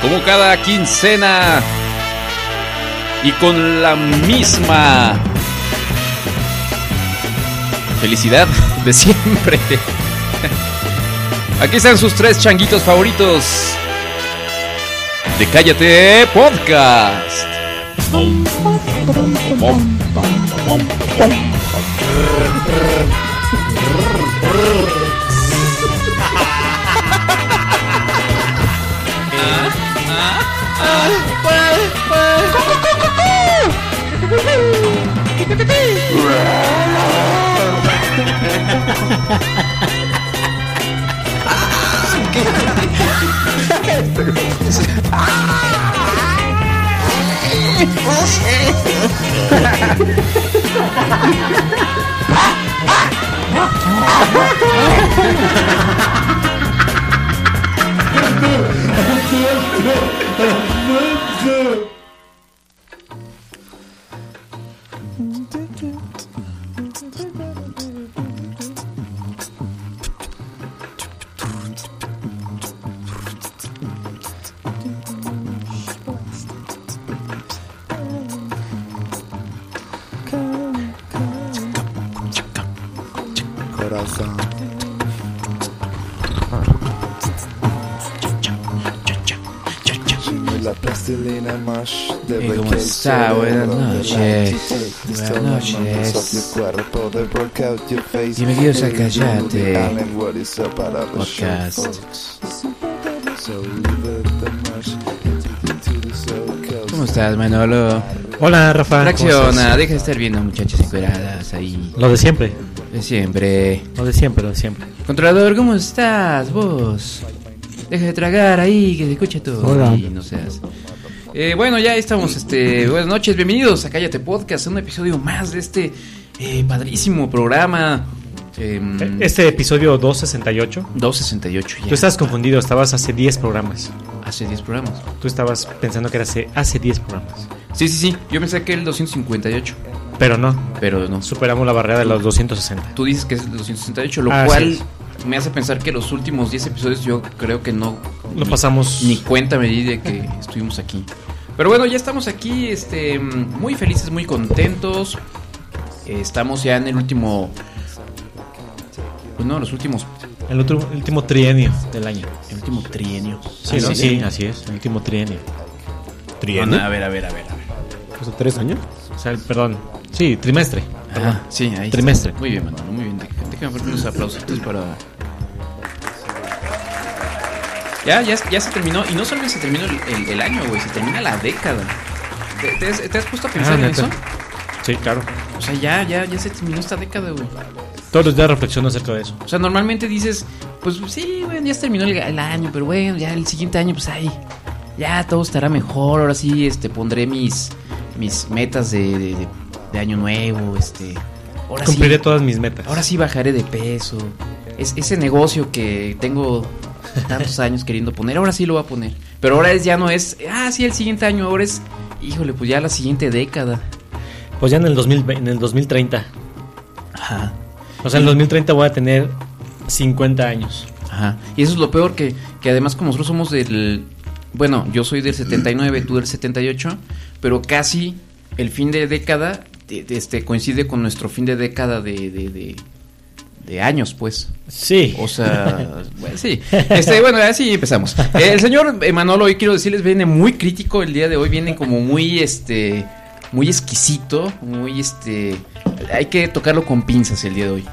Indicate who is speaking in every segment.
Speaker 1: como cada quincena y con la misma felicidad de siempre. Aquí están sus tres changuitos favoritos de Cállate Podcast.
Speaker 2: Corazón. Soy La plastilina mash de
Speaker 3: ¿Y cómo está? Buenas noches.
Speaker 2: Buenas
Speaker 3: Buenas noches. Y me quiero callate. Podcast. ¿Cómo estás, Manolo?
Speaker 4: Hola Rafa. Ah, ¿cómo
Speaker 3: Reacciona,
Speaker 4: estás?
Speaker 3: deja de estar viendo muchachas encueradas ahí.
Speaker 4: Lo de siempre,
Speaker 3: De siempre.
Speaker 4: lo de siempre, lo de siempre.
Speaker 3: Controlador, ¿cómo estás vos? Deja de tragar ahí, que se escuche todo.
Speaker 4: Hola.
Speaker 3: Y no seas. Eh, bueno, ya estamos. Este, buenas noches, bienvenidos a Cállate Podcast, un episodio más de este eh, padrísimo programa. em,
Speaker 4: Este episodio 268.
Speaker 3: 268 ya.
Speaker 4: Tú estás confundido, estabas hace 10 programas.
Speaker 3: Hace 10 programas.
Speaker 4: Tú estabas pensando que era hace, hace 10 programas.
Speaker 3: Sí, sí, sí. Yo pensé que era el 258,
Speaker 4: Pero no,
Speaker 3: pero no.
Speaker 4: superamos la barrera de los 260.
Speaker 3: Tú dices que es el 268, lo
Speaker 4: Así
Speaker 3: cual me hace pensar que los últimos 10 episodios yo creo que no.
Speaker 4: Lo
Speaker 3: ni-
Speaker 4: pasamos.
Speaker 3: Ni cuenta me di de que estuvimos aquí. Pero bueno, ya estamos aquí, este, mm, muy felices, muy contentos. Eh, Estamos ya en el último. Pues no, los últimos.
Speaker 4: El, otro, el último trienio del año.
Speaker 3: El último trienio.
Speaker 4: Sí,
Speaker 3: ¿no?
Speaker 4: sí, sí, así es. El último trienio. ¿Pues
Speaker 3: No, no, a ver, a ver, a ver. a ver.
Speaker 4: ¿Tres años? Ah, O sea, el- perdón. Sí, trimestre.
Speaker 3: Ajá, sí, ahí. está.
Speaker 4: Trimestre.
Speaker 3: Muy bien, Manolo, muy bien. Dej- Déjame poner unos aplausitos para. Ya, ya, ya se terminó. Y no solo se terminó el, el- el año, güey, se termina la década. ¿Te, te has, te has puesto a pensar
Speaker 4: Ah,
Speaker 3: en
Speaker 4: neta.
Speaker 3: eso?
Speaker 4: Sí, claro.
Speaker 3: O sea, ya, ya, ya se terminó esta década, güey.
Speaker 4: Todos los días reflexiono acerca de eso.
Speaker 3: O sea, normalmente dices, pues sí, bueno, ya se terminó el, el año, pero bueno, ya el siguiente año, pues ahí, ya todo estará mejor. Ahora sí, este, pondré mis, mis metas de, de- de- de año nuevo, este. Ahora
Speaker 4: Cumpliré
Speaker 3: sí,
Speaker 4: todas mis metas.
Speaker 3: ahora sí bajaré de peso. Es, ese negocio que tengo tantos años queriendo poner, ahora sí lo voy a poner. Pero ahora es, ya no es, ah, sí, el siguiente año, ahora es, híjole, pues ya la siguiente década.
Speaker 4: Pues ya en el, 2020, en el 2030.
Speaker 3: Ajá.
Speaker 4: O sea, en el 2030 voy a tener 50 años.
Speaker 3: Ajá. Y eso es lo peor que, que además como nosotros somos del... Bueno, yo soy del 79, tú del 78, pero casi el fin de década e- este, coincide con nuestro fin de década de, de, de, de años, pues.
Speaker 4: Sí.
Speaker 3: O sea, bueno, sí. Este, bueno, así empezamos. Eh, El señor eh, Manolo, hoy quiero decirles, viene muy crítico el día de hoy, viene como muy, este, muy exquisito, muy, este, hay que tocarlo con pinzas el día de hoy.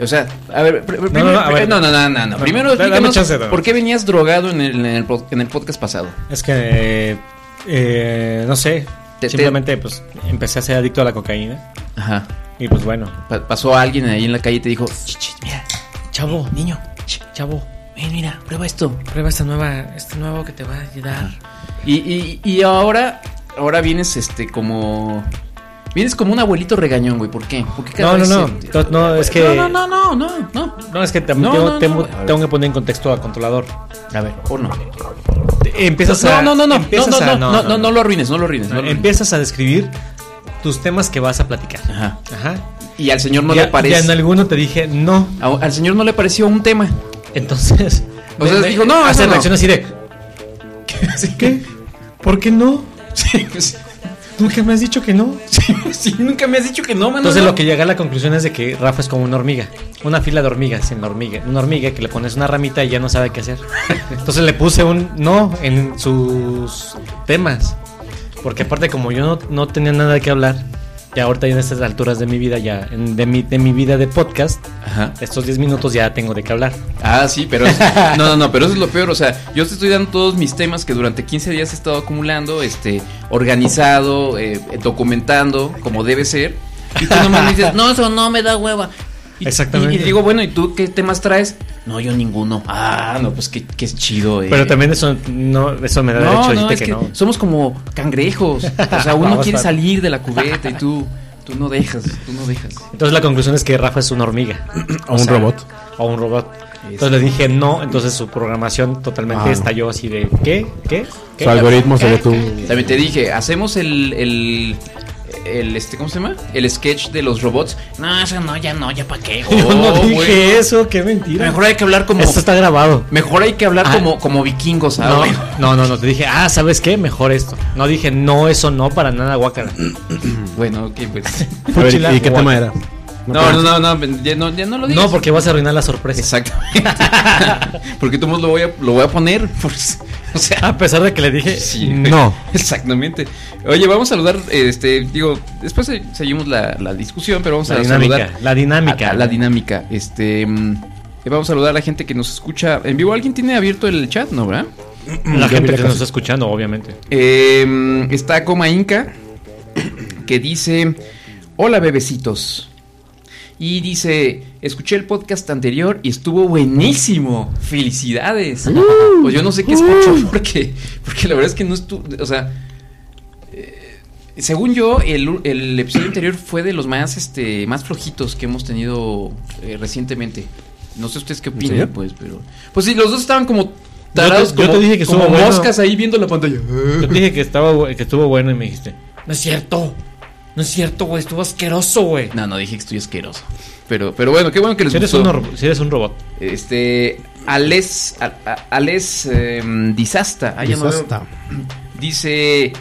Speaker 3: O sea, a ver, pr- pr- primero-
Speaker 4: no, a ver.
Speaker 3: no, no, no, no, no.
Speaker 4: No,
Speaker 3: Primero
Speaker 4: da- dame
Speaker 3: explícanos
Speaker 4: chance, dame.
Speaker 3: por qué venías drogado en el, en el, pod- en el podcast pasado.
Speaker 4: Es que, eh, eh, no sé,
Speaker 3: Te- te-
Speaker 4: simplemente pues empecé a ser adicto a la cocaína
Speaker 3: Ajá.
Speaker 4: y pues bueno.
Speaker 3: Pa- pasó alguien ahí en la calle y te dijo, "Ch, ch, mira,
Speaker 4: Chavo,
Speaker 3: niño, ch,
Speaker 4: chavo,
Speaker 3: ven, mira, prueba esto.
Speaker 4: prueba esta nueva, este nuevo que te va a ayudar.
Speaker 3: Y, y, y ahora, ahora vienes este como. Vienes como un abuelito regañón, güey. ¿Por qué? ¿Por qué cada
Speaker 4: No, no,
Speaker 3: vez
Speaker 4: no,
Speaker 3: se-
Speaker 4: to- no, es que...
Speaker 3: No, no, no, no, no, no.
Speaker 4: No, es que también
Speaker 3: No,
Speaker 4: tengo,
Speaker 3: no, no,
Speaker 4: tengo-
Speaker 3: a ver.
Speaker 4: tengo que poner en contexto al controlador.
Speaker 3: A ver, o no.
Speaker 4: Te- Empiezas
Speaker 3: No,
Speaker 4: a...
Speaker 3: no, no, no, no,
Speaker 4: empiezas
Speaker 3: no,
Speaker 4: a-
Speaker 3: no, no, no, no lo arruines, no lo arruines. no lo arruines.
Speaker 4: Empiezas a describir tus temas que vas a platicar.
Speaker 3: Ajá.
Speaker 4: Ajá.
Speaker 3: Y al señor no
Speaker 4: ya,
Speaker 3: le parece.
Speaker 4: ya en alguno te dije, no.
Speaker 3: a- al señor no le pareció un tema.
Speaker 4: Entonces.
Speaker 3: O sea, dijo, no, eso
Speaker 4: Hace
Speaker 3: no.
Speaker 4: reacción así de. ¿Qué?
Speaker 3: Sí,
Speaker 4: ¿Qué? ¿Por qué no?
Speaker 3: Sí, pues,
Speaker 4: Nunca me has dicho que no.
Speaker 3: sí, sí, nunca me has dicho que no, Manolo.
Speaker 4: Entonces lo que llega a la conclusión es de que Rafa es como una hormiga, una fila de hormigas en la hormiga, una hormiga que le pones una ramita y ya no sabe qué hacer. Entonces le puse un no en sus temas, porque aparte como yo no, no tenía nada que hablar, ya ahorita en estas alturas de mi vida, ya en- de, mi, de mi vida de podcast,
Speaker 3: Ajá.
Speaker 4: estos 10 minutos ya tengo de qué hablar.
Speaker 3: Ah, sí, pero es- no, no, no, pero eso es lo peor, o sea, yo te estoy dando todos mis temas que durante 15 días he estado acumulando, este, organizado, eh, documentando, como debe ser, y tú nomás me dices, no, eso no me da hueva. Y-
Speaker 4: Exactamente.
Speaker 3: Y, y digo, bueno, ¿y tú qué temas traes? No, yo ninguno. Ah, no, pues qué, qué chido, eh.
Speaker 4: Pero también eso, no, eso me da derecho
Speaker 3: No,
Speaker 4: a
Speaker 3: no,
Speaker 4: decirte
Speaker 3: es
Speaker 4: que,
Speaker 3: que
Speaker 4: no.
Speaker 3: somos como cangrejos, o sea, uno
Speaker 4: Vamos,
Speaker 3: quiere
Speaker 4: Pat.
Speaker 3: salir de la cubeta y tú, tú no dejas, tú no dejas.
Speaker 4: Entonces la conclusión es que Rafa es una hormiga.
Speaker 5: O un robot.
Speaker 4: O un robot. Entonces le dije no, entonces su programación totalmente
Speaker 5: Ah.
Speaker 4: estalló así de ¿qué? ¿Qué? ¿Qué?
Speaker 5: Su algoritmo se ve tú.
Speaker 3: También te dije, hacemos el, el, el, este, ¿cómo se llama? El sketch de los robots. No, eso no, ya no, ya para qué.
Speaker 4: Yo no
Speaker 3: Oh,
Speaker 4: dije
Speaker 3: güey.
Speaker 4: eso, qué mentira.
Speaker 3: Mejor hay que hablar como,
Speaker 4: Esto está grabado.
Speaker 3: mejor hay que hablar
Speaker 4: Ah.
Speaker 3: como, como vikingos,
Speaker 5: Ah,
Speaker 4: No,
Speaker 3: ¿sabes?
Speaker 4: no, no, no, te dije, ah, ¿sabes qué? Mejor esto. No dije, no, eso no, para nada, guácala.
Speaker 3: Bueno, ok, pues.
Speaker 5: A ver,
Speaker 4: Fúchila,
Speaker 5: ¿y qué
Speaker 4: guácala.
Speaker 5: tema era?
Speaker 3: No, no, no, no, ya no, ya no lo digas.
Speaker 4: No, porque vas a arruinar la sorpresa.
Speaker 3: Exactamente. porque tú lo voy a, lo voy a poner. pues, o sea,
Speaker 4: A pesar de que le dije,
Speaker 3: Sí.
Speaker 4: Ah, no.
Speaker 3: Exactamente. Oye, vamos a saludar, este, digo, después se- seguimos la, la discusión, pero vamos
Speaker 4: La
Speaker 3: a
Speaker 4: dinámica,
Speaker 3: saludar.
Speaker 4: la dinámica.
Speaker 5: Ah,
Speaker 3: a- a la dinámica. Este, mm, le vamos a saludar a la gente que nos escucha en vivo. ¿Alguien tiene abierto el chat? No, ¿verdad?
Speaker 4: La
Speaker 5: Yo
Speaker 4: gente
Speaker 5: vi la
Speaker 4: que nos
Speaker 5: clase.
Speaker 4: está escuchando, obviamente.
Speaker 3: Eh, mm, está Coma Inca, que dice, hola bebecitos. Y dice, escuché el podcast anterior y estuvo buenísimo. Felicidades.
Speaker 4: Uh,
Speaker 3: Pues yo no sé qué escucho porque, porque la verdad es que no estuvo, o sea, eh, según yo, el, u- el episodio anterior fue de los más, este, más flojitos que hemos tenido eh, recientemente. No sé ustedes qué opinan,
Speaker 5: serio?
Speaker 3: pues, pero... Pues sí, los dos estaban como...
Speaker 4: te-
Speaker 3: Tarados,
Speaker 4: yo
Speaker 3: como,
Speaker 4: te dije que
Speaker 3: como
Speaker 4: estuvo bueno.
Speaker 3: moscas ahí viendo la pantalla.
Speaker 4: Yo te dije que, estaba, bu- que estuvo bueno y me dijiste,
Speaker 6: No es cierto. No es cierto, güey. Estuvo asqueroso, güey.
Speaker 3: No, no, dije que estoy asqueroso. Pero, pero bueno, qué bueno que les
Speaker 4: si eres,
Speaker 3: gustó.
Speaker 4: un, or- si eres un robot.
Speaker 3: Este, Alex, a- a- Alex em, Disasta. ah, ya
Speaker 5: Pues
Speaker 3: no veo.
Speaker 5: Disasta.
Speaker 3: Dice,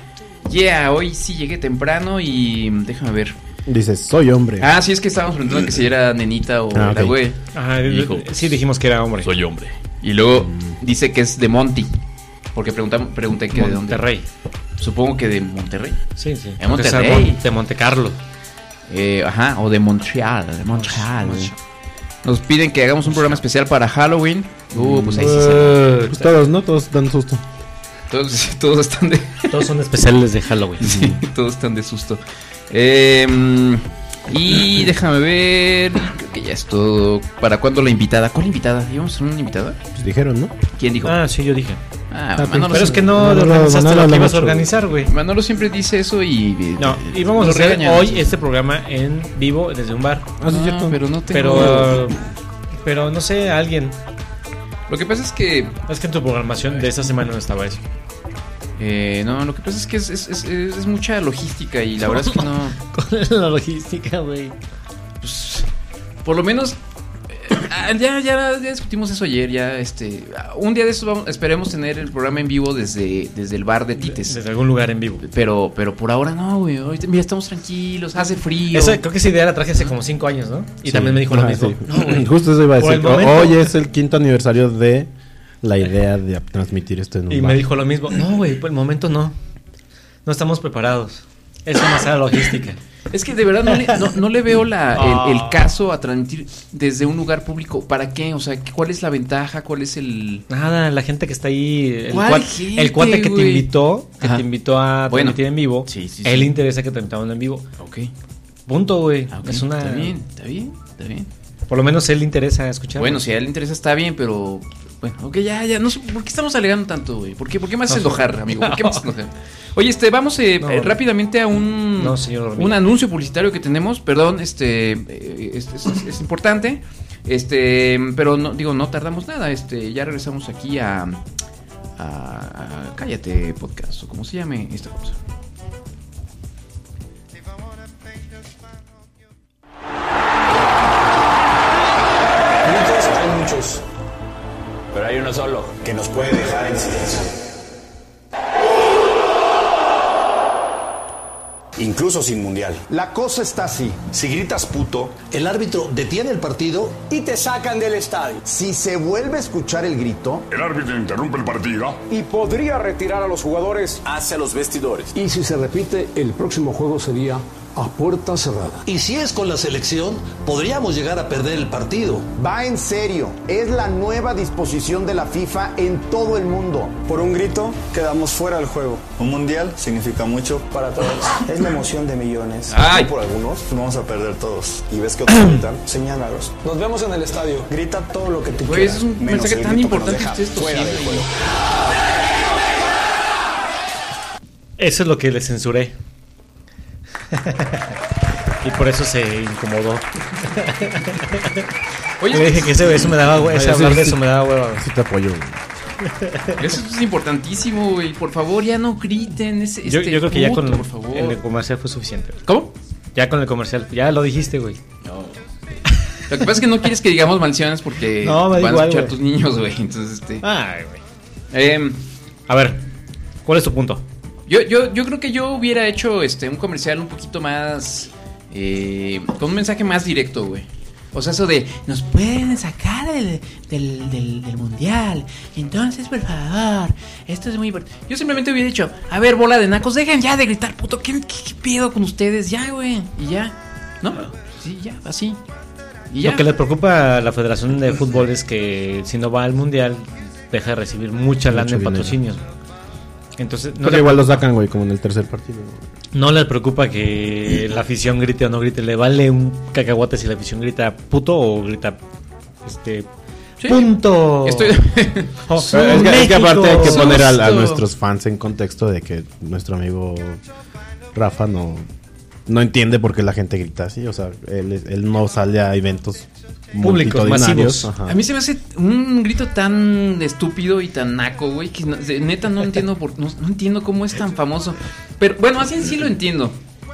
Speaker 3: yeah, hoy sí llegué temprano y mm, déjame ver.
Speaker 5: Dices, soy hombre.
Speaker 3: Ah, sí, es que estábamos preguntando que si era nenita o
Speaker 5: Ah,
Speaker 3: la
Speaker 5: ok.
Speaker 3: güey.
Speaker 4: Ajá,
Speaker 3: Hijo.
Speaker 4: pues, sí dijimos que era hombre.
Speaker 1: Soy hombre.
Speaker 3: Y luego dice que es de Monty. Porque preguntam- pregunté que
Speaker 4: Monterrey.
Speaker 3: de dónde. Supongo que de Monterrey.
Speaker 4: Sí, sí.
Speaker 3: De Monterrey.
Speaker 4: De Monte Carlo.
Speaker 3: Eh, ajá, o de Montreal. De Montreal. Nos piden que hagamos un programa especial para Halloween. Uh, pues ahí sí. se-
Speaker 5: Pues todos, ¿no? Todos dan susto.
Speaker 3: Todos, todos están de.
Speaker 4: Todos son especiales de Halloween.
Speaker 3: Sí, todos están de susto. Em, y déjame ver. Creo que ya es todo. ¿Para cuándo la invitada? ¿Cuál invitada? ¿Íbamos a hacer una invitada?
Speaker 5: Pues dijeron, ¿no?
Speaker 3: ¿Quién dijo? Ah,
Speaker 4: Ah, sí, yo dije.
Speaker 3: Manolo,
Speaker 4: Pero es que no, lo
Speaker 5: no, no,
Speaker 4: organizaste
Speaker 5: no, no,
Speaker 4: lo que
Speaker 5: no,
Speaker 4: ibas a
Speaker 5: mucho.
Speaker 4: organizar, güey.
Speaker 3: Manolo siempre dice eso y. eh,
Speaker 4: No,
Speaker 3: y
Speaker 4: íbamos a
Speaker 3: nos
Speaker 4: hacer
Speaker 3: regaña.
Speaker 4: hoy este programa en vivo desde un bar.
Speaker 3: Ah, sí, cierto. Pero no tengo.
Speaker 4: Pero, pero no sé, alguien.
Speaker 3: Lo que pasa es que.
Speaker 4: Es que en tu programación de esta semana no estaba eso.
Speaker 3: eh, no, lo que pasa es que es, es- es- es- es mucha logística y la verdad es que no.
Speaker 4: Con la logística, güey.
Speaker 3: Pues, por lo menos. eh, ah, Ya, ya, ya discutimos eso ayer, ya este, ah, un día de estos vamos- esperemos tener el programa en vivo desde, desde el bar de Tites.
Speaker 4: Desde algún lugar en vivo.
Speaker 3: Pero, pero por ahora no, güey. Ahorita, mira, estamos tranquilos, hace frío.
Speaker 4: Esa, creo que esa idea la traje hace como 5 años, ¿no? Y también me dijo lo
Speaker 5: Ajá,
Speaker 4: mismo.
Speaker 5: sí. Justo eso iba a
Speaker 4: Por el
Speaker 5: decir.
Speaker 4: momento-
Speaker 5: Hoy es el quinto aniversario de la idea de transmitir esto en un
Speaker 4: Y
Speaker 5: bar.
Speaker 4: me dijo lo mismo. No, güey, por el momento no. No estamos preparados. Es demasiada logística.
Speaker 3: Es que de verdad no le, no, no le veo la, el, el
Speaker 4: Ah.
Speaker 3: caso a transmitir desde un lugar público. ¿Para qué? O sea, ¿cuál es la ventaja? ¿Cuál es el...?
Speaker 4: Nada, la gente que está ahí. El,
Speaker 3: ¿Cuál
Speaker 4: cuate,
Speaker 3: gente,
Speaker 4: el cuate que
Speaker 3: güey?
Speaker 4: te invitó, que
Speaker 3: Ajá.
Speaker 4: te invitó a
Speaker 3: Bueno.
Speaker 4: transmitir en vivo.
Speaker 3: Sí, sí,
Speaker 4: Él
Speaker 3: sí.
Speaker 4: interesa que te invitaban en vivo.
Speaker 3: Ok.
Speaker 4: Punto, güey.
Speaker 3: ah, ok,
Speaker 4: Es una.
Speaker 3: Está bien, está bien, está bien.
Speaker 4: Por lo menos él interesa escuchar.
Speaker 3: Bueno, si a él le interesa está bien, pero... Bueno, ok, ya, ya. No sé, ¿Por qué estamos alegando tanto, güey? ¿Por qué, ¿Por qué me haces enojar, amigo? ¿Por qué me haces enojar? Oye, este, vamos eh,
Speaker 4: No.
Speaker 3: eh, rápidamente a un...
Speaker 4: No, señor Hormiga.
Speaker 3: Un anuncio publicitario que tenemos, perdón, este... eh, es, es- es- es importante, este... Pero, no, digo, no tardamos nada, este... Ya regresamos aquí a... a- a Cállate Podcast, o como se llame esta cosa.
Speaker 7: Minutos hay muchos, pero hay uno solo que nos puede dejar en silencio. incluso sin mundial.
Speaker 8: La cosa está así.
Speaker 7: Si gritas puto,
Speaker 8: El árbitro detiene el partido.
Speaker 9: y te sacan del estadio.
Speaker 8: Si se vuelve a escuchar el grito,
Speaker 10: El árbitro interrumpe el partido.
Speaker 9: Y podría retirar a los jugadores.
Speaker 7: hacia los vestidores.
Speaker 9: Y si se repite, el próximo juego sería a puerta cerrada.
Speaker 11: Y si es con la selección, podríamos llegar a perder el partido.
Speaker 8: va en serio. Es la nueva disposición de la FIFA en todo el mundo.
Speaker 9: Por un grito, quedamos fuera del juego.
Speaker 7: Un mundial significa mucho
Speaker 9: Para todos. Es la emoción de millones.
Speaker 3: Ay,
Speaker 7: por algunos. Vamos a perder todos. Y ves que otros gritan.
Speaker 9: Señálalos. Nos vemos en el estadio. Grita todo lo que tú
Speaker 3: güey, ese es un
Speaker 7: Menos
Speaker 3: mensaje
Speaker 7: el
Speaker 3: tan
Speaker 7: grito que nos
Speaker 3: importante que
Speaker 7: deja
Speaker 3: ustedes
Speaker 7: fuera del
Speaker 3: tosiendo.
Speaker 7: juego.
Speaker 4: Eso es lo que le censuré. y por eso se incomodó. Le
Speaker 3: Oye,
Speaker 4: dije que ese, eso me daba hue- ese
Speaker 5: Ay, Ah, sí,
Speaker 4: hablar de
Speaker 5: sí.
Speaker 4: eso me daba hueva. güey.
Speaker 5: Sí te apoyo. güey.
Speaker 3: eso es importantísimo, güey. Por favor, ya no griten. Ese,
Speaker 4: yo,
Speaker 3: este
Speaker 4: yo creo que ya
Speaker 3: puto,
Speaker 4: con
Speaker 3: por favor.
Speaker 4: el comercial fue suficiente. güey.
Speaker 3: ¿Cómo?
Speaker 4: Ya con el comercial, ya lo dijiste, güey.
Speaker 3: Lo que pasa es que no quieres que digamos maldiciones porque
Speaker 4: No, me da
Speaker 3: van a
Speaker 4: igual,
Speaker 3: escuchar
Speaker 4: güey.
Speaker 3: tus niños, güey. Entonces, este.
Speaker 4: Ay, güey.
Speaker 3: em,
Speaker 4: A ver, ¿cuál es tu punto?
Speaker 3: Yo, yo, yo creo que yo hubiera hecho este un comercial un poquito más. eh, con un mensaje más directo, güey. O sea, eso de nos pueden sacar del, del, del- del mundial. Entonces, por favor, esto es muy importante. Yo simplemente hubiera dicho: A ver, bola de nacos, dejen ya de gritar, puto. ¿Qué, qué, qué pedo con ustedes? Ya, güey. Y ya. ¿No? Sí, ya, así. Y ya.
Speaker 4: Lo que le preocupa a la Federación de Fútbol es que si no va al mundial, deja de recibir mucha lana
Speaker 5: Mucho
Speaker 4: en
Speaker 5: dinero.
Speaker 4: patrocinios. güey. Entonces, no
Speaker 5: Pero
Speaker 4: le,
Speaker 5: igual lo sacan, güey, como en el tercer partido. güey.
Speaker 4: no le preocupa que la afición grite o no grite. Le vale un cacahuate si la afición grita puto o grita este
Speaker 3: Sí.
Speaker 4: punto. Oh,
Speaker 3: Estoy.
Speaker 4: O-
Speaker 5: Pero Eh, Es que, es que aparte hay que
Speaker 3: México.
Speaker 5: poner al- a,
Speaker 3: Justo.
Speaker 5: nuestros fans en contexto de que nuestro amigo Rafa no, no entiende por qué la gente grita así. O sea, él, es- él no sale a eventos
Speaker 4: Públicos,
Speaker 5: multitudinarios.
Speaker 4: masivos.
Speaker 5: Ajá.
Speaker 3: A mí se me hace un grito tan estúpido y tan naco, güey, que no- de- neta no entiendo por, no, no entiendo cómo es tan famoso. Pero bueno, así en sí lo entiendo.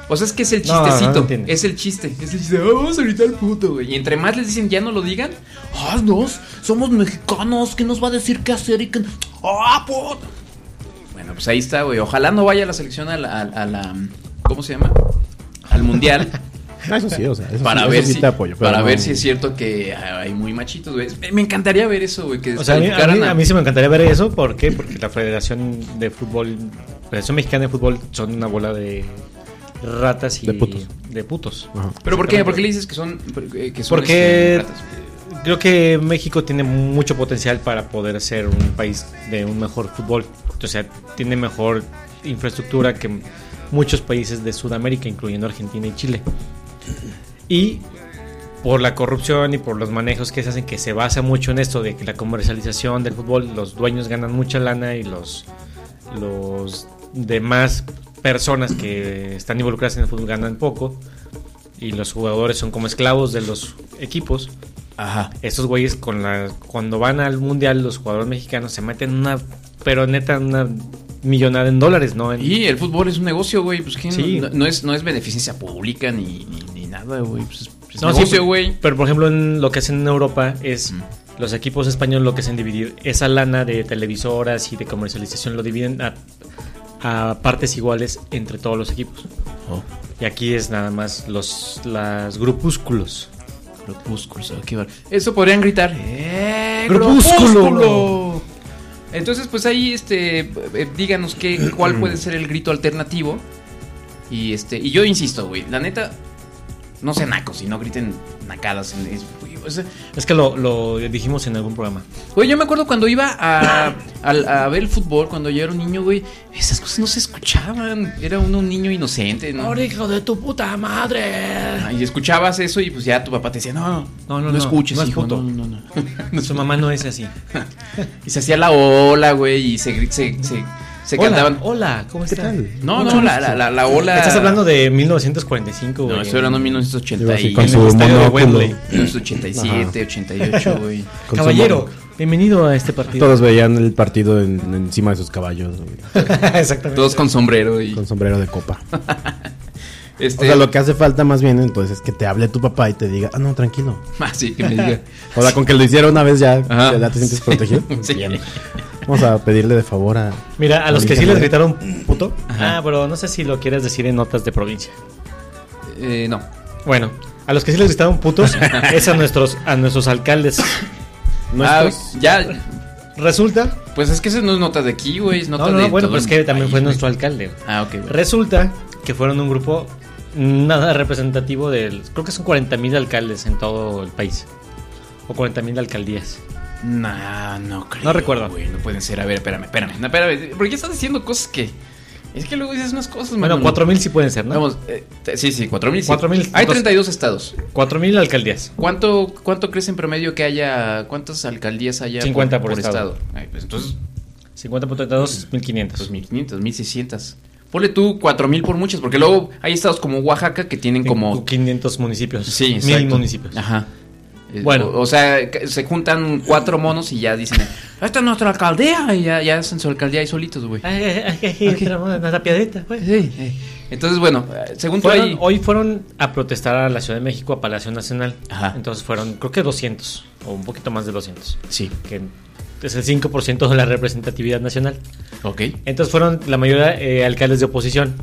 Speaker 3: O sea, es que es el
Speaker 4: No, no, no
Speaker 3: chistecito.
Speaker 4: entiendo.
Speaker 3: es el chiste. Es el chiste. "Ah, vamos a gritar puto, güey. Y entre más les dicen ya no lo digan,
Speaker 6: Ah, nos, somos mexicanos. ¿Qué nos va a decir qué hacer y qué no? ¡Ah, puto!
Speaker 3: bueno, pues ahí está, güey. Ojalá no vaya la selección a la, a- a la- ¿Cómo se llama? Al mundial.
Speaker 5: Ah, Eso sí, o sea, eso sí-
Speaker 3: para
Speaker 5: eso
Speaker 3: ver
Speaker 5: sí
Speaker 3: si,
Speaker 5: te apoyo, pero
Speaker 3: para
Speaker 5: no-
Speaker 3: ver si es cierto que hay muy machitos, güey. Me- Me encantaría ver eso, güey. Que
Speaker 4: O sea, a mí, a
Speaker 3: descalificaran
Speaker 4: mí-
Speaker 3: a-
Speaker 4: a mí sí me encantaría ver eso. ¿Por qué? Porque la Federación de Fútbol, Federación Mexicana de Fútbol, son una bola de ratas y
Speaker 5: De putos.
Speaker 4: de putos.
Speaker 5: Ajá.
Speaker 3: Pero ¿por qué? ¿Por qué le dices que son eh, que son
Speaker 4: Porque-
Speaker 3: este, ratas?
Speaker 4: Creo que México tiene mucho potencial para poder ser un país de un mejor fútbol. O sea, tiene mejor infraestructura que muchos países de Sudamérica, incluyendo Argentina y Chile. Y por la corrupción y por los manejos que se hacen, que se basa mucho en esto de que la comercialización del fútbol, los dueños ganan mucha lana y los, los demás personas que están involucradas en el fútbol ganan poco. Y los jugadores son como esclavos de los equipos.
Speaker 3: Ajá.
Speaker 4: Estos güeyes con la, cuando van al mundial los jugadores mexicanos se meten una pero neta una millonada en dólares, ¿no? En-
Speaker 3: Y el fútbol es un negocio, güey. Pues ¿qué?
Speaker 4: Sí.
Speaker 3: no, no es, no es beneficencia pública ni, ni, ni nada, güey. Pues es, es
Speaker 4: No, sí,
Speaker 3: negocio,
Speaker 4: pero-
Speaker 3: güey.
Speaker 4: Pero por ejemplo en lo que hacen en Europa es los equipos españoles lo que hacen dividir esa lana de televisoras y de comercialización lo dividen a, a partes iguales entre todos los equipos.
Speaker 3: Oh.
Speaker 4: Y aquí es nada más los las grupúsculos.
Speaker 3: Grupúsculos, ah, qué bar- Eso podrían gritar. ¡Eh,
Speaker 4: Grupúsculo!
Speaker 3: grupúsculo! Entonces, pues ahí, este, eh, díganos qué, cuál puede ser el grito alternativo. Y este, y yo insisto, güey, la neta, no sean nacos y no griten nacadas. en- es- güey, o sea,
Speaker 4: Es que lo, lo dijimos en algún programa.
Speaker 3: Güey, yo me acuerdo cuando iba a, al- a ver el fútbol, cuando yo era un niño, güey, esas cosas no se escuchaban. Era uno un niño inocente, ¿no?
Speaker 6: Ahora, hijo de tu puta madre!
Speaker 3: Ah, Y escuchabas eso y pues ya tu papá te decía, no, no, no, no, escuches,
Speaker 4: no es
Speaker 3: hijo,
Speaker 4: puto.
Speaker 3: no, no, no.
Speaker 4: Su mamá no es así.
Speaker 3: Y se hacía la ola, güey, y se, gri- se, se, se
Speaker 4: hola,
Speaker 3: cantaban.
Speaker 4: Hola, ¿cómo
Speaker 5: ¿Qué
Speaker 4: estás?
Speaker 5: tal?
Speaker 3: No, no, la, la, la, la ola.
Speaker 4: Estás hablando de 1945, güey.
Speaker 3: No, estoy hablando de
Speaker 5: Iba
Speaker 3: 1980
Speaker 5: así
Speaker 3: y...
Speaker 5: con su
Speaker 4: el estadio de
Speaker 5: monóculo.
Speaker 4: Wembley.
Speaker 3: 1987, 88, güey.
Speaker 5: Con su
Speaker 4: Caballero,
Speaker 5: monóculo.
Speaker 4: bienvenido a este partido.
Speaker 5: Todos veían el partido en- encima de sus caballos, güey,
Speaker 4: Exactamente.
Speaker 3: Todos con sombrero y...
Speaker 5: con sombrero de copa. O
Speaker 3: Este,
Speaker 5: sea, lo que hace falta más bien entonces es que te hable tu papá y te diga, ah, no, tranquilo.
Speaker 3: ah, sí, que me diga.
Speaker 5: O sea, con que lo hiciera una vez ya,
Speaker 3: Ajá.
Speaker 5: ya te sientes protegido.
Speaker 3: Sí.
Speaker 5: Bien. Vamos a pedirle de favor a.
Speaker 4: Mira, a los
Speaker 5: al
Speaker 4: que sí les
Speaker 5: ingeniero.
Speaker 4: gritaron puto.
Speaker 5: Ajá.
Speaker 4: Ah, pero no sé si lo quieres decir en notas de provincia.
Speaker 3: Eh, no.
Speaker 4: Bueno, a los que sí les gritaron putos es a nuestros, a nuestros alcaldes.
Speaker 3: Ah, ya.
Speaker 4: Resulta.
Speaker 3: Pues es que eso no es nota de aquí, güey. Es nota
Speaker 4: No, no,
Speaker 3: de
Speaker 4: bueno,
Speaker 3: todo
Speaker 4: pero es
Speaker 3: el
Speaker 4: que también
Speaker 3: país,
Speaker 4: fue
Speaker 3: güey.
Speaker 4: nuestro alcalde.
Speaker 3: Ah, ok. güey.
Speaker 4: Resulta que fueron un grupo nada representativo del. Creo que son 40.000 alcaldes en todo el país. O 40.000 alcaldías.
Speaker 3: Nah, no creo.
Speaker 4: No recuerdo.
Speaker 3: güey, no pueden ser. A ver, espérame, espérame. No, espérame. Porque ya estás diciendo cosas que. Es que luego dices unas cosas,
Speaker 4: Bueno,
Speaker 3: Manolo.
Speaker 4: 4.000 sí pueden ser, ¿no?
Speaker 3: Vamos, eh, te- sí, sí, 4000. sí.
Speaker 4: 4000,
Speaker 3: Hay
Speaker 4: entonces-
Speaker 3: 32 estados.
Speaker 4: 4.000 alcaldías.
Speaker 3: ¿Cuánto, ¿Cuánto crees en promedio que haya, cuántas alcaldías haya
Speaker 4: 50 por estado.
Speaker 3: Ay, pues entonces,
Speaker 4: 50.32,
Speaker 3: Pues
Speaker 4: 1.500.
Speaker 3: 2.500, 1.600. Ponle tú 4.000 por muchas, porque luego hay estados como Oaxaca que tienen como...
Speaker 4: 500 municipios.
Speaker 3: Sí, exacto.
Speaker 4: 1.000 municipios.
Speaker 3: Ajá. Eh,
Speaker 4: Bueno.
Speaker 3: O, o sea, que se juntan cuatro monos y ya dicen, esta es nuestra alcaldía, y ya, ya hacen su alcaldía ahí solitos, güey. Sí. eh. Entonces, bueno, eh, según tú
Speaker 4: Fueron-
Speaker 3: ahí-
Speaker 4: Hoy fueron a protestar a la Ciudad de México, a Palacio Nacional.
Speaker 3: Ajá.
Speaker 4: Entonces fueron, creo que 200, o un poquito más de 200,
Speaker 3: Sí,
Speaker 4: que es el 5% de la representatividad nacional.
Speaker 3: ok.
Speaker 4: Entonces fueron la mayoría eh, alcaldes de oposición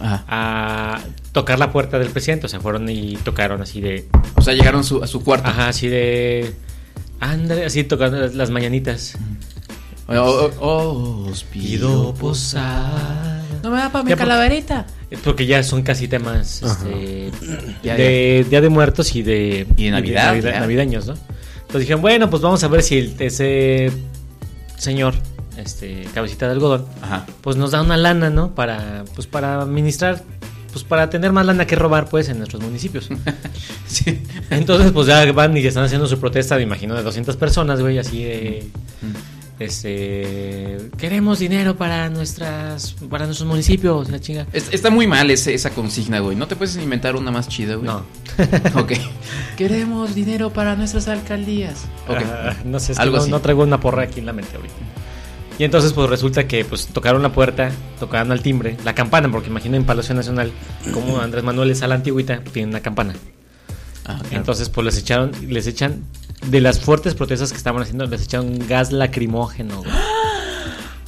Speaker 3: Ajá.
Speaker 4: a tocar la puerta del presidente. O sea, fueron y tocaron así de...
Speaker 3: O sea, llegaron su- a su cuarto.
Speaker 4: Ajá, así de... Ándale, así tocando las, las mañanitas.
Speaker 3: O- o- o- os pido
Speaker 4: posada.
Speaker 3: No me da para
Speaker 4: mi Ya, porque-
Speaker 3: calaverita.
Speaker 4: Eh, Porque ya son casi temas este,
Speaker 3: Ya,
Speaker 4: de Día de Muertos y de,
Speaker 3: Y de Navidad,
Speaker 4: navida-
Speaker 3: ya.
Speaker 4: navideños, ¿no? Entonces dijeron, bueno, pues vamos a ver si el- ese señor, este, cabecita de algodón,
Speaker 3: Ajá.
Speaker 4: pues nos da una lana, ¿no? Para, pues para administrar, pues para tener más lana que robar, pues, en nuestros municipios.
Speaker 3: Sí.
Speaker 4: Entonces, pues ya van y están haciendo su protesta, me imagino, de 200 personas, güey, así de... Este, queremos dinero para nuestras, para nuestros municipios, la chinga.
Speaker 3: Es- Está muy mal ese- esa consigna, güey. ¿No te puedes inventar una más chida, güey?
Speaker 4: No.
Speaker 3: Ok. Queremos dinero para nuestras alcaldías. Ok.
Speaker 4: Ah, no sé, es que
Speaker 3: Algo
Speaker 4: no,
Speaker 3: así.
Speaker 4: no traigo una porra aquí en la mente ahorita. Y entonces pues resulta que pues tocaron la puerta, tocaron al timbre, la campana, porque imagino en Palacio Nacional, como Andrés Manuel es a la antigüita, pues, tiene una campana.
Speaker 3: Ah, claro.
Speaker 4: Entonces pues les echaron, les echan, de las fuertes protestas que estaban haciendo, les echaron gas lacrimógeno. güey.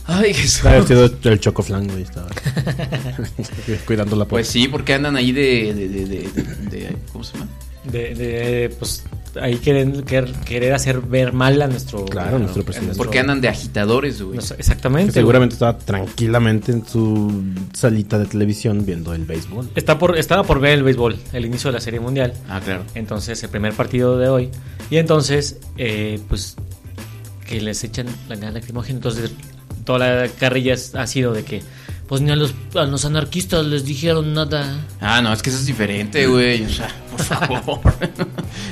Speaker 3: Ay, Jesús.
Speaker 5: Está vestido el chocoflan, güey. Estaba cuidando la
Speaker 3: Pues
Speaker 5: puerta.
Speaker 3: sí, porque andan ahí de. de, de, de- de- de- ¿Cómo se llama?
Speaker 4: De, de, pues ahí quieren quer- querer hacer ver mal a nuestro...
Speaker 5: Claro, a nuestro
Speaker 4: a
Speaker 5: presidente.
Speaker 3: Porque andan de agitadores, güey.
Speaker 4: nuestro-
Speaker 5: Que
Speaker 4: exactamente. güey.
Speaker 5: seguramente estaba tranquilamente en su salita de televisión viendo el béisbol.
Speaker 4: Está por, estaba por ver el béisbol, el inicio de la Serie Mundial.
Speaker 3: Ah, claro.
Speaker 4: Entonces, el primer partido de hoy. Y entonces, eh, pues, que les echan la gas lacrimógena. Entonces, toda la carrilla es- ha sido de que, pues, ni a los, a los anarquistas les dijeron nada.
Speaker 3: Ah, no, es que eso es diferente, güey. O sea, por favor.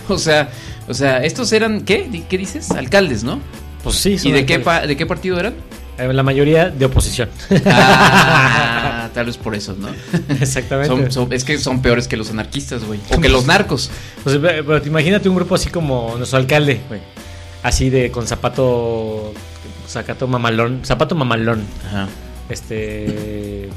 Speaker 3: o sea, o sea, estos eran, ¿qué? ¿Di- ¿Qué dices? Alcaldes, ¿no?
Speaker 4: Pues sí,
Speaker 3: ¿Y de qué, pa- de qué partido eran?
Speaker 4: eh, La mayoría de oposición.
Speaker 3: Ah, tal vez por eso, ¿no?
Speaker 4: Exactamente.
Speaker 3: Son- son- es que son peores que los anarquistas, güey. O que los narcos.
Speaker 4: Pues, ve- pero te imagínate un grupo así como nuestro alcalde, güey. Así de con zapato. Zapato mamalón. Zapato mamalón.
Speaker 3: Ajá.
Speaker 4: Este.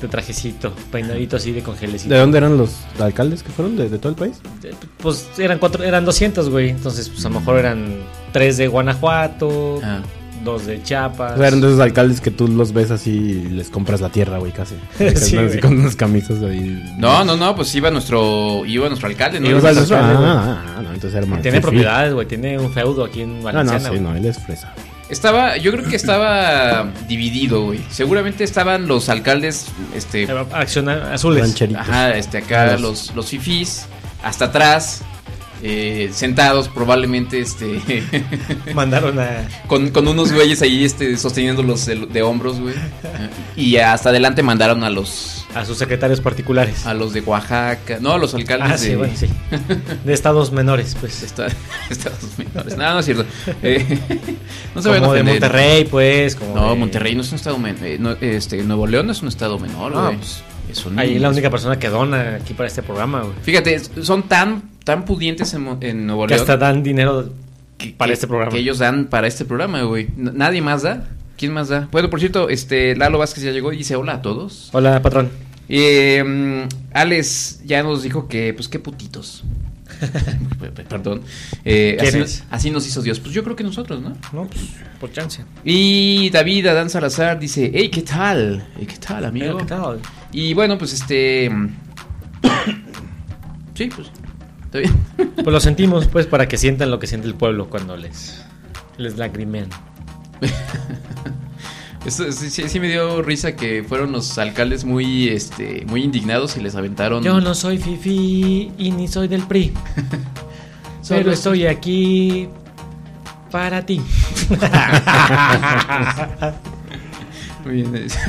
Speaker 4: De trajecito, peinadito así de congelecito.
Speaker 5: ¿De dónde eran los alcaldes que fueron? ¿De, de todo el país?
Speaker 4: Eh, Pues eran cuatro, eran 200, güey. Entonces, pues a lo mejor eran tres de Guanajuato,
Speaker 3: Ah.
Speaker 4: dos de Chiapas.
Speaker 5: O sea, eran de esos alcaldes que tú los ves así y les compras la tierra, güey, casi.
Speaker 4: Sí,
Speaker 5: Andan
Speaker 4: güey.
Speaker 5: así con unas camisas ahí.
Speaker 3: No, no, no, pues iba nuestro, iba nuestro alcalde, ¿no?
Speaker 5: Y los
Speaker 4: Ibas al-
Speaker 5: alcaldes-
Speaker 4: alcalde, güey.
Speaker 5: ah, ah, no, entonces era
Speaker 4: Y
Speaker 5: más
Speaker 4: tiene
Speaker 5: perfil.
Speaker 4: propiedades, güey. Tiene un feudo aquí en
Speaker 5: No, no,
Speaker 4: Valenciana.
Speaker 5: sí,
Speaker 4: güey.
Speaker 5: no, él es fresa. güey.
Speaker 3: Estaba, yo creo que estaba dividido, güey. Seguramente estaban los alcaldes, este,
Speaker 4: Eh, Acciona- azules.
Speaker 5: Rancheritos.
Speaker 3: Pues, ajá, este, acá
Speaker 5: Los-
Speaker 3: los, los fifís, hasta atrás, eh, sentados probablemente, este,
Speaker 4: Mandaron a.
Speaker 3: con, con unos güeyes ahí, este, sosteniéndolos de, de hombros, güey. Y hasta adelante mandaron a los,
Speaker 4: A sus secretarios particulares.
Speaker 3: a los de Oaxaca, no, a los alcaldes
Speaker 4: Ah, sí,
Speaker 3: de,
Speaker 4: bueno, sí. De estados menores, pues.
Speaker 3: Esta- Estados Menores. No, no es cierto. Eh, no se vayan a
Speaker 4: Como de
Speaker 3: ofender.
Speaker 4: Monterrey, pues. Como
Speaker 3: No,
Speaker 4: de-
Speaker 3: Monterrey no es un estado menor. este, Nuevo León no es un estado menor,
Speaker 4: No,
Speaker 3: güey.
Speaker 4: pues,
Speaker 3: Es un-
Speaker 4: Ahí la única persona que dona aquí para este programa, güey.
Speaker 3: Fíjate, son tan, tan pudientes en, Mo- en Nuevo
Speaker 4: Que
Speaker 3: León
Speaker 4: hasta dan dinero para este programa.
Speaker 3: que ellos dan para este programa, güey. N- Nadie más da. ¿Quién más da? Bueno, por cierto, este Lalo Vázquez ya llegó y dice hola a todos. Em,
Speaker 4: Hola, patrón.
Speaker 3: Eh, mm, Alex ya nos dijo que, pues, qué putitos. Perdón. Eh,
Speaker 4: ¿Quién
Speaker 3: así,
Speaker 4: es?
Speaker 3: así nos hizo Dios. Pues yo creo que nosotros, ¿no?
Speaker 4: No, pues, por chance.
Speaker 3: Y David Adán Salazar dice, hey, ¿qué tal? Hey, ¿Qué tal, amigo?
Speaker 4: Pero, ¿qué tal?
Speaker 3: Y bueno, pues este... sí, pues... Está bien.
Speaker 4: Pues lo sentimos, pues, para que sientan lo que siente el pueblo cuando les, les lagrimean.
Speaker 3: Eso, sí, sí- sí me dio risa que fueron los alcaldes muy, este, muy indignados y les aventaron...
Speaker 4: Yo no soy Fifi y ni soy del PRI. Solo
Speaker 3: Pero-
Speaker 4: estoy aquí para ti.
Speaker 3: Muy bien. es-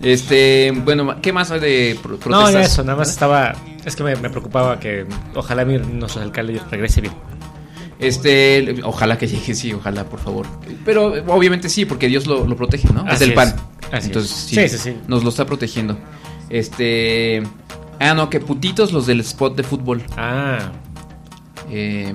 Speaker 3: Este, bueno, ¿qué más hay de pro-
Speaker 4: no,
Speaker 3: protestas?
Speaker 4: no, eso, nada más estaba. Es que me, me preocupaba que ojalá mi- nuestro alcalde regrese bien.
Speaker 3: Este, ojalá que llegue, sí, ojalá, por favor. Pero eh, obviamente sí, porque Dios lo, lo protege, ¿no? es
Speaker 4: Así
Speaker 3: del
Speaker 4: es,
Speaker 3: pan.
Speaker 4: así
Speaker 3: Entonces,
Speaker 4: es.
Speaker 3: sí,
Speaker 4: Sí, sí, sí.
Speaker 3: nos lo está protegiendo. Este. Ah, no, que putitos los del spot de fútbol.
Speaker 4: Ah,
Speaker 3: Eh,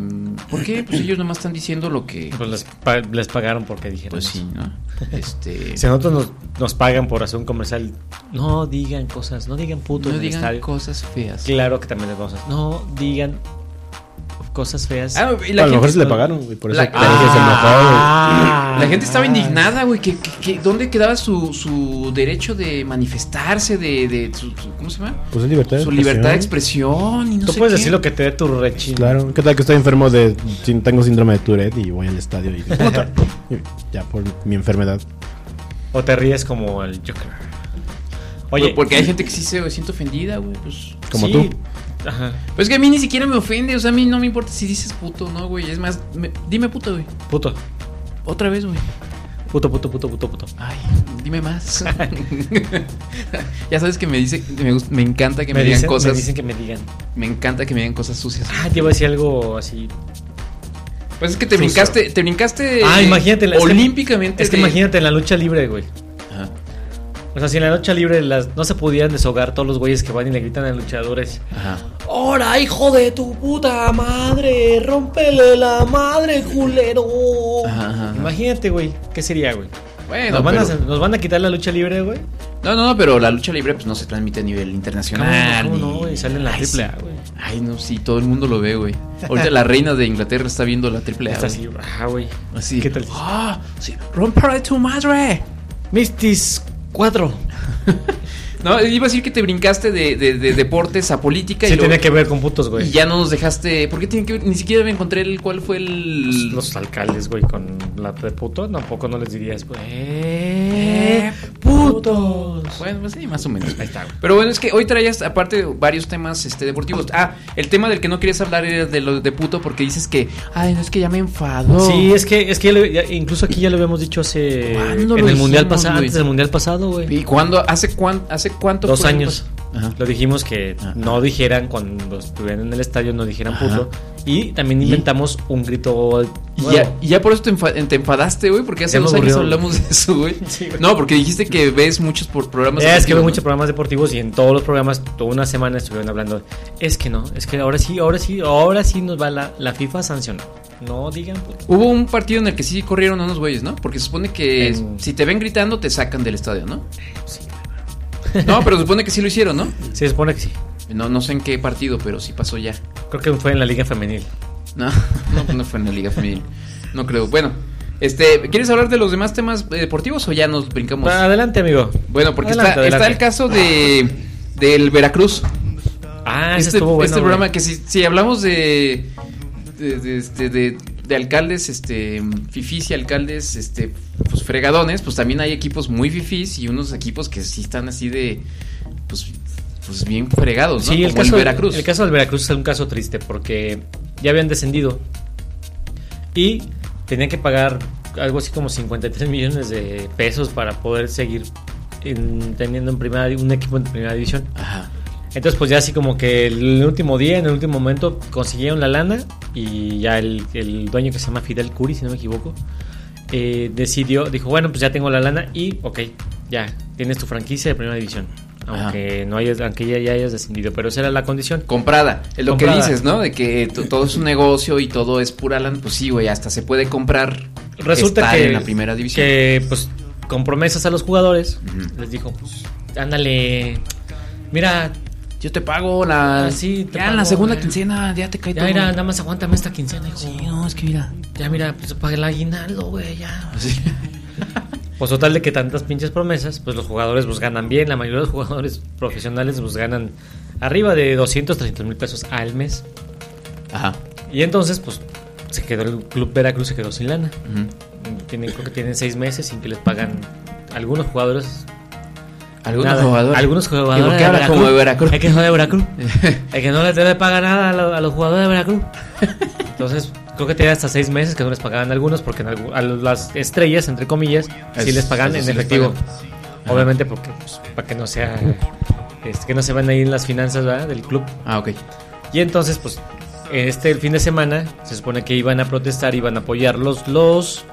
Speaker 3: ¿Por qué? Pues ellos nomás están diciendo lo que.
Speaker 4: pues les, pa- les pagaron porque dijeron.
Speaker 3: Pues sí, ¿no? Este.
Speaker 4: eso. Si a nosotros nos, nos pagan por hacer un comercial, no digan cosas, no digan putos
Speaker 3: no
Speaker 4: en el
Speaker 3: digan
Speaker 4: estadio.
Speaker 3: cosas feas.
Speaker 4: Claro que también les vamos a hacer. No digan cosas feas.
Speaker 3: Ah, y
Speaker 5: a lo mejor
Speaker 3: gente-
Speaker 5: se le pagaron, güey, por eso
Speaker 3: La-
Speaker 5: te dije, se
Speaker 4: Ah.
Speaker 3: Ah,
Speaker 5: enojó,
Speaker 3: La gente
Speaker 5: Ah.
Speaker 3: estaba indignada, güey. Que, que- que- ¿Dónde quedaba su, su derecho de manifestarse? De, de su- su- ¿Cómo se llama?
Speaker 5: güey. Pues es libertad de
Speaker 3: su libertad de
Speaker 5: expresión.
Speaker 3: expresión y no
Speaker 4: Tú
Speaker 3: sé
Speaker 4: puedes
Speaker 3: qué.
Speaker 4: decir lo que te dé tu rechín.
Speaker 5: Pues Claro, ¿qué tal que estoy enfermo de. sin- Tengo síndrome de Tourette y voy al estadio y. puta, y ya por mi enfermedad.
Speaker 4: O te ríes como el Joker.
Speaker 3: Oye, porque hay gente que sí se siente ofendida, güey. Pues,
Speaker 5: Como
Speaker 4: sí.
Speaker 5: tú.
Speaker 4: Ajá.
Speaker 3: Pero es que a mí ni siquiera me ofende, o sea, a mí no me importa si dices puto, no, güey. Es más, me- dime puto, güey.
Speaker 4: Puto.
Speaker 3: Otra vez, güey.
Speaker 4: Puto, puto, puto, puto, puto.
Speaker 3: Ay, dime más. ya sabes que me dice, me, gust- me encanta que me, digan
Speaker 4: dicen,
Speaker 3: cosas.
Speaker 4: Me dicen que me digan.
Speaker 3: me encanta que me digan cosas sucias.
Speaker 4: Ah, te iba a decir algo así.
Speaker 3: Pues es que te
Speaker 4: Sucio.
Speaker 3: brincaste, te brincaste
Speaker 4: Ah,
Speaker 3: eh,
Speaker 4: imagínate. la- es que-
Speaker 3: olímpicamente.
Speaker 4: Es que
Speaker 3: de-
Speaker 4: imagínate en la lucha libre, güey.
Speaker 3: Ajá.
Speaker 4: O sea, si en la lucha libre las, no se pudieran deshogar todos los güeyes que van y le gritan a los luchadores.
Speaker 3: Ajá.
Speaker 4: ¡Hora, hijo de tu puta madre! ¡Rómpele la madre, culero!
Speaker 3: Ajá, ajá, ajá.
Speaker 4: Imagínate, güey. ¿Qué sería, güey?
Speaker 3: Bueno,
Speaker 4: ¿Nos, van a
Speaker 3: pero-
Speaker 4: hacer- ¿Nos van a quitar la lucha libre, güey?
Speaker 3: No, no, no, pero la lucha libre pues no se transmite a nivel internacional.
Speaker 4: ¿Cómo no,
Speaker 3: ni-
Speaker 4: cómo no, güey? Sale en la
Speaker 3: Ay,
Speaker 4: triple A,
Speaker 3: sí.
Speaker 4: güey.
Speaker 3: Ay, no, sí, todo el mundo lo ve, güey. Ahorita la reina de Inglaterra está viendo la triple A.
Speaker 4: Está
Speaker 3: güey.
Speaker 4: así, ajá, güey.
Speaker 3: Así.
Speaker 4: ¿Qué tal?
Speaker 3: ¡Ah! Sí, ¡Rompere tu madre!
Speaker 4: Mistis 4.
Speaker 3: No, iba a decir que te brincaste de, de- de deportes a política
Speaker 4: Sí,
Speaker 3: y, lo-
Speaker 4: tenía que ver con putos,
Speaker 3: y
Speaker 4: güey.
Speaker 3: ya no nos dejaste. ¿Por qué tiene que ver? Ni siquiera me encontré el cuál fue el.
Speaker 4: Los alcaldes, güey, con la de puto, tampoco no les dirías, güey. ¡Eh, ¡Putos!
Speaker 3: Bueno, pues sí, más o menos. Ahí está. Pero bueno, es que hoy traías, aparte, varios temas este, deportivos. Ah, el tema del que no querías hablar era de lo de puto porque dices que, ay, no es que ya me enfadó.
Speaker 4: Sí, es que, es que ya lo- ya- incluso aquí ya lo habíamos dicho hace.
Speaker 3: ¿Cuándo
Speaker 4: En
Speaker 3: lo
Speaker 4: el mundial
Speaker 3: dijimos,
Speaker 4: pasado,
Speaker 3: güey?
Speaker 4: antes del mundial pasado, güey.
Speaker 3: ¿Y cuándo? ¿Hace, cuán, hace cuánto?
Speaker 4: Dos
Speaker 3: fue?
Speaker 4: años.
Speaker 3: Ajá.
Speaker 4: Lo dijimos que
Speaker 3: Ajá.
Speaker 4: no dijeran cuando estuvieran en el estadio, no dijeran
Speaker 3: Ajá.
Speaker 4: puto. Y también inventamos un grito.
Speaker 3: Y
Speaker 4: nuevo.
Speaker 3: ya, y ya por eso te, enfa- te enfadaste, güey, porque hace
Speaker 4: Ya me
Speaker 3: dos años
Speaker 4: aburrió.
Speaker 3: hablamos de eso, güey.
Speaker 4: Sí, güey.
Speaker 3: no, porque dijiste que ves muchos por programas.
Speaker 4: es que veo
Speaker 3: deportivos,
Speaker 4: muchos
Speaker 3: ¿no?
Speaker 4: programas deportivos y en todos los programas, toda una semana estuvieron hablando. Es que no, es que ahora sí, ahora sí, ahora sí nos va la, la FIFA a sancionar. No digan puto.
Speaker 3: Hubo un partido en el que sí corrieron a unos güeyes, ¿no? Porque se supone que
Speaker 4: En-
Speaker 3: si te ven gritando, te sacan del estadio, ¿no? No, pero se supone que sí lo hicieron, ¿no?
Speaker 4: Se supone que sí.
Speaker 3: No, no sé en qué partido, pero sí pasó ya.
Speaker 4: Creo que fue en la Liga Femenil.
Speaker 3: No, no, no fue en la Liga Femenil. No creo. Bueno, este, ¿quieres hablar de los demás temas eh, deportivos o ya nos brincamos?
Speaker 4: Adelante, amigo.
Speaker 3: Bueno, porque
Speaker 4: Adelante,
Speaker 3: está,
Speaker 4: adelante.
Speaker 3: está el caso de del Veracruz.
Speaker 4: Ah, ese
Speaker 3: este
Speaker 4: estuvo bueno.
Speaker 3: este programa
Speaker 4: güey.
Speaker 3: que si, si hablamos de de, de, este, de- de alcaldes, este, fifís y alcaldes, este, pues fregadones, pues también hay equipos muy fifís y unos equipos que sí están así de, pues, pues bien fregados, ¿no?
Speaker 4: Sí, el
Speaker 3: Como
Speaker 4: caso,
Speaker 3: el Veracruz.
Speaker 4: el caso del Veracruz es un caso triste porque ya habían descendido y tenían que pagar algo así como 53 millones de pesos para poder seguir en- teniendo en primera, un equipo en primera división.
Speaker 3: Ajá.
Speaker 4: Entonces, pues ya así como que el último día, en el último momento, consiguieron la lana y ya el, el dueño que se llama Fidel Curi, si no me equivoco, eh, decidió, dijo, bueno, pues ya tengo la lana y, ok, ya, tienes tu franquicia de primera división.
Speaker 3: Ajá.
Speaker 4: Aunque, no hayas, aunque ya, ya hayas descendido, pero esa era la condición.
Speaker 3: Comprada, es lo que
Speaker 4: Comprada.
Speaker 3: dices, ¿no? De que to- todo es un negocio y todo es pura lana, pues sí, güey, hasta se puede comprar
Speaker 4: Resulta
Speaker 3: estar
Speaker 4: que,
Speaker 3: en la primera división.
Speaker 4: que, pues, con promesas a los jugadores,
Speaker 3: Ujú.
Speaker 4: les dijo, pues, ándale, mira,
Speaker 3: Yo te pago la.
Speaker 12: Ah, sí, te
Speaker 3: ya en
Speaker 12: pago,
Speaker 3: la segunda
Speaker 12: eh.
Speaker 3: quincena, ya te cae
Speaker 12: Ya
Speaker 3: todo.
Speaker 12: mira, nada más aguántame esta quincena, hijo. Sí,
Speaker 3: no, es que mira.
Speaker 12: Ya mira, pues paga el aguinaldo, güey, ya.
Speaker 4: Pues total de que tantas pinches promesas, pues los jugadores pues ganan bien, la mayoría de los jugadores profesionales pues ganan arriba de 200, 300 mil pesos al mes.
Speaker 3: Ajá.
Speaker 4: Y entonces pues se quedó el club Veracruz, se quedó sin lana. tienen, creo que tienen seis meses sin que les pagan algunos jugadores.
Speaker 3: Algunos
Speaker 4: nada.
Speaker 3: jugadores.
Speaker 4: Algunos jugadores.
Speaker 3: ¿Y por qué
Speaker 4: de
Speaker 3: habla como de Veracruz?
Speaker 4: Es que son de Veracruz. es que no les debe pagar nada a, lo- a los jugadores de Veracruz. Entonces, creo que tenía hasta seis meses que no les pagaban a algunos porque en algu- a las estrellas, entre comillas, sí
Speaker 3: Es-
Speaker 4: les pagan
Speaker 3: eso
Speaker 4: en
Speaker 3: sí les
Speaker 4: efectivo.
Speaker 3: pagan.
Speaker 4: Obviamente porque pues, para que no sea este, que no se van ahí en las finanzas ¿verdad? del club.
Speaker 3: Ah, ok.
Speaker 4: Y entonces, pues, este el fin de semana se supone que iban a protestar, iban a apoyar los, los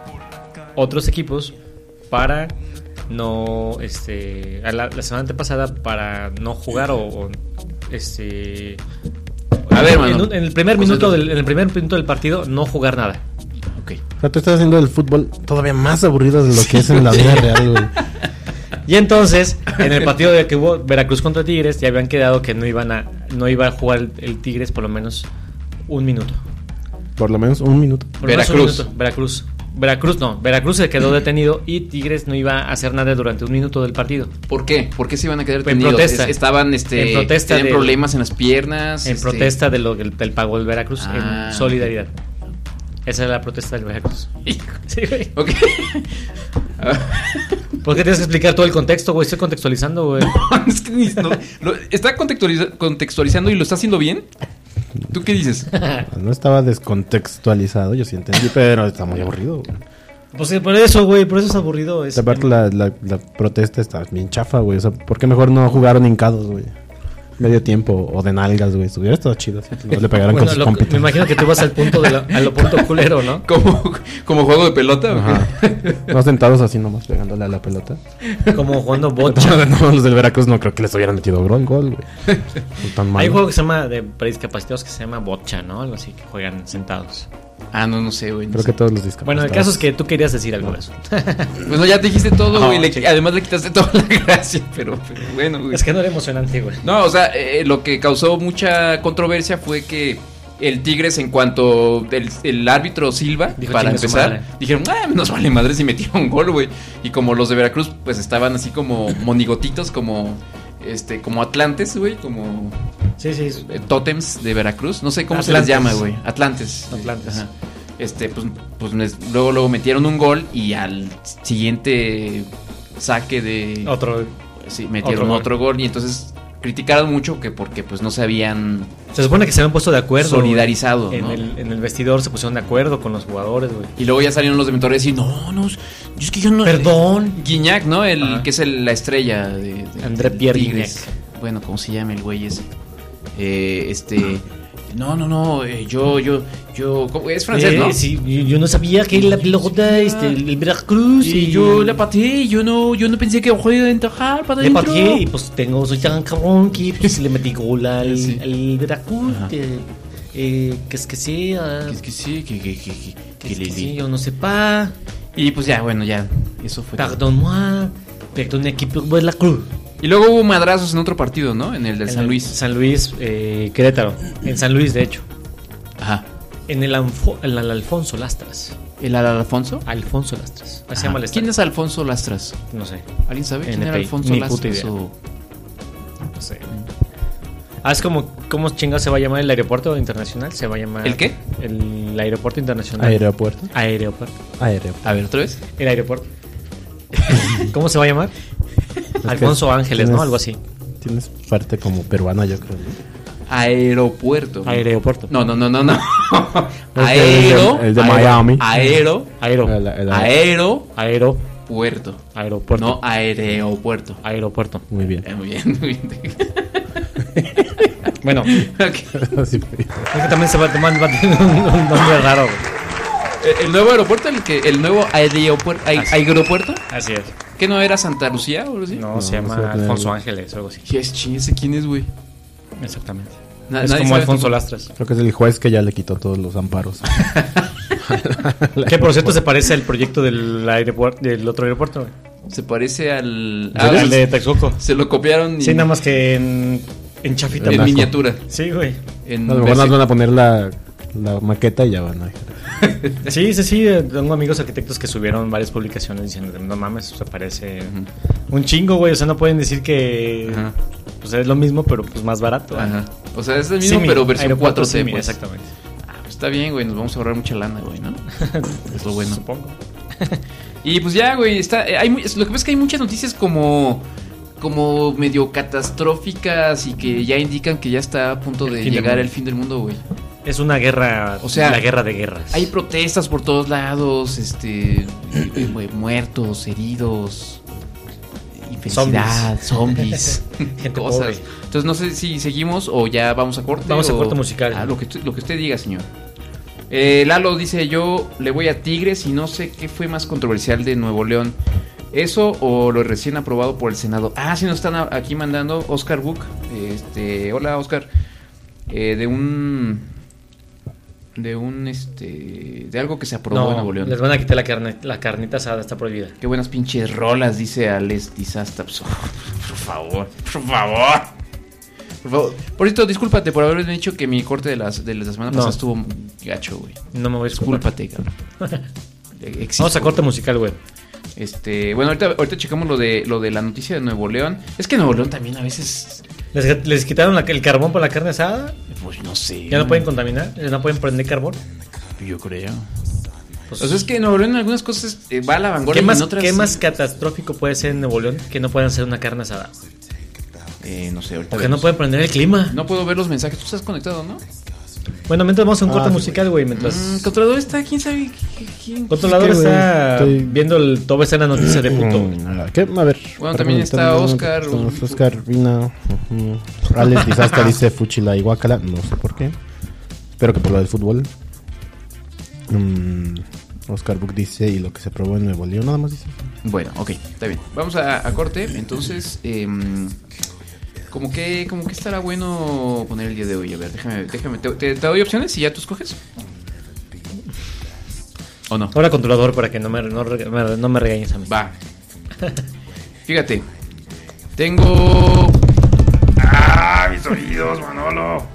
Speaker 4: otros equipos para no, este, a la, la semana antepasada para no jugar o, o, este,
Speaker 3: A ver,
Speaker 4: en
Speaker 3: mano.
Speaker 4: un- en, el primer minuto del, en el primer minuto del partido no jugar nada.
Speaker 5: O sea, tú estás haciendo el fútbol todavía más aburrido de lo que es en la vida real, güey.
Speaker 4: Y entonces, en el partido de que hubo Veracruz contra Tigres, ya habían quedado que no iban a, no iba a jugar el, el Tigres por lo menos un minuto.
Speaker 5: Por lo menos un minuto.
Speaker 4: Por lo menos un minuto. Veracruz. Veracruz no. Veracruz se quedó detenido y Tigres no iba a hacer nada durante un minuto del partido.
Speaker 3: ¿Por qué? ¿Por qué se iban a quedar
Speaker 4: En
Speaker 3: detenidos?
Speaker 4: protesta.
Speaker 3: Es- Estaban, este,
Speaker 4: En protesta
Speaker 3: tenían
Speaker 4: de-
Speaker 3: problemas en las piernas.
Speaker 4: En
Speaker 3: este-
Speaker 4: protesta de lo, del, del pago del Veracruz,
Speaker 3: Ah.
Speaker 4: en solidaridad. Esa era la protesta del Veracruz. Sí, güey.
Speaker 3: Ok.
Speaker 4: ¿Por qué tienes que explicar todo el contexto, güey? Estoy contextualizando, güey.
Speaker 3: Es que ni- no- lo- está contextualiza- contextualizando y lo está haciendo bien. ¿Tú qué dices?
Speaker 5: Pues No estaba descontextualizado, yo sí entendí, pero está muy aburrido. güey.
Speaker 4: Pues eh, por eso, güey, por eso es aburrido. Es,
Speaker 5: Aparte, la, la- la protesta está bien chafa, güey. O sea, ¿por qué mejor no jugaron hincados, güey? Medio tiempo o de nalgas, güey. Estuviera estado chido. si no le pegaron
Speaker 4: Bueno,
Speaker 5: con sus
Speaker 4: lo-
Speaker 5: compitas.
Speaker 4: me imagino que tú vas al punto de la- a lo punto culero, ¿no?
Speaker 3: Como, como juego de pelota. o qué?
Speaker 5: Ajá. No sentados así nomás pegándole a la pelota.
Speaker 4: Como jugando bocha.
Speaker 5: no, los del Veracruz no creo que les hubieran metido gol, gol, güey. No tan
Speaker 4: Hay un
Speaker 5: malo.
Speaker 4: juego que se llama de para discapacitados que se llama bocha, ¿no? Algo así que juegan sentados.
Speaker 3: Ah, no, no sé, güey. no
Speaker 5: Creo
Speaker 3: sé.
Speaker 5: que todos los discapacitados.
Speaker 4: Bueno, el caso es que tú querías decir algo de eso.
Speaker 3: Pues no, ya te dijiste todo,
Speaker 4: No,
Speaker 3: güey. le- además le quitaste toda la gracia, pero, pero bueno, güey.
Speaker 4: Es que no era emocionante, güey.
Speaker 3: No, o sea, eh, lo que causó mucha controversia fue que el Tigres, en cuanto el, el árbitro Silva,
Speaker 4: Dijo,
Speaker 3: para
Speaker 4: "Chinga su
Speaker 3: empezar,
Speaker 4: madre".
Speaker 3: dijeron, ah, nos vale madre si metieron un gol, güey. Y como los de Veracruz, pues estaban así como monigotitos, como este, como atlantes, güey, como
Speaker 4: Sí, sí. es-
Speaker 3: eh, tótems de Veracruz. No sé cómo se
Speaker 4: Atlantes.
Speaker 3: les llama, güey. Atlantes.
Speaker 4: Atlantes.
Speaker 3: Ajá. Este, pues, pues les- luego, luego metieron un gol y al siguiente saque de
Speaker 4: Otro.
Speaker 3: sí, metieron
Speaker 4: Otro
Speaker 3: otro,
Speaker 4: gol.
Speaker 3: gol y entonces criticaron mucho que porque pues no se habían
Speaker 4: Se supone que se habían puesto de acuerdo. güey.
Speaker 3: solidarizado,
Speaker 4: En,
Speaker 3: ¿no?
Speaker 4: el, en el vestidor se pusieron de acuerdo con los jugadores, güey.
Speaker 3: Y luego ya salieron los dementores y no, no, yo es que yo no
Speaker 4: Perdón.
Speaker 3: Guiñac, ¿no? El
Speaker 4: Ajá.
Speaker 3: que es el- la estrella de, de-
Speaker 4: André
Speaker 3: de
Speaker 4: Pierre
Speaker 3: Tigres. Bueno, ¿cómo se llama el güey ese? Eh, este no, no, no, eh, yo yo yo ¿cómo? es francés,
Speaker 4: Eh,
Speaker 3: ¿no?
Speaker 4: Sí, yo, yo no sabía que la pelota, este, el Veracruz.
Speaker 3: Y yo la pateé, yo no, yo no pensé que fuera a entrar para
Speaker 4: le
Speaker 3: adentro.
Speaker 4: pateé y pues tengo, soy tan cabrón que pues, le metí gol al,
Speaker 3: Sí.
Speaker 4: al Veracruz.
Speaker 3: Ajá.
Speaker 4: que- eh, que es que sea.
Speaker 3: Es que sí, que, que, que, que, que
Speaker 4: Es
Speaker 3: le di.
Speaker 4: que sí, yo no sé pa.
Speaker 3: Y pues ya, bueno, ya, eso fue. todo.
Speaker 4: Perdón-moi. Perdón equipo Veracruz.
Speaker 3: Y luego hubo madrazos en otro partido, ¿no? En el del
Speaker 4: En
Speaker 3: San
Speaker 4: el-
Speaker 3: Luis.
Speaker 4: San Luis, eh, Querétaro. En San Luis, de hecho.
Speaker 3: Ajá.
Speaker 4: En el, Anfo- el, Al- Alfonso Lastras.
Speaker 3: ¿El Al- Alfonso?
Speaker 4: Alfonso Lastras. Así se
Speaker 3: Ajá.
Speaker 4: llama el
Speaker 3: ¿Quién
Speaker 4: estadio.
Speaker 3: es Alfonso Lastras?
Speaker 4: No sé.
Speaker 3: ¿Alguien sabe quién
Speaker 4: NPI,
Speaker 3: era Alfonso
Speaker 4: ni puta
Speaker 3: Lastras?
Speaker 4: idea.
Speaker 3: o-
Speaker 4: No sé. Ah, es como, ¿cómo chinga se va a llamar el aeropuerto internacional? Se va a llamar...
Speaker 3: ¿El qué?
Speaker 4: El aeropuerto internacional.
Speaker 5: Aeropuerto.
Speaker 4: Aeropuerto.
Speaker 5: Aeropuerto.
Speaker 3: A ver, otra vez.
Speaker 4: El aeropuerto. ¿Cómo se va a llamar?
Speaker 5: que
Speaker 4: Alfonso Ángeles, ¿no?
Speaker 5: tienes-
Speaker 4: Algo así.
Speaker 5: Tienes parte como peruana, yo creo. ¿no?
Speaker 3: Aeropuerto.
Speaker 4: Aeropuerto.
Speaker 3: No, no, no, no, no.
Speaker 5: Es que el de-
Speaker 3: Aero.
Speaker 5: el de
Speaker 3: aero,
Speaker 5: Miami.
Speaker 3: Aero.
Speaker 4: Aero.
Speaker 5: El- el-
Speaker 3: Aeropuerto.
Speaker 4: Aero. Aeropuerto.
Speaker 3: No aeropuerto.
Speaker 4: Aeropuerto.
Speaker 5: Muy bien.
Speaker 3: Eh, Muy bien, muy bien.
Speaker 4: Bueno, es
Speaker 3: Ok.
Speaker 5: Así muy bien.
Speaker 4: que también se va a tomar va a tener un, un nombre raro. güey.
Speaker 3: ¿El- ¿El nuevo aeropuerto? ¿El, que, el nuevo aeropuerto?
Speaker 4: Ah, sí.
Speaker 3: ¿Aeropuerto?
Speaker 4: Así es.
Speaker 3: ¿Que no era Santa Lucía o algo así?
Speaker 4: No,
Speaker 5: No,
Speaker 4: se
Speaker 5: no
Speaker 4: llama
Speaker 5: se va a tener-
Speaker 4: Alfonso Ángeles, algo así.
Speaker 3: ¿Qué es ching? ¿Ese quién es, güey?
Speaker 4: Exactamente.
Speaker 3: Na-
Speaker 4: es
Speaker 3: nadie
Speaker 4: como
Speaker 3: sabe
Speaker 4: Alfonso
Speaker 3: tampoco.
Speaker 4: Lastras.
Speaker 5: Creo que es el juez que ya le quitó todos los amparos.
Speaker 4: Que por cierto se parece al proyecto del, aeropuer- del otro aeropuerto. güey.
Speaker 3: Se parece al.
Speaker 4: al
Speaker 3: se-
Speaker 4: de Texcoco.
Speaker 3: Se lo copiaron y.
Speaker 4: Sí, nada más que en En chafita.
Speaker 3: En miniatura.
Speaker 4: Sí, güey.
Speaker 3: En
Speaker 5: a lo mejor nos van a poner la, la maqueta y ya van a
Speaker 4: Sí, sí, sí. eh, Tengo amigos arquitectos que subieron varias publicaciones diciendo, no mames, o sea, parece un chingo, güey. O sea, no pueden decir que pues es lo mismo, pero pues más barato. ¿eh?
Speaker 3: Ajá. O sea, es el mismo,
Speaker 4: Simi,
Speaker 3: pero versión
Speaker 4: aeropuerto
Speaker 3: 4C.
Speaker 4: Simi,
Speaker 3: pues.
Speaker 4: Exactamente.
Speaker 3: Ah, pues está bien, güey. Nos vamos a ahorrar mucha lana, güey, ¿no? es lo bueno.
Speaker 4: Supongo.
Speaker 3: y pues ya, güey. Está, eh, hay, mu- es- lo que pasa es que hay muchas noticias como. Como medio catastróficas y que ya indican que ya está a punto de
Speaker 4: fin del
Speaker 3: llegar
Speaker 4: mundo.
Speaker 3: el fin del mundo, güey.
Speaker 4: Es una guerra,
Speaker 3: O sea,
Speaker 4: la guerra de guerras.
Speaker 3: Hay protestas por todos lados, este, mu- muertos, heridos, infelicidad, zombies,
Speaker 4: Gente
Speaker 3: cosas.
Speaker 4: pobre.
Speaker 3: Entonces no sé si seguimos o ya vamos a corte.
Speaker 4: Vamos a
Speaker 3: o-
Speaker 4: corte musical.
Speaker 3: Ah, lo que usted- lo que usted diga, señor. Eh, Lalo dice yo le voy a Tigres y no sé qué fue más controversial de Nuevo León. Eso o lo recién aprobado por el Senado. Ah, sí, nos están a- aquí mandando Oscar Book. Este, hola Oscar. Eh, de un de un este de algo que se aprobó en Nuevo León.
Speaker 4: les van a quitar la, carne, la carnita asada, está prohibida.
Speaker 3: Qué buenas pinches rolas, dice Alex Disastaps. Por favor, por favor. Por favor. Por cierto, discúlpate por haberme dicho que mi corte de, las, de la semana
Speaker 4: No.
Speaker 3: pasada estuvo gacho, güey.
Speaker 4: No me voy a disculpar.
Speaker 3: Discúlpate, cabrón. Exijo,
Speaker 4: Vamos a corte musical, güey.
Speaker 3: Este, bueno, ahorita, ahorita checamos lo de, lo de la noticia de Nuevo León. Es que Nuevo León también a veces,
Speaker 4: ¿Les, les quitaron la- el carbón para la carne asada?
Speaker 3: pues no sé.
Speaker 4: ¿Ya no pueden contaminar? ¿Ya no pueden prender carbón?
Speaker 3: Yo creo.
Speaker 4: Pues,
Speaker 3: O sea, es que Nuevo León en algunas cosas eh, va a la vanguardia.
Speaker 4: ¿Qué
Speaker 3: y en
Speaker 4: más,
Speaker 3: otras
Speaker 4: qué
Speaker 3: sí.
Speaker 4: más catastrófico puede ser en Nuevo León que no puedan hacer una carne asada?
Speaker 3: Eh, no sé, ahorita.
Speaker 4: O que no
Speaker 3: vemos.
Speaker 4: pueden prender el clima.
Speaker 3: No puedo ver los mensajes. Tú estás conectado, ¿no?
Speaker 4: Bueno, mientras vamos a un
Speaker 5: Ah,
Speaker 4: corte
Speaker 5: sí,
Speaker 4: musical, güey. Mientras.
Speaker 3: Mm, controlador está, quién sabe qué- quién.
Speaker 4: Controlador
Speaker 5: Es que, güey,
Speaker 4: está
Speaker 5: estoy-
Speaker 4: viendo el, todo está en la noticia de puto.
Speaker 5: Mm, ¿Qué? A ver.
Speaker 3: Bueno, también está
Speaker 5: permítame,
Speaker 3: Oscar.
Speaker 5: estamos Oscar Vina. ujú. Alex Disaster dice Fuchila y Guacala. No sé por qué. Espero que por lo del fútbol. Mm, Oscar Book dice y lo que se probó en Nuevo León. Nada más dice.
Speaker 3: Bueno, ok, está bien. Vamos a, a corte, entonces. em, como que, como que estará bueno poner el día de hoy. A ver, déjame, déjame. ¿Te, te- te doy opciones y ya tú escoges? ¿O no?
Speaker 4: Ahora controlador para que no me, no, re- me- no me regañes a mí.
Speaker 3: Va. Fíjate. Tengo. ¡Ah! Mis oídos, Manolo.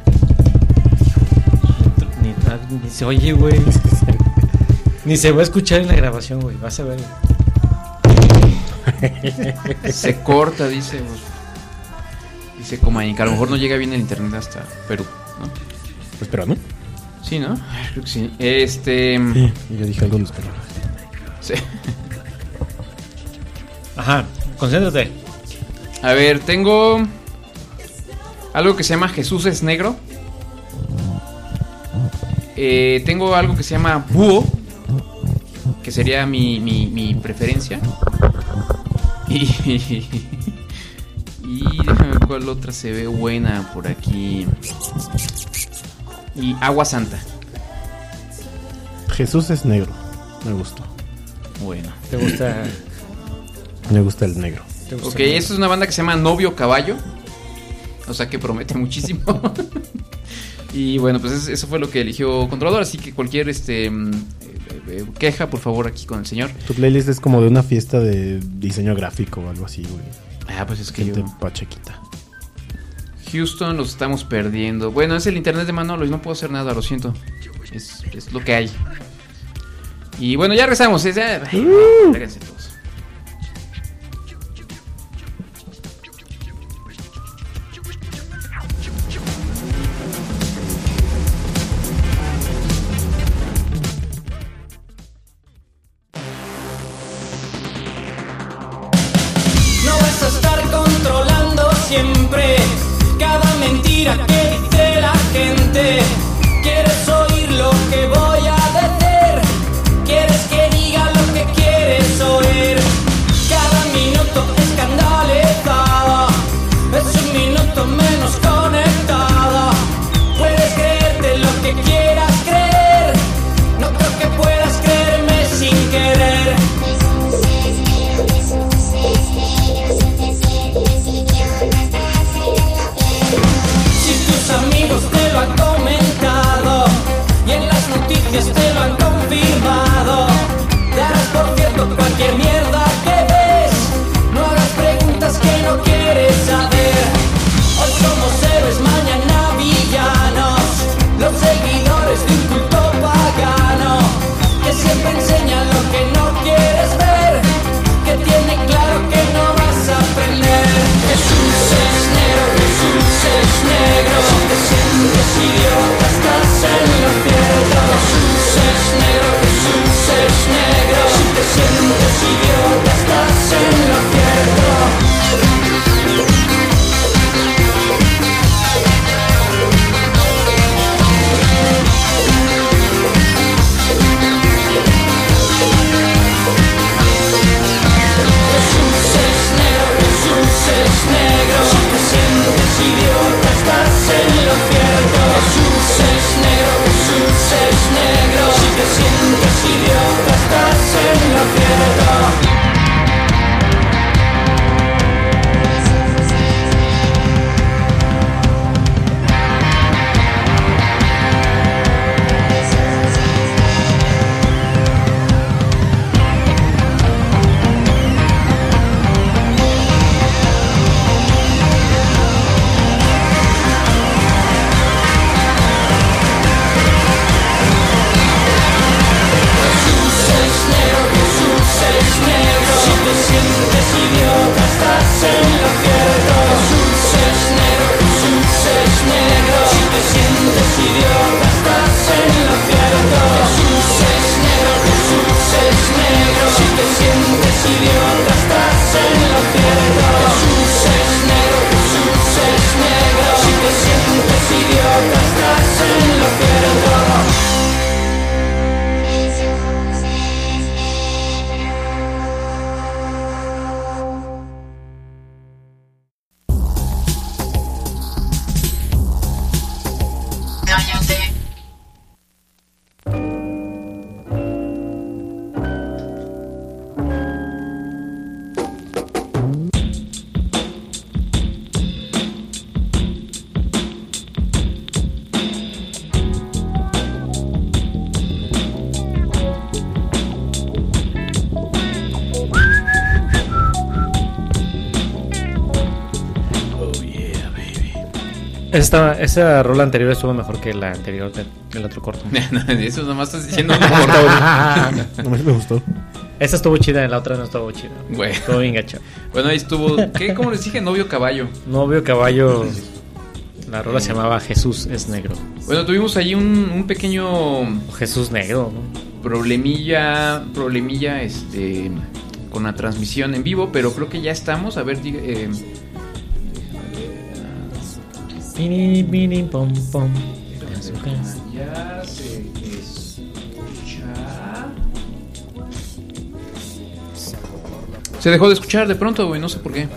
Speaker 4: Ni, ah, ni se oye, güey. ni se va a escuchar en la grabación, güey. Vas a ver.
Speaker 3: Se corta, dice. pues. Dice Comaica. A lo mejor no llega bien el internet hasta Perú, ¿no?
Speaker 5: Pues, pero no.
Speaker 3: Sí, ¿no? Creo que sí. Este.
Speaker 5: Y yo dije algo de los perros.
Speaker 3: sí.
Speaker 4: Ajá, concéntrate.
Speaker 3: A ver, tengo algo que se llama Jesús es negro. Eh, tengo algo que se llama Búho, que sería mi, mi- mi preferencia. Y, y déjame ver cuál otra se ve buena por aquí. Y Agua Santa.
Speaker 5: Jesús es negro. Me gustó.
Speaker 3: Bueno.
Speaker 4: ¿Te gusta?
Speaker 5: Me gusta el negro.
Speaker 4: Te gusta
Speaker 3: Ok, esta es una banda que se llama Novio Caballo. O sea que promete muchísimo. y bueno, pues es- eso fue lo que eligió Controlador. Así que cualquier este mm, eh, eh, queja, por favor, aquí con el señor.
Speaker 5: Tu playlist es como de una fiesta de diseño gráfico o algo así, güey.
Speaker 3: Ah, pues es que
Speaker 5: Gente
Speaker 3: yo.
Speaker 5: pachequita.
Speaker 3: Houston los estamos perdiendo. Bueno, es el internet de Manolo y no puedo hacer nada, lo siento. Es, es lo que hay. Y bueno, ya regresamos. es- ya- ay, lárguense todos.
Speaker 13: No vas a estar controlando siempre cada mentira que dice la gente. Quieres oír lo que voy a decir. Quieres que diga lo que quieres oír. Cada minuto escandalizada. Es un minuto menos conectada. Puedes creerte lo que quieras creer. No creo que puedas creerme sin querer. Si tus amigos te lo han comentado.
Speaker 4: Esta, esa rola anterior estuvo mejor que la anterior de- del otro corto.
Speaker 3: Eso nomás estás diciendo un
Speaker 5: No me gustó.
Speaker 4: Esa estuvo chida, la otra no estuvo chida.
Speaker 3: Güey.
Speaker 4: Estuvo bien gacha.
Speaker 3: Bueno, ahí estuvo. ¿Qué? ¿Cómo les dije? Novio caballo.
Speaker 4: Novio caballo. La rola se llamaba Jesús es negro.
Speaker 3: Bueno, tuvimos ahí un, un pequeño.
Speaker 4: Jesús negro. ¿no?
Speaker 3: Problemilla. Problemilla, este. Con la transmisión en vivo, pero creo que ya estamos. A ver, diga- eh,
Speaker 4: Pini, pini, pom, pom.
Speaker 3: Ya se escucha. Se dejó de escuchar de pronto, güey, no sé por qué. Eh,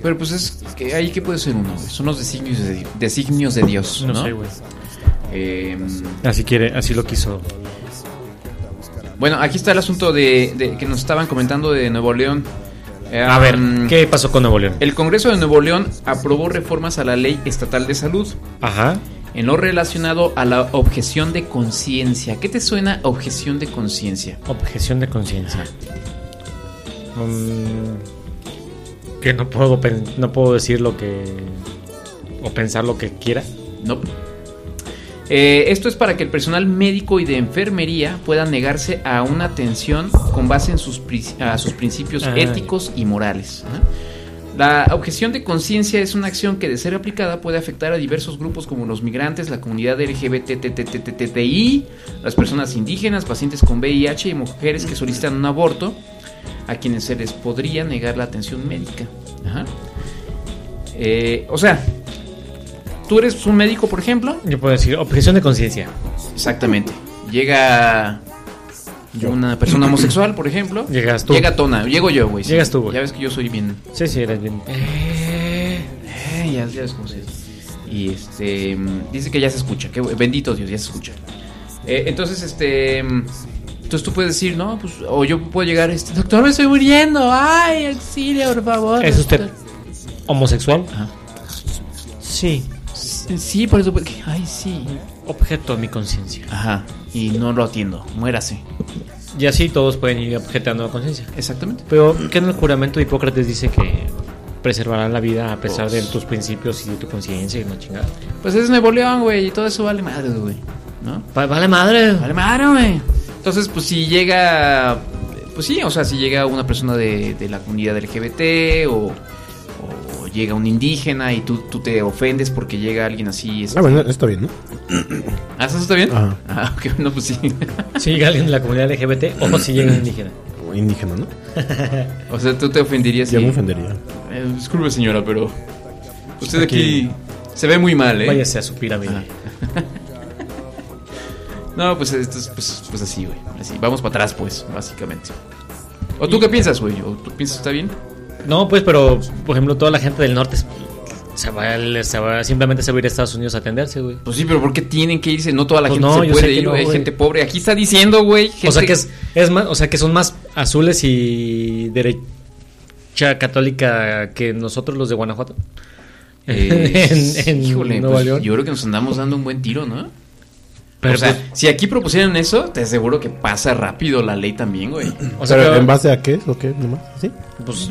Speaker 3: Pero pues es que ahí que puede ser uno, güey? Son los designios de, Di- designios de Dios, ¿no?
Speaker 4: No sé, güey.
Speaker 3: Em,
Speaker 4: Así quiere, así lo quiso.
Speaker 3: bueno, aquí está el asunto de, de- que nos estaban comentando de Nuevo León. Eh,
Speaker 4: A ver,
Speaker 3: mm,
Speaker 4: ¿qué pasó con Nuevo León?
Speaker 3: El Congreso de Nuevo León aprobó reformas a la Ley Estatal de Salud.
Speaker 4: Ajá.
Speaker 3: En lo relacionado a la objeción de conciencia. ¿Qué te suena objeción de conciencia?
Speaker 4: Objeción de conciencia. Mm, que no puedo pen- no puedo decir lo que o pensar lo que quiera.
Speaker 3: No. Eh, esto es para que el personal médico y de enfermería pueda negarse a una atención con base en sus, pri- a sus principios
Speaker 4: Ah, ya.
Speaker 3: éticos y morales. ¿no? La objeción de conciencia es una acción que de ser aplicada puede afectar a diversos grupos como los migrantes, la comunidad LGBTTTTTI, las personas indígenas, pacientes con VIH y mujeres que solicitan un aborto, a quienes se les podría negar la atención médica. Ajá. Eh, o sea, tú eres un médico, por ejemplo,
Speaker 4: Yo puedo decir objeción de conciencia.
Speaker 3: Exactamente. Llega una persona homosexual, por ejemplo.
Speaker 4: Llegas tú.
Speaker 3: Llega Tona, llego yo, güey. sí.
Speaker 4: Llegas tú, güey.
Speaker 3: Ya ves que yo soy bien.
Speaker 4: Sí, sí, eres bien.
Speaker 3: Eh, ya, ya ves cómo se dice. Y este. mm, Dice que ya se escucha. Que, bendito Dios, ya se escucha. Eh, entonces, este. mm, Entonces tú puedes decir, no, pues. O yo puedo llegar, este. Doctor, me estoy muriendo. Ay, auxilio, por favor.
Speaker 4: ¿Es usted homosexual?
Speaker 3: Sí. Sí, por eso. porque- Ay, sí.
Speaker 4: Objeto a mi conciencia.
Speaker 3: Ajá. Y no lo atiendo. Muérase.
Speaker 4: Y así todos pueden ir objetando la conciencia.
Speaker 3: Exactamente.
Speaker 4: Pero que en el juramento de Hipócrates dice que preservarán la vida a pesar de tus principios y de tu conciencia y no chingada.
Speaker 3: Pues es Nuevo León, güey, y todo eso vale madre, güey. ¿No?
Speaker 4: vale madre.
Speaker 3: Vale madre, güey. Entonces, pues si llega. Pues sí, o sea, si llega una persona de, de la comunidad LGBT o, o llega un indígena y tú, tú te ofendes porque llega alguien así. este-
Speaker 5: Ah, bueno, está bien, ¿no?
Speaker 3: ¿Ah, eso está bien?
Speaker 5: Ajá.
Speaker 3: Ah, ok, bueno, pues sí.
Speaker 4: Si llega alguien de la comunidad LGBT o si llega un indígena.
Speaker 5: O Indígena, ¿no?
Speaker 3: o sea, tú te ofenderías.
Speaker 5: Yo
Speaker 3: sí.
Speaker 5: me ofendería.
Speaker 3: Eh, disculpe, señora, pero. Usted aquí, se ve muy mal, ¿eh?
Speaker 4: Váyase a su pirámide.
Speaker 3: No, pues esto es pues, pues así, güey. Así, vamos para atrás, pues, básicamente. ¿O tú qué piensas, güey? ¿O tú piensas que está bien?
Speaker 4: No, pues, pero, por ejemplo, toda la gente del norte es- se va, al- se va- simplemente se va a ir a Estados Unidos a atenderse, güey.
Speaker 3: Pues sí, pero ¿por qué tienen que irse? No toda la
Speaker 4: Pues
Speaker 3: gente
Speaker 4: no,
Speaker 3: se
Speaker 4: yo
Speaker 3: puede
Speaker 4: sé que
Speaker 3: ir,
Speaker 4: no,
Speaker 3: güey. Hay
Speaker 4: güey.
Speaker 3: gente pobre. Aquí está diciendo, güey.
Speaker 4: O sea
Speaker 3: gente-
Speaker 4: que es, es más, o sea que son más azules y derecha católica que nosotros los de Guanajuato.
Speaker 3: Eh,
Speaker 4: en en
Speaker 3: híjole,
Speaker 4: Nueva
Speaker 3: pues,
Speaker 4: León.
Speaker 3: yo creo que nos andamos dando un buen tiro, ¿no?
Speaker 4: Pero,
Speaker 3: o sea,
Speaker 4: pues-
Speaker 3: si aquí propusieran eso, te aseguro que pasa rápido la ley también, güey.
Speaker 4: o sea,
Speaker 5: Pero,
Speaker 4: pero-
Speaker 5: ¿en base a qué? ¿O qué? ¿Nomás? ¿Sí?
Speaker 4: pues,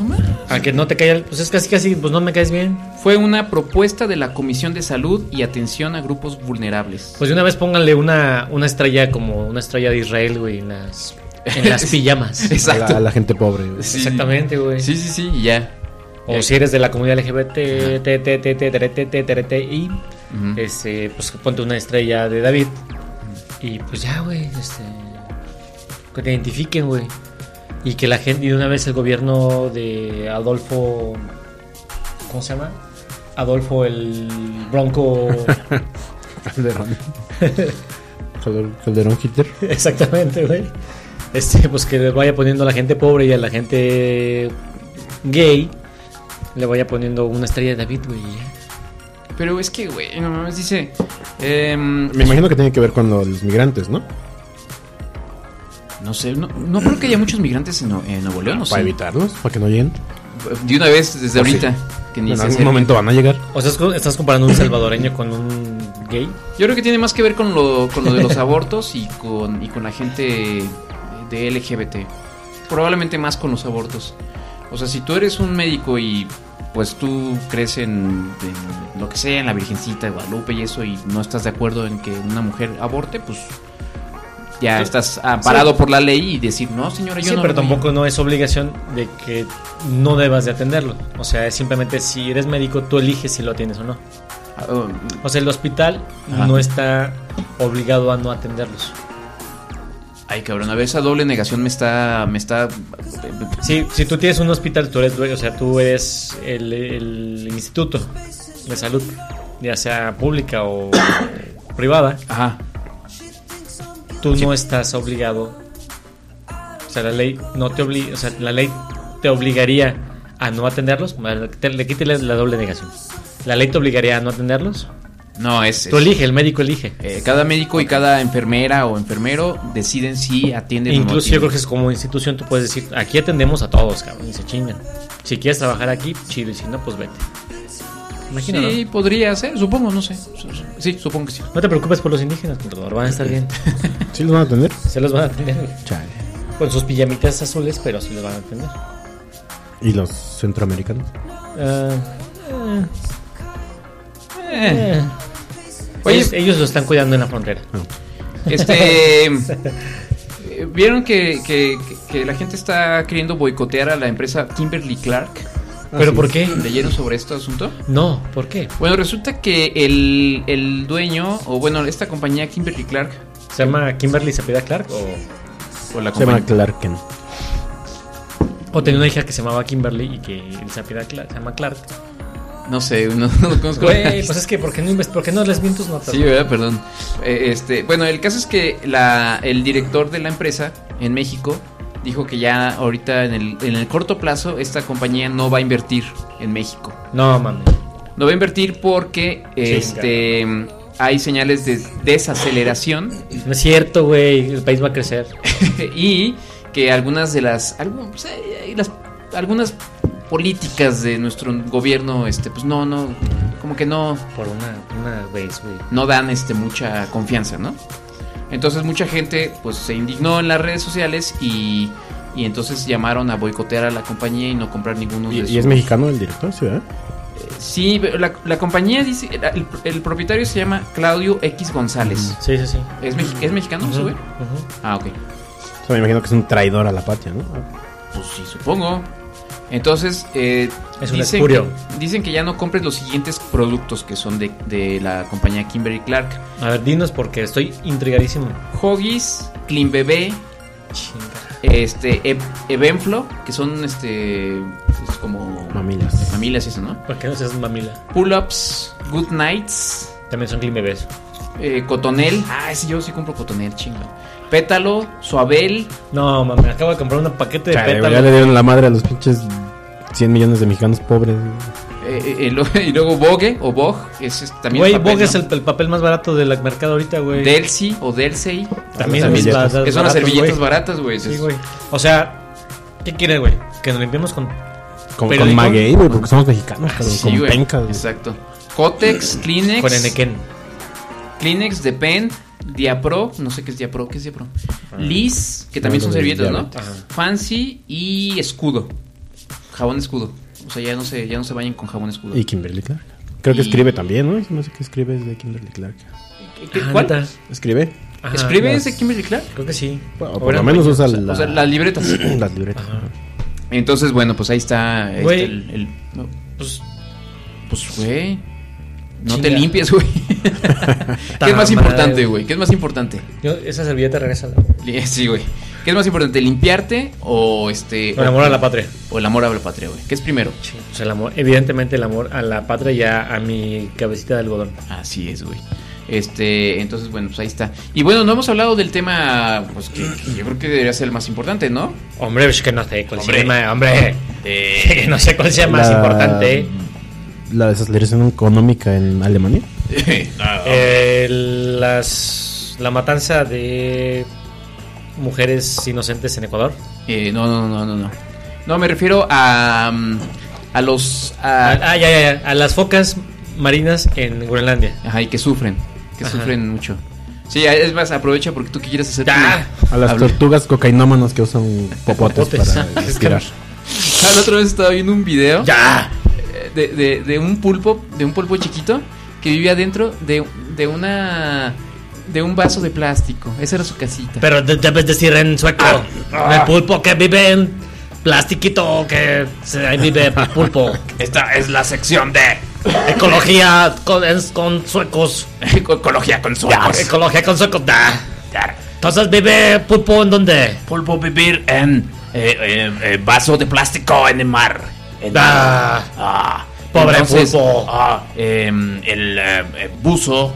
Speaker 4: a que no te caiga, el- pues es casi casi, pues no me caes bien.
Speaker 3: Fue una propuesta de la Comisión de Salud y Atención a Grupos Vulnerables.
Speaker 4: Pues de una vez pónganle una, una estrella como una estrella de Israel, güey, en las, en las pijamas.
Speaker 5: A la,
Speaker 3: Exacto.
Speaker 5: a la gente pobre. güey.
Speaker 3: Sí.
Speaker 4: Exactamente, güey.
Speaker 3: Sí, sí, sí, y ya.
Speaker 4: O si eres de la comunidad LGBT, te, te, te, te, tere, te, te, tere, te, y
Speaker 3: Ujú.
Speaker 4: este, pues ponte una estrella de David. Y pues ya, güey, este, que te identifiquen, güey. Y que la gente, y de una vez el gobierno de Adolfo, ¿cómo se llama? Adolfo el Bronco.
Speaker 5: Calderón. Calder- Calderón Hitler.
Speaker 4: Exactamente, güey. Este, pues que le vaya poniendo a la gente pobre y a la gente gay, le vaya poniendo una estrella de David, güey. y ya.
Speaker 3: Pero es que, güey, no mames, dice. em,
Speaker 5: Me imagino que tiene que ver con los migrantes, ¿no?
Speaker 3: no sé, no, no creo que haya muchos migrantes en, No- en Nuevo León, ¿o
Speaker 5: Para
Speaker 3: sí?
Speaker 5: evitarlos, para que no lleguen.
Speaker 3: De una vez,
Speaker 4: Ah,
Speaker 3: desde
Speaker 5: Pues
Speaker 3: ahorita. Que ni
Speaker 5: en
Speaker 3: se
Speaker 5: algún
Speaker 3: acerquen.
Speaker 5: momento van a llegar.
Speaker 4: O sea, es- estás comparando un salvadoreño con un gay.
Speaker 3: Yo creo que tiene más que ver con lo, con lo de los abortos y con, y con la gente de LGBT. Probablemente más con los abortos. O sea, si tú eres un médico y pues tú crees en, en lo que sea, en la Virgencita de Guadalupe y eso, y no estás de acuerdo en que una mujer aborte, pues ya
Speaker 4: Sí.
Speaker 3: estás amparado
Speaker 4: Sí.
Speaker 3: por la ley y decir, no, señora, yo
Speaker 4: sí,
Speaker 3: no.
Speaker 4: pero
Speaker 3: lo voy a-".
Speaker 4: tampoco no es obligación de que no debas de atenderlo. O sea, es simplemente si eres médico, tú eliges si lo atiendes o no.
Speaker 3: Ah, oh,
Speaker 4: O sea, el hospital
Speaker 3: Ajá.
Speaker 4: no está obligado a no atenderlos.
Speaker 3: Ay, cabrón, a ver, esa doble negación me está. me está. eh,
Speaker 4: Sí, si tú tienes un hospital, tú eres dueño, o sea, tú eres el, el instituto de salud, ya sea pública o privada.
Speaker 3: Ajá.
Speaker 4: Tú no estás obligado. O sea, la ley no te obliga, o sea, la ley te obligaría a no atenderlos. Bueno, te- Le quítale la doble negación. La ley te obligaría a no atenderlos.
Speaker 3: No, es.
Speaker 4: Tú
Speaker 3: es-
Speaker 4: elige, el médico elige.
Speaker 3: eh, cada médico y cada enfermera o enfermero deciden si atienden o no
Speaker 4: Incluso yo
Speaker 3: atienden.
Speaker 4: creo que es como institución, tú puedes decir, aquí atendemos a todos, cabrón, y se chingan. Si quieres trabajar aquí, chido, y si no, pues vete. Imagino,
Speaker 3: Sí, podría ser, supongo, no sé. Sí, supongo que sí.
Speaker 4: No te preocupes por los indígenas, contador, van a estar bien.
Speaker 5: ¿Sí los van a tener?
Speaker 4: Se los van a atender. güey. Con sus pijamitas azules, pero sí los van a atender.
Speaker 5: ¿Y los centroamericanos?
Speaker 4: Ah, eh.
Speaker 3: Eh.
Speaker 4: Eh. este.
Speaker 3: Oye-
Speaker 4: ellos, ellos lo están cuidando en la frontera.
Speaker 3: Este. eh, ¿Vieron que, que- que la gente está queriendo boicotear a la empresa Kimberly Clark?
Speaker 4: ¿Pero por qué?
Speaker 3: ¿Leyeron sobre este asunto?
Speaker 4: No, ¿por qué?
Speaker 3: Bueno, resulta que el, el dueño, o bueno, esta compañía Kimberly Clark.
Speaker 4: ¿Se llama Kimberly Cepeda Clark o...?
Speaker 3: O la
Speaker 5: Se llama
Speaker 3: compañía.
Speaker 5: Clarken.
Speaker 4: O tenía una hija que se llamaba Kimberly y que el Cepeda Clark, se llama Clark.
Speaker 3: No sé, no, no lo conozco.
Speaker 4: Güey, pues es que ¿por qué no, invest- por qué no les vi en tus notas?
Speaker 3: Sí, ¿verdad? Perdón. Eh, este, bueno, el caso es que la, el director de la empresa en México dijo que ya ahorita en el, en el corto plazo esta compañía no va a invertir en México.
Speaker 4: No, mami.
Speaker 3: No va a invertir porque este, hay señales de desaceleración
Speaker 4: No es cierto, güey. El país va a crecer.
Speaker 3: y que algunas de las, algu- pues, eh, las- algunas políticas de nuestro gobierno este pues no no como que no
Speaker 4: por una una vez güey
Speaker 3: no dan este mucha confianza no entonces mucha gente pues se indignó en las redes sociales y, y entonces llamaron a boicotear a la compañía y no comprar ninguno de
Speaker 5: ¿Y
Speaker 3: sus-
Speaker 5: es mexicano el director? Sí, ¿verdad?
Speaker 3: Sí, pero la, la compañía dice, el, el propietario se llama Claudio X González.
Speaker 4: Sí, sí, sí.
Speaker 3: ¿Es, mexi- es mexicano,
Speaker 4: Ujú,
Speaker 3: sube?
Speaker 4: ujú.
Speaker 3: Ah, ok.
Speaker 5: O sea, me imagino que es un traidor a la patria, ¿no?
Speaker 3: Pues sí, supongo. Entonces, eh,
Speaker 4: Es un
Speaker 3: dicen, que,
Speaker 4: espurio.
Speaker 3: dicen que ya no compres los siguientes productos que son de, de la compañía Kimberly Clark.
Speaker 4: A ver, dinos porque estoy intrigadísimo.
Speaker 3: Hoggies, Clean Bebé, este, E- Evenflo, que son este, pues, como...
Speaker 5: Mamilas.
Speaker 3: Mamilas y eso, ¿no?
Speaker 4: ¿Por qué no seas mamila?
Speaker 3: Pull-ups, Good Nights.
Speaker 4: También son clean bebés.
Speaker 3: cotonel. Ah, ese yo sí compro cotonel, chingo. Pétalo, suabel. eh,
Speaker 4: No, mami, acabo de comprar un paquete de
Speaker 5: Chale, güey,
Speaker 4: pétalos.
Speaker 5: ya le dieron la madre a los pinches 100 millones de mexicanos pobres. güey.
Speaker 3: eh, eh, y luego- y luego Vogue o Vogue, que es, es también
Speaker 4: Güey,
Speaker 3: papel,
Speaker 4: Vogue
Speaker 3: ¿no?
Speaker 4: es el, el papel más barato del mercado ahorita, güey.
Speaker 3: Delsi o Delsey.
Speaker 4: También
Speaker 3: Las servilletas.
Speaker 4: es
Speaker 5: pues,
Speaker 4: baratas-
Speaker 3: Que son las
Speaker 4: baratos,
Speaker 3: servilletas
Speaker 4: güey.
Speaker 3: baratas, güey.
Speaker 4: Sí, güey. O sea, ¿qué quieres, güey? Que nos limpiemos con.
Speaker 5: Con,
Speaker 4: periódico?
Speaker 5: con maguey, güey, porque somos mexicanos,
Speaker 3: Ah,
Speaker 5: cabrón,
Speaker 3: sí,
Speaker 5: con
Speaker 3: güey,
Speaker 5: pencas. güey.
Speaker 3: Exacto. Cotex, Kleenex.
Speaker 4: Con Enequén.
Speaker 3: Kleenex, Depen, Diapro. No sé qué es Diapro. ¿Qué es Diapro? Liz, que también son
Speaker 5: Algo de
Speaker 3: servilletas, ¿no?
Speaker 5: diabetes. Ah. Ajá.
Speaker 3: Fancy y escudo. Jabón escudo. O sea, ya no se, ya no se bañen con jabón escudo.
Speaker 5: Y Kimberly Clark. Creo que
Speaker 3: Y-
Speaker 5: escribe también, ¿no? No sé qué escribe es de Kimberly Clark.
Speaker 3: ¿Qué- qué- ¿Cuál?
Speaker 4: Ah, neta.
Speaker 5: ¿Escribe?
Speaker 3: ¿Escribe
Speaker 4: las-
Speaker 3: ese Kimberly Clark?
Speaker 4: Creo que sí.
Speaker 5: O por lo menos usa la-
Speaker 3: o sea, las libretas.
Speaker 5: las libretas.
Speaker 3: Entonces, bueno, pues ahí está, ahí
Speaker 4: Güey.
Speaker 3: está el, el- no,
Speaker 4: Pues,
Speaker 3: Pues, güey. No te
Speaker 4: Chinga.
Speaker 3: limpies, güey. ¿Qué es
Speaker 4: Ta
Speaker 3: más
Speaker 4: madre,
Speaker 3: importante,
Speaker 4: güey.
Speaker 3: güey? ¿Qué es más importante?
Speaker 4: yo- esa servilleta regresa.
Speaker 3: Li- Sí, güey. ¿Qué es más importante, limpiarte o este.
Speaker 4: O el amor a la patria.
Speaker 3: O el amor a la patria, güey. ¿Qué es primero?
Speaker 4: O sea, el amor, evidentemente el amor a la patria y a, a mi cabecita de algodón.
Speaker 3: Así es, güey. Este, entonces, bueno, pues ahí está. Y bueno, no hemos hablado del tema, pues que, que yo creo que debería ser el más importante, ¿no?
Speaker 4: Hombre, es que no sé cuál
Speaker 3: Hombre.
Speaker 4: se llama, hombre.
Speaker 3: Eh,
Speaker 4: no sé cuál sea más
Speaker 5: La-
Speaker 4: importante. ¿eh?
Speaker 5: La desaceleración económica en Alemania.
Speaker 3: ah.
Speaker 4: Eh, las, la matanza de mujeres inocentes en Ecuador.
Speaker 3: Eh, no, no, no, no, no. No, me refiero a. mm, A los. a-
Speaker 4: Ah, ya, ya, ya. A las focas marinas en Groenlandia.
Speaker 3: Ajá, y que sufren. Que
Speaker 4: Ajá.
Speaker 3: sufren mucho. Sí, es más, aprovecha porque tú que quieres hacer.
Speaker 4: Ya.
Speaker 5: A las
Speaker 3: Habla-
Speaker 5: tortugas cocainómanas que usan popotes
Speaker 4: Popotes.
Speaker 5: para respirar.
Speaker 3: Ah, La otra vez estaba viendo un video.
Speaker 4: Ya.
Speaker 3: eh, de, de- de un pulpo, de un pulpo chiquito que vivía dentro de, de una de un vaso de plástico. Esa era su casita.
Speaker 14: Pero de- debes decir en sueco,
Speaker 4: Ah.
Speaker 14: el pulpo que vive en plastiquito, que se- ahí vive pulpo.
Speaker 3: Esta es la sección de
Speaker 14: Ecología con, es con suecos.
Speaker 3: Ecología con suecos.
Speaker 14: ecología con suecos, da. Entonces vive pulpo en donde?
Speaker 15: Pulpo vivir en eh, eh, eh, vaso de plástico en el mar. En-
Speaker 14: Ah,
Speaker 15: ah,
Speaker 14: pobre pulpo.
Speaker 15: ah, em, el eh, eh, buzo,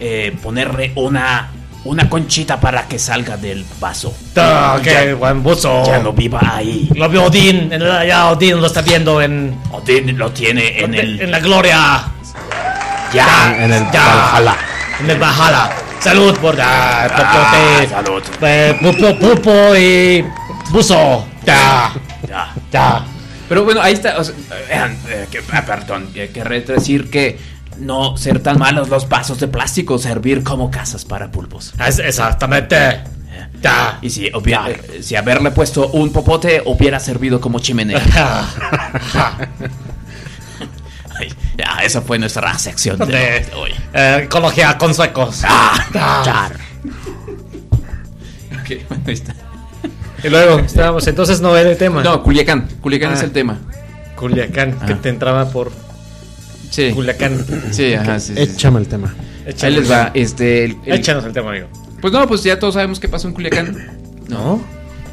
Speaker 15: eh, ponerle una, una conchita para que salga del vaso.
Speaker 14: Ah,
Speaker 15: Ya-
Speaker 4: Eh,
Speaker 14: qué buen buzo.
Speaker 15: Ya no viva ahí.
Speaker 14: Lo vio Odín, en la- ya Odín lo está viendo en,
Speaker 15: Odín lo tiene en el.
Speaker 14: en la gloria.
Speaker 15: Ya.
Speaker 14: En el Valhalla. En el Valhalla. Salud por ah,
Speaker 15: Ah,
Speaker 14: popote.
Speaker 15: salud.
Speaker 14: Eh, pupo, pupo y buzo. Ya.
Speaker 15: Ya.
Speaker 14: Ya.
Speaker 3: Pero bueno, ahí está. o sea,
Speaker 15: Vean, eh, que- ah, perdón, eh, querré decir que no ser tan malos los vasos de plástico, servir como casas para pulpos.
Speaker 14: exactamente.
Speaker 15: Y si, hubiera- eh, si haberle puesto un popote hubiera servido como chimenea. Ay, ya, esa fue nuestra sección de
Speaker 14: De-
Speaker 15: hoy.
Speaker 14: eh, ecología con suecos. Ah.
Speaker 3: ok, bueno, ahí está.
Speaker 4: Y luego, estábamos, entonces no era el tema.
Speaker 3: No, Culiacán. Culiacán
Speaker 4: Ah.
Speaker 3: es el tema.
Speaker 4: Culiacán, que te entraba por
Speaker 3: Sí.
Speaker 4: Culiacán.
Speaker 3: Sí, ajá, sí, sí, sí.
Speaker 5: Échame el tema.
Speaker 3: Ahí les va. Este, el- el-
Speaker 4: Échanos el tema, amigo.
Speaker 3: Pues no, pues ya todos sabemos qué pasó en Culiacán. Eh, No.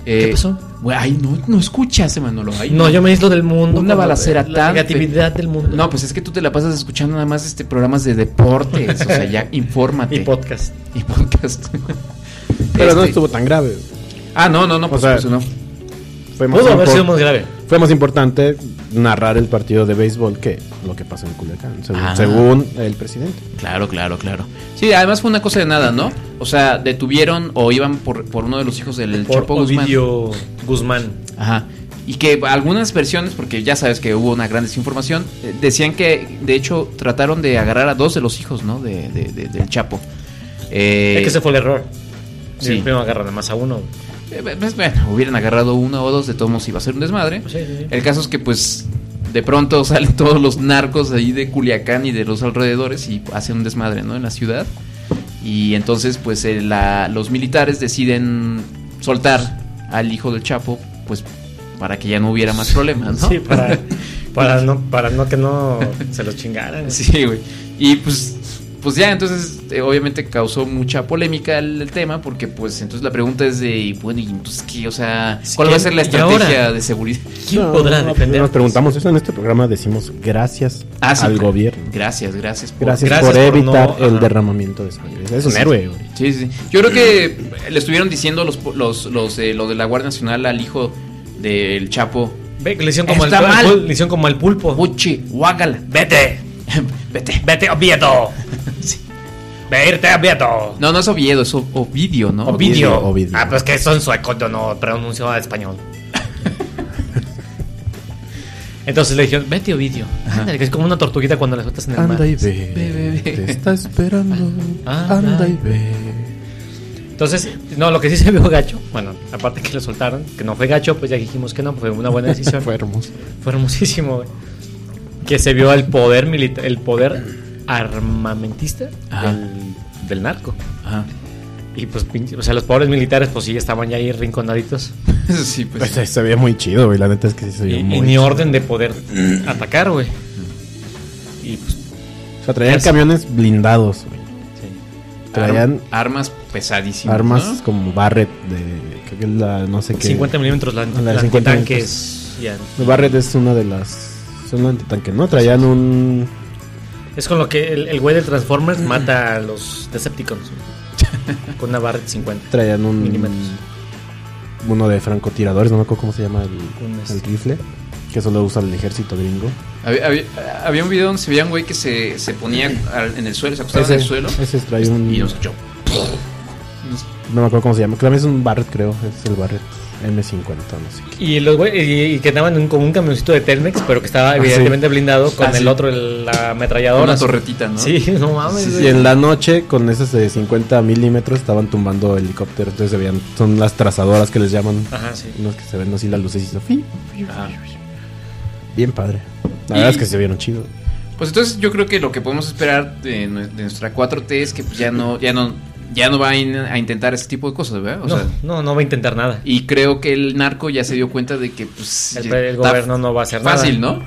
Speaker 4: ¿Qué pasó?
Speaker 3: ay, no, no escuchas, Manolo. Ay,
Speaker 4: No, yo me aíslo del mundo.
Speaker 3: Una
Speaker 4: como-
Speaker 3: balacera
Speaker 4: la
Speaker 3: tan.
Speaker 4: negatividad del mundo.
Speaker 3: No, pues es que tú te la pasas escuchando nada más este programas de deportes. o sea, ya infórmate.
Speaker 4: Y podcast.
Speaker 3: Y podcast.
Speaker 5: Pero no
Speaker 3: Este-
Speaker 5: estuvo tan grave.
Speaker 3: Ah, no, no, no, por
Speaker 5: O sea,
Speaker 3: supuesto, no.
Speaker 5: Fue
Speaker 4: Pudo haber
Speaker 5: impor-
Speaker 4: sido más grave.
Speaker 5: Fue más importante narrar el partido de béisbol que lo que pasó en Culiacán, según,
Speaker 3: Ah.
Speaker 5: según el presidente.
Speaker 3: Claro, claro, claro. Sí, además fue una cosa de nada, ¿no? O sea, detuvieron o iban por, por uno de los hijos del
Speaker 4: Por
Speaker 3: Chapo Guzmán.
Speaker 4: Ovidio Guzmán.
Speaker 3: Ajá. Y que algunas versiones, porque ya sabes que hubo una gran desinformación, eh, decían que de hecho trataron de agarrar a dos de los hijos, ¿no? De, de- de- del Chapo. Eh,
Speaker 4: es que ese fue el error.
Speaker 3: Sí.
Speaker 4: Sí. Primero agarran más a uno.
Speaker 3: eh, pues, bueno, hubieran agarrado uno o dos, de todos modos iba a ser un desmadre. El caso es que pues de pronto salen todos los narcos de ahí de Culiacán y de los alrededores y hacen un desmadre, ¿no? En la ciudad. Y entonces pues eh, la- los militares deciden soltar al hijo del Chapo pues para que ya no hubiera más problemas, ¿no?
Speaker 4: Sí, para, para, no, para no que no se los chingaran.
Speaker 3: Sí, güey. Y pues, pues ya, entonces, eh, obviamente causó mucha polémica el, el tema, porque pues entonces la pregunta es de, y bueno, y entonces qué, o sea, ¿cuál va a
Speaker 4: que-
Speaker 3: ser la
Speaker 4: ¿y ahora?
Speaker 3: estrategia de seguridad?
Speaker 5: No, no, Nos preguntamos eso en este programa, decimos gracias
Speaker 3: Ah, sí,
Speaker 5: al
Speaker 3: claro.
Speaker 5: gobierno.
Speaker 3: Gracias, gracias. por-
Speaker 5: Gracias,
Speaker 3: gracias
Speaker 5: por
Speaker 3: por
Speaker 5: evitar
Speaker 3: no-
Speaker 5: el
Speaker 3: ajá.
Speaker 5: derramamiento de sangre. Es un
Speaker 3: Sí,
Speaker 5: héroe,
Speaker 3: sí.
Speaker 5: güey.
Speaker 3: Sí, sí. Yo creo que le estuvieron diciendo los los los, eh, los de la Guardia Nacional al hijo del Chapo.
Speaker 4: Ve, que le hicieron como al-
Speaker 3: Está
Speaker 4: al
Speaker 3: mal.
Speaker 4: pul- le hicieron como al pulpo.
Speaker 3: Puchi, guácala.
Speaker 14: Vete.
Speaker 3: Vete.
Speaker 14: Vete, Oviedo. Ve irte, Oviedo.
Speaker 3: No, no es Oviedo, es O- Ovidio, ¿no?
Speaker 14: Ovidio. Ah, pues que son suecos, yo no pronuncio español.
Speaker 4: Entonces le dijeron, vete Ovidio. Ándale, que es como una tortuguita cuando la sueltas en el mar.
Speaker 5: Anda y ve, te está esperando.
Speaker 4: Ah,
Speaker 5: anda
Speaker 4: ah.
Speaker 5: y ve.
Speaker 4: Entonces, no, lo que sí se vio gacho, bueno, aparte que lo soltaron, que no fue gacho, pues ya dijimos que no, fue una buena decisión.
Speaker 5: fue hermoso.
Speaker 4: Fue hermosísimo, güey. Que se vio el poder militar, el poder armamentista del, del narco.
Speaker 3: Ajá.
Speaker 4: Y pues, pinche- o sea, los pobres militares, pues sí, estaban ya ahí rinconaditos.
Speaker 3: sí,
Speaker 5: Pues, se- se veía muy chido, güey. La neta es que sí se veía
Speaker 4: Y,
Speaker 5: muy
Speaker 4: y ni
Speaker 5: chido.
Speaker 4: orden de poder atacar, güey. Y pues,
Speaker 5: O sea, traían camiones blindados, güey. Traían
Speaker 3: armas pesadísimas.
Speaker 5: armas
Speaker 3: ¿no?
Speaker 5: como Barrett de. Creo que es la no sé qué.
Speaker 4: 50 milímetros lan-
Speaker 5: La de
Speaker 4: lantitanques,
Speaker 5: milímetros. Barrett es una de las. Son antitanques, ¿no? Traían un.
Speaker 4: es con lo que el el güey del Transformers mata a los Decepticons. güey. Con una barra de 50.
Speaker 5: Traían un.
Speaker 4: Milímetros.
Speaker 5: Uno de francotiradores, no me acuerdo cómo se llama el,
Speaker 4: Un, este.
Speaker 5: el rifle. Que solo usa el ejército gringo.
Speaker 3: Había, había- había un video donde se veía un güey que se, se ponía al- en el suelo, se acostaba en el suelo.
Speaker 5: ese trae un.
Speaker 3: Y nos echó.
Speaker 5: No me acuerdo cómo se llama. Claro, es un Barrett, creo. Es el Barrett M50, no sé.
Speaker 4: Y los güey- y, y que andaban en- como un camioncito de Telmex, pero que estaba
Speaker 5: Ah,
Speaker 4: evidentemente
Speaker 5: sí.
Speaker 4: blindado con
Speaker 5: Ah,
Speaker 4: el
Speaker 5: sí.
Speaker 4: otro, el- la ametralladora.
Speaker 3: Una torretita, ¿no?
Speaker 4: Sí, no mames.
Speaker 5: Sí,
Speaker 4: güey.
Speaker 5: y en la noche, con esas de 50 milímetros, estaban tumbando helicópteros. Entonces se veían, son
Speaker 3: Ah.
Speaker 15: Ah,
Speaker 5: las trazadoras que les llaman.
Speaker 4: Ajá, sí.
Speaker 5: Unos que se ven así la lucecita. Bien padre. La verdad es que se vieron chido.
Speaker 3: Pues entonces yo creo que lo que podemos esperar de, nue- de nuestra 4T es que pues, ya no, ya no, ya no va a, in- a intentar ese tipo de cosas, ¿verdad? O
Speaker 4: No,
Speaker 3: sea,
Speaker 4: no, no va a intentar nada.
Speaker 3: y creo que el narco ya se dio cuenta de que pues
Speaker 4: El-
Speaker 3: ya
Speaker 4: el
Speaker 3: está
Speaker 4: gobierno no va a hacer nada.
Speaker 3: Fácil, ¿no?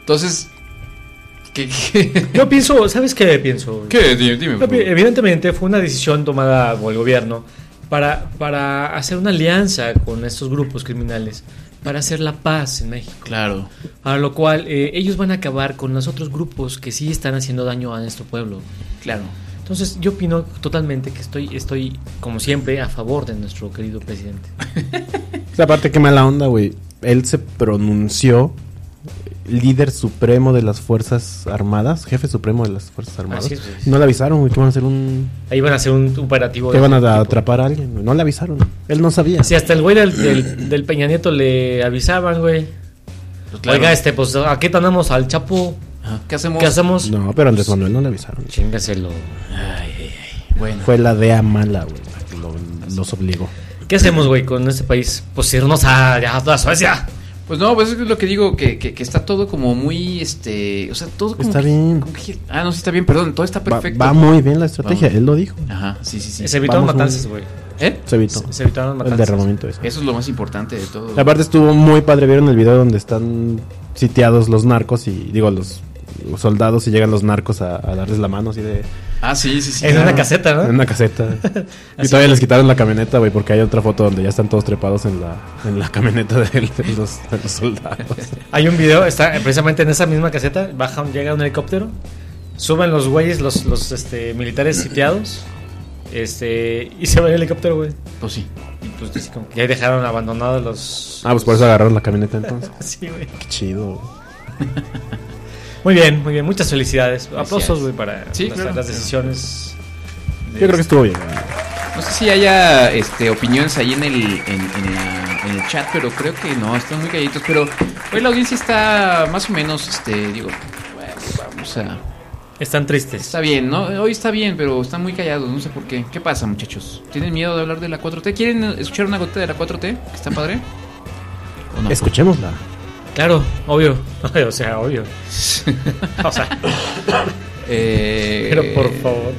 Speaker 3: Entonces, ¿qué,
Speaker 4: Yo pienso, ¿sabes qué pienso?
Speaker 3: ¿Qué? Dime, dime, por
Speaker 4: Evi- Evidentemente fue una decisión tomada por el gobierno para, para hacer una alianza con estos grupos criminales, para hacer la paz en México.
Speaker 3: Claro.
Speaker 4: Para lo cual eh, ellos van a acabar con los otros grupos que sí están haciendo daño a nuestro pueblo.
Speaker 3: Claro.
Speaker 4: Entonces yo opino totalmente que estoy, estoy como siempre, a favor de nuestro querido presidente.
Speaker 5: O sea, aparte, qué mala onda, güey. Él se pronunció líder supremo de las Fuerzas Armadas, jefe supremo de las Fuerzas Armadas.
Speaker 4: Así es, güey.
Speaker 5: No le avisaron, güey, que van a hacer un.
Speaker 4: Ahí van a hacer un operativo.
Speaker 5: que
Speaker 4: de
Speaker 5: van a
Speaker 4: ese tipo.
Speaker 5: atrapar a alguien. güey. No le avisaron. Él no sabía.
Speaker 4: Si hasta el güey del, del- del Peña Nieto le avisaban, güey.
Speaker 5: claro.
Speaker 4: Oiga, este, pues aquí tenemos al Chapo.
Speaker 3: ¿Qué hacemos?
Speaker 4: ¿Qué hacemos?
Speaker 5: No, pero a Andrés Manuel no le avisaron.
Speaker 4: Chingaselo.
Speaker 3: Bueno.
Speaker 5: Fue la DEA mala, güey, la que lo- los obligó.
Speaker 4: ¿Qué hacemos, güey, con este país? Pues irnos a, ya, a Suecia.
Speaker 3: Pues no, pues es lo que digo, que, que, que está todo como muy, este, o sea, todo como
Speaker 5: Está
Speaker 3: que-
Speaker 5: bien.
Speaker 3: como que- ah, no, sí está bien, perdón, todo está
Speaker 5: Va,
Speaker 3: perfecto.
Speaker 5: va muy bien la estrategia, él lo dijo.
Speaker 3: Ajá, sí, sí, sí.
Speaker 4: Se evitaron
Speaker 5: Vamos,
Speaker 4: matanzas,
Speaker 5: vamos.
Speaker 4: güey.
Speaker 3: ¿Eh?
Speaker 5: Se evitó.
Speaker 4: Se evitaron
Speaker 5: El
Speaker 4: matanzas.
Speaker 5: derramamiento ese.
Speaker 3: Eso es lo más importante de todo.
Speaker 5: Aparte estuvo muy padre, vieron el video donde están sitiados los narcos y digo los los soldados y llegan los narcos a, a darles la mano así de...
Speaker 3: Ah, sí, sí, sí.
Speaker 4: En
Speaker 3: Ah.
Speaker 4: una caseta, ¿no?
Speaker 5: En una caseta. y todavía les quitaron la camioneta, güey, porque hay otra foto donde ya están todos trepados en la, en la camioneta de, de los, de los soldados.
Speaker 4: Hay un video, está eh, precisamente en esa misma caseta, baja, un- llega un helicóptero, suben los güeyes, los, los este, militares sitiados, este, y se va el helicóptero, güey.
Speaker 3: Pues sí.
Speaker 4: Y pues así como que ya dejaron abandonados los...
Speaker 5: Ah, pues por eso agarraron la camioneta entonces.
Speaker 4: Sí, güey.
Speaker 5: Qué chido.
Speaker 4: Muy bien, muy bien, muchas felicidades. Aplausos, güey, para
Speaker 3: Sí,
Speaker 4: las,
Speaker 3: claro.
Speaker 4: las decisiones.
Speaker 5: Yo creo que estuvo bien.
Speaker 3: No sé si haya este, opiniones ahí en el, en, en la- en el chat, pero creo que no, están muy calladitos. Pero hoy la audiencia está más o menos, este, digo, bueno, vamos a...
Speaker 4: Están tristes.
Speaker 3: Está bien, ¿no? Hoy está bien, pero están muy callados, no sé por qué. ¿Qué pasa, muchachos? ¿Tienen miedo de hablar de la 4T? ¿Quieren escuchar una gota de la 4T? ¿Que está padre?
Speaker 5: Escuchémosla.
Speaker 4: Claro, obvio. o sea, obvio. o sea...
Speaker 3: Eh,
Speaker 4: Pero por favor.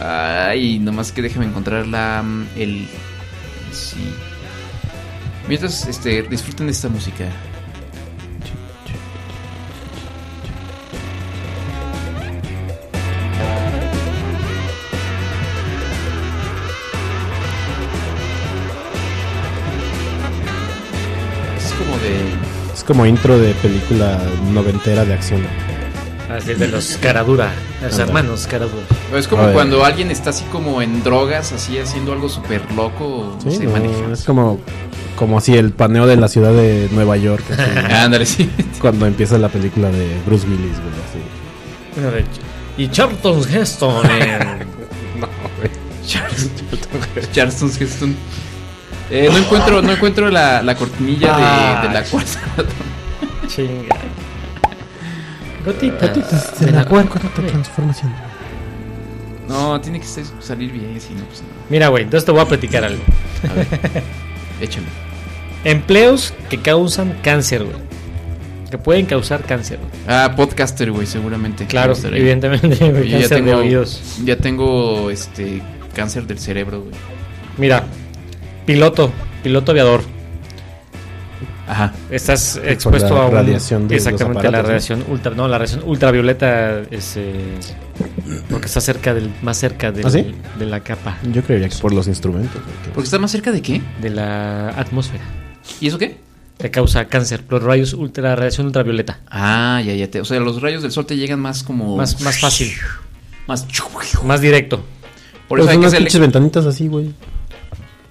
Speaker 3: Ay, nomás que déjame encontrar la. mm, El. Sí. Mientras este, disfruten de esta música. Es como de.
Speaker 5: Es como intro de película noventera de acción.
Speaker 4: Así de los Caradura, los hermanos Caradura.
Speaker 3: Es como
Speaker 5: A ver.
Speaker 3: cuando alguien está así como en drogas, así haciendo algo súper loco.
Speaker 5: Sí,
Speaker 3: no sé,
Speaker 5: no,
Speaker 3: maneja.
Speaker 5: es como, como así el paneo de la ciudad de Nueva York. así.
Speaker 3: Ándale, sí.
Speaker 5: Cuando empieza la película de Bruce Willis, güey, así.
Speaker 4: Bueno, de- Y Charlton Heston en-
Speaker 5: eh,
Speaker 3: Charles- Charleston Heston. Eh, no encuentro, no encuentro la, la cortinilla de, de la cuarta.
Speaker 4: Chinga.
Speaker 5: eh,
Speaker 4: Goti,
Speaker 5: De la cuarta transformación.
Speaker 3: No, tiene que ser- salir bien, si no, pues no.
Speaker 4: Mira, güey, entonces te voy a platicar algo.
Speaker 3: A ver, échame.
Speaker 4: Empleos que causan cáncer, güey. Que pueden causar cáncer, güey.
Speaker 3: Ah, podcaster, güey, seguramente.
Speaker 4: Claro,
Speaker 3: Debe estar ahí.
Speaker 4: evidentemente,
Speaker 3: Este, Yo
Speaker 4: güey,
Speaker 3: ya
Speaker 4: cáncer de
Speaker 3: tengo,
Speaker 4: oídos.
Speaker 3: Ya tengo este cáncer del cerebro, güey.
Speaker 4: Mira, piloto, piloto aviador.
Speaker 3: Ajá.
Speaker 4: Estás
Speaker 5: por
Speaker 4: expuesto
Speaker 5: la
Speaker 4: a un-
Speaker 5: radiación de los
Speaker 4: exactamente la
Speaker 5: aparatos, ¿no?
Speaker 4: radiación ultra, no, la radiación ultravioleta es eh, porque está cerca del más cerca del-
Speaker 5: ¿Ah, sí?
Speaker 4: de la capa
Speaker 5: Yo creería que por los instrumentos. güey, que- pues,
Speaker 3: ¿Porque está más cerca de qué?
Speaker 4: de la atmósfera.
Speaker 3: ¿Y eso qué?
Speaker 4: Te causa cáncer por rayos ultra radiación ultravioleta.
Speaker 3: Ah, ya, ya. Te, o sea, los rayos del sol te llegan más como.
Speaker 4: Más más fácil,
Speaker 3: Más.
Speaker 4: más directo.
Speaker 3: Por eso,
Speaker 5: Pero
Speaker 3: hay
Speaker 5: son
Speaker 3: que
Speaker 5: unas
Speaker 3: ser
Speaker 5: pinches ventanitas así, güey.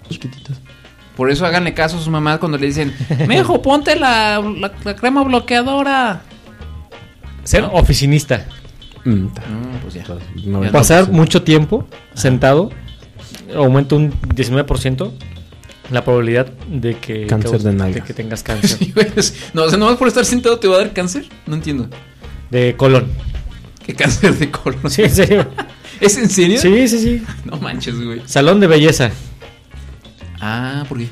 Speaker 5: Chiquititas.
Speaker 3: por eso háganle caso a sus mamás cuando le dicen: Mejo, ponte la, la- la crema bloqueadora.
Speaker 4: Ser
Speaker 5: Ah.
Speaker 3: ¿No?
Speaker 4: oficinista,
Speaker 5: Mm, ta-
Speaker 3: Mm, pues ya.
Speaker 5: no,
Speaker 3: Ya
Speaker 5: no,
Speaker 4: pasar
Speaker 5: sí.
Speaker 4: mucho tiempo sentado aumenta un 19% la probabilidad de que
Speaker 5: Cáncer de nalgas.
Speaker 4: que tengas cáncer
Speaker 3: Sí, güey, es- No, o sea, nomás por estar sentado te va a dar cáncer. No entiendo.
Speaker 4: de colon.
Speaker 3: ¿Qué cáncer de colon?
Speaker 4: Sí, en serio.
Speaker 3: ¿Es en serio?
Speaker 4: Sí, sí, sí.
Speaker 3: No manches, güey.
Speaker 4: Salón de belleza.
Speaker 3: Ah, ¿por qué?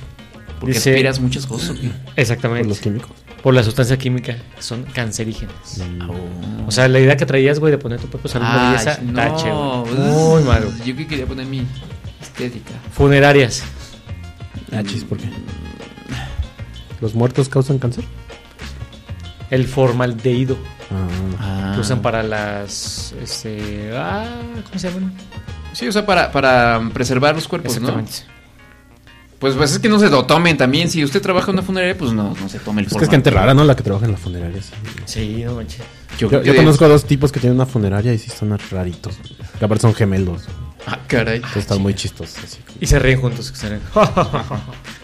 Speaker 3: Porque
Speaker 4: Dice-
Speaker 3: aspiras muchas cosas. ¿o qué?
Speaker 5: Por
Speaker 4: Exactamente.
Speaker 5: Ah, los químicos.
Speaker 4: por la sustancia química que son cancerígenas. Ah, O sea, la idea que traías, güey, de poner tu propio salón de
Speaker 3: Oh. Ay,
Speaker 4: belleza,
Speaker 3: no. pues,
Speaker 4: tache, güey. Muy malo.
Speaker 3: Yo que quería poner mi estética.
Speaker 4: Funerarias.
Speaker 5: Ah, chis, ¿por qué? ¿Los muertos causan cáncer?
Speaker 4: El formaldehído.
Speaker 5: Ah.
Speaker 4: Que usan para las. Este, ah, ¿Cómo se llama?
Speaker 3: Sí, o sea, para, para preservar los cuerpos, ¿no?
Speaker 4: Exactamente.
Speaker 3: Pues, pues es que no se lo tomen también. Si usted trabaja en una funeraria, pues no, no se tome el
Speaker 5: Es que es gente rara, ¿no? La que trabaja en las funerarias.
Speaker 4: Sí, no manches.
Speaker 5: Yo, yo conozco a dos tipos que tienen una funeraria y sí están raritos. Que aparte son gemelos.
Speaker 3: Ah, caray.
Speaker 5: Entonces están muy chistosos. Así,
Speaker 4: Y se ríen juntos. Se ríen,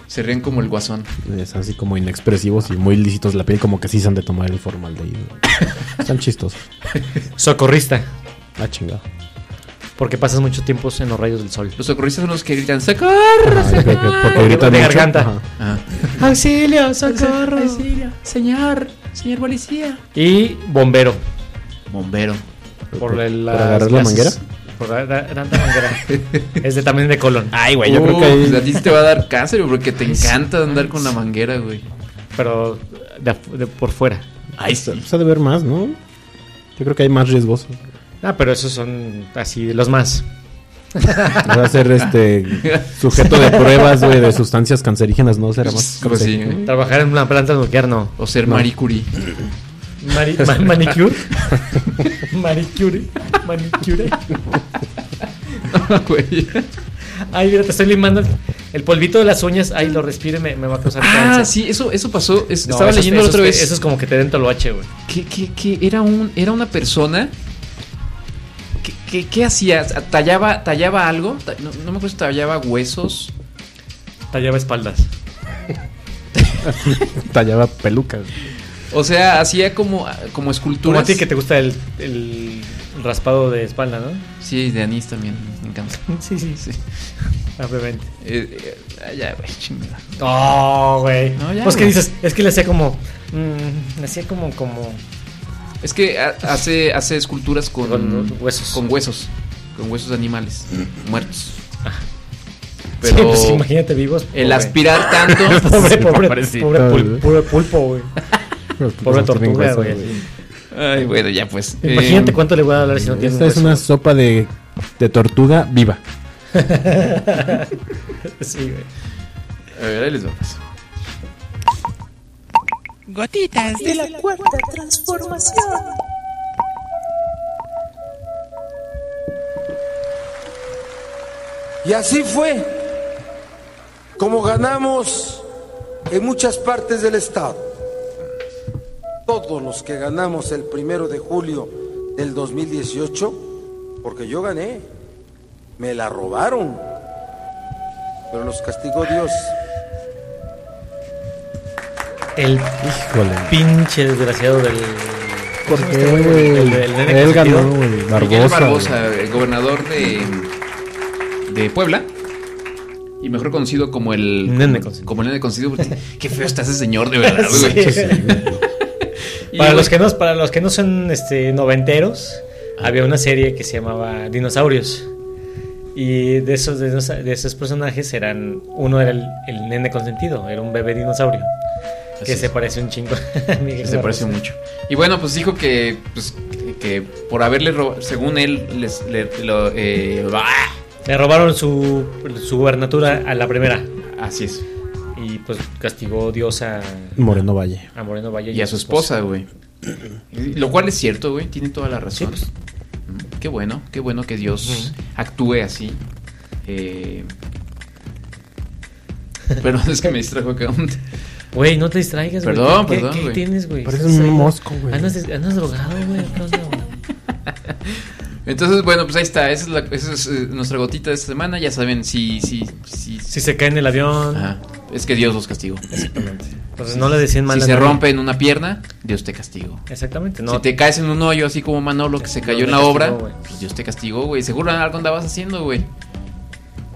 Speaker 3: Se ríen como el guasón.
Speaker 5: es así como inexpresivos y muy lícitos de la piel, como que sí se han de tomar el formaldehído. están chistosos.
Speaker 4: Socorrista.
Speaker 5: Ah, chingado.
Speaker 4: Porque pasas mucho tiempo en los rayos del sol.
Speaker 3: Los socorristas son los que gritan ¡Socorro!
Speaker 5: porque
Speaker 4: gritan
Speaker 3: de
Speaker 4: mucho.
Speaker 3: garganta.
Speaker 4: Ajá.
Speaker 13: Auxilio, socorro. Señor, señor policía.
Speaker 4: Y bombero.
Speaker 3: Bombero.
Speaker 4: Por, el-
Speaker 5: ¿Por
Speaker 4: las-
Speaker 5: agarrar la
Speaker 4: las-
Speaker 5: manguera?
Speaker 4: Por agarrar la manguera. es de, también de Uh, colon.
Speaker 5: Ay,
Speaker 3: Güey, yo creo que Uh, pues a ti sí te va a dar cáncer, güey, porque te encanta andar con la manguera, güey.
Speaker 4: Pero de, de- por fuera.
Speaker 3: Ay,
Speaker 5: sí. Se Pues, ha de ver más, ¿no? Yo creo que hay más riesgosos.
Speaker 4: Ah, pero esos son así los más.
Speaker 5: Va a ser este sujeto de pruebas, güey, de sustancias cancerígenas, ¿no? Será más
Speaker 4: Pues sí,
Speaker 3: Mm.
Speaker 5: cancerígeno.
Speaker 4: güey. Trabajar en una planta nuclear no.
Speaker 3: O ser
Speaker 5: No.
Speaker 3: Marie Curie.
Speaker 4: Mari- ma- manicure. manicure. Manicure.
Speaker 3: güey.
Speaker 4: Ay, mira, te estoy limando el, el polvito de las uñas. Ay, lo respire, me, me va a causar
Speaker 3: Ah,
Speaker 4: cáncer.
Speaker 3: sí, eso, eso pasó. es-
Speaker 4: No,
Speaker 3: estaba
Speaker 4: eso es-
Speaker 3: leyendo la
Speaker 4: eso
Speaker 3: otra
Speaker 4: es-
Speaker 3: vez.
Speaker 4: Eso es como que te den toloache, güey.
Speaker 3: que, que- que era, un, era una persona que, que- que hacía, tallaba, tallaba algo, ta- no, no me acuerdo si tallaba huesos.
Speaker 4: Tallaba espaldas.
Speaker 5: Tallaba pelucas.
Speaker 3: O sea, hacía como, como esculturas.
Speaker 4: Como a ti que te gusta el, el raspado de espalda, ¿no?
Speaker 3: Sí, de anís también, me encanta.
Speaker 4: Sí, sí, sí. Obviamente.
Speaker 3: Eh, eh, ya, güey, chingada.
Speaker 4: Oh, güey.
Speaker 3: No, ya,
Speaker 4: pues que
Speaker 3: güey.
Speaker 4: dices, es que le hacía como. mm, le hacía como, como.
Speaker 3: Es que ha- hace, hace esculturas con,
Speaker 4: Con huesos.
Speaker 3: Con huesos. Con huesos de animales muertos.
Speaker 4: Sí, pues imagínate vivos.
Speaker 3: El
Speaker 4: pobre.
Speaker 3: aspirar tanto.
Speaker 4: pobre,
Speaker 3: Sí,
Speaker 4: pobre,
Speaker 3: pobrecito.
Speaker 4: pobre, pul- pobre pulpo, güey. Pobre
Speaker 5: no tienen
Speaker 4: tortuga,
Speaker 5: hueso,
Speaker 4: güey.
Speaker 5: güey.
Speaker 3: Ay, bueno, ya pues.
Speaker 4: Imagínate
Speaker 3: Eh,
Speaker 4: cuánto le voy a hablar si no tiene
Speaker 5: Esta
Speaker 4: un
Speaker 5: es una
Speaker 4: hueso.
Speaker 5: sopa de, de tortuga viva.
Speaker 4: sí, güey.
Speaker 3: A ver, ahí les va. pues.
Speaker 13: Gotitas de la cuarta transformación.
Speaker 16: Y así fue como ganamos en muchas partes del estado. Todos los que ganamos el primero de julio del 2018, porque yo gané, me la robaron, pero los castigó Dios.
Speaker 4: El
Speaker 5: Híjole.
Speaker 4: pinche desgraciado del.
Speaker 5: ¿Por
Speaker 4: ¿cómo
Speaker 5: qué,
Speaker 4: se llama este
Speaker 5: güey?
Speaker 4: El, el nene que
Speaker 5: Él
Speaker 4: se
Speaker 5: ganó,
Speaker 4: quedó.
Speaker 5: güey.
Speaker 3: Miguel
Speaker 5: Barbosa,
Speaker 3: Barbosa, el gobernador de, de Puebla. Y mejor conocido como el.
Speaker 4: Nene
Speaker 3: Como el nene consentido. porque Qué feo está ese señor, de verdad,
Speaker 4: Sí.
Speaker 3: güey. Y
Speaker 4: Para
Speaker 3: luego-
Speaker 4: los que no, para los que no son este, noventeros,
Speaker 3: Ah.
Speaker 4: había una serie que se llamaba Dinosaurios. Y de esos, de esos, de esos personajes eran. Uno era el, el nene consentido, era un bebé dinosaurio.
Speaker 3: Así
Speaker 4: Que
Speaker 3: es.
Speaker 4: se parece un chingo. a Miguel
Speaker 3: Se pareció mucho.
Speaker 4: Barbosa.
Speaker 3: Y bueno, pues dijo que, pues, que- que por haberle robado, según él, les, le- lo, eh, ¡ah!
Speaker 4: Le robaron su, su gubernatura a la primera.
Speaker 3: así es.
Speaker 4: Y pues castigó Dios a,
Speaker 5: Moreno Valle.
Speaker 4: a Moreno Valle
Speaker 3: Y a su esposa, güey. Lo cual es cierto, güey, tiene toda la razón. Mm, Qué bueno, qué bueno que Dios actúe así. Eh, Perdón, es que me distrajo acá.
Speaker 4: Güey, no te distraigas, güey.
Speaker 3: Perdón,
Speaker 4: ¿Qué-
Speaker 3: perdón,
Speaker 4: ¿Qué,
Speaker 3: güey.
Speaker 4: tienes, güey?
Speaker 5: Pareces un mosco, güey.
Speaker 4: Andas, des- andas drogado, güey. andas drogado.
Speaker 3: Entonces, bueno, pues ahí está. Esa es, la- esa es, eh, nuestra gotita de esta semana. Ya saben, si, si, si,
Speaker 4: Si se cae en el avión.
Speaker 3: Ajá. Es que Dios los castigó. Exactamente.
Speaker 4: Entonces no le decían mal
Speaker 3: Si
Speaker 4: a
Speaker 3: se
Speaker 4: nadie.
Speaker 3: rompe en una pierna, Dios te castigó.
Speaker 4: Exactamente, no.
Speaker 3: Si te caes en un hoyo, así como Manolo que se
Speaker 4: No,
Speaker 3: cayó
Speaker 4: me
Speaker 3: en la
Speaker 4: castigó,
Speaker 3: obra,
Speaker 4: güey.
Speaker 3: pues Dios te castigó, güey. Seguro algo andabas haciendo, güey.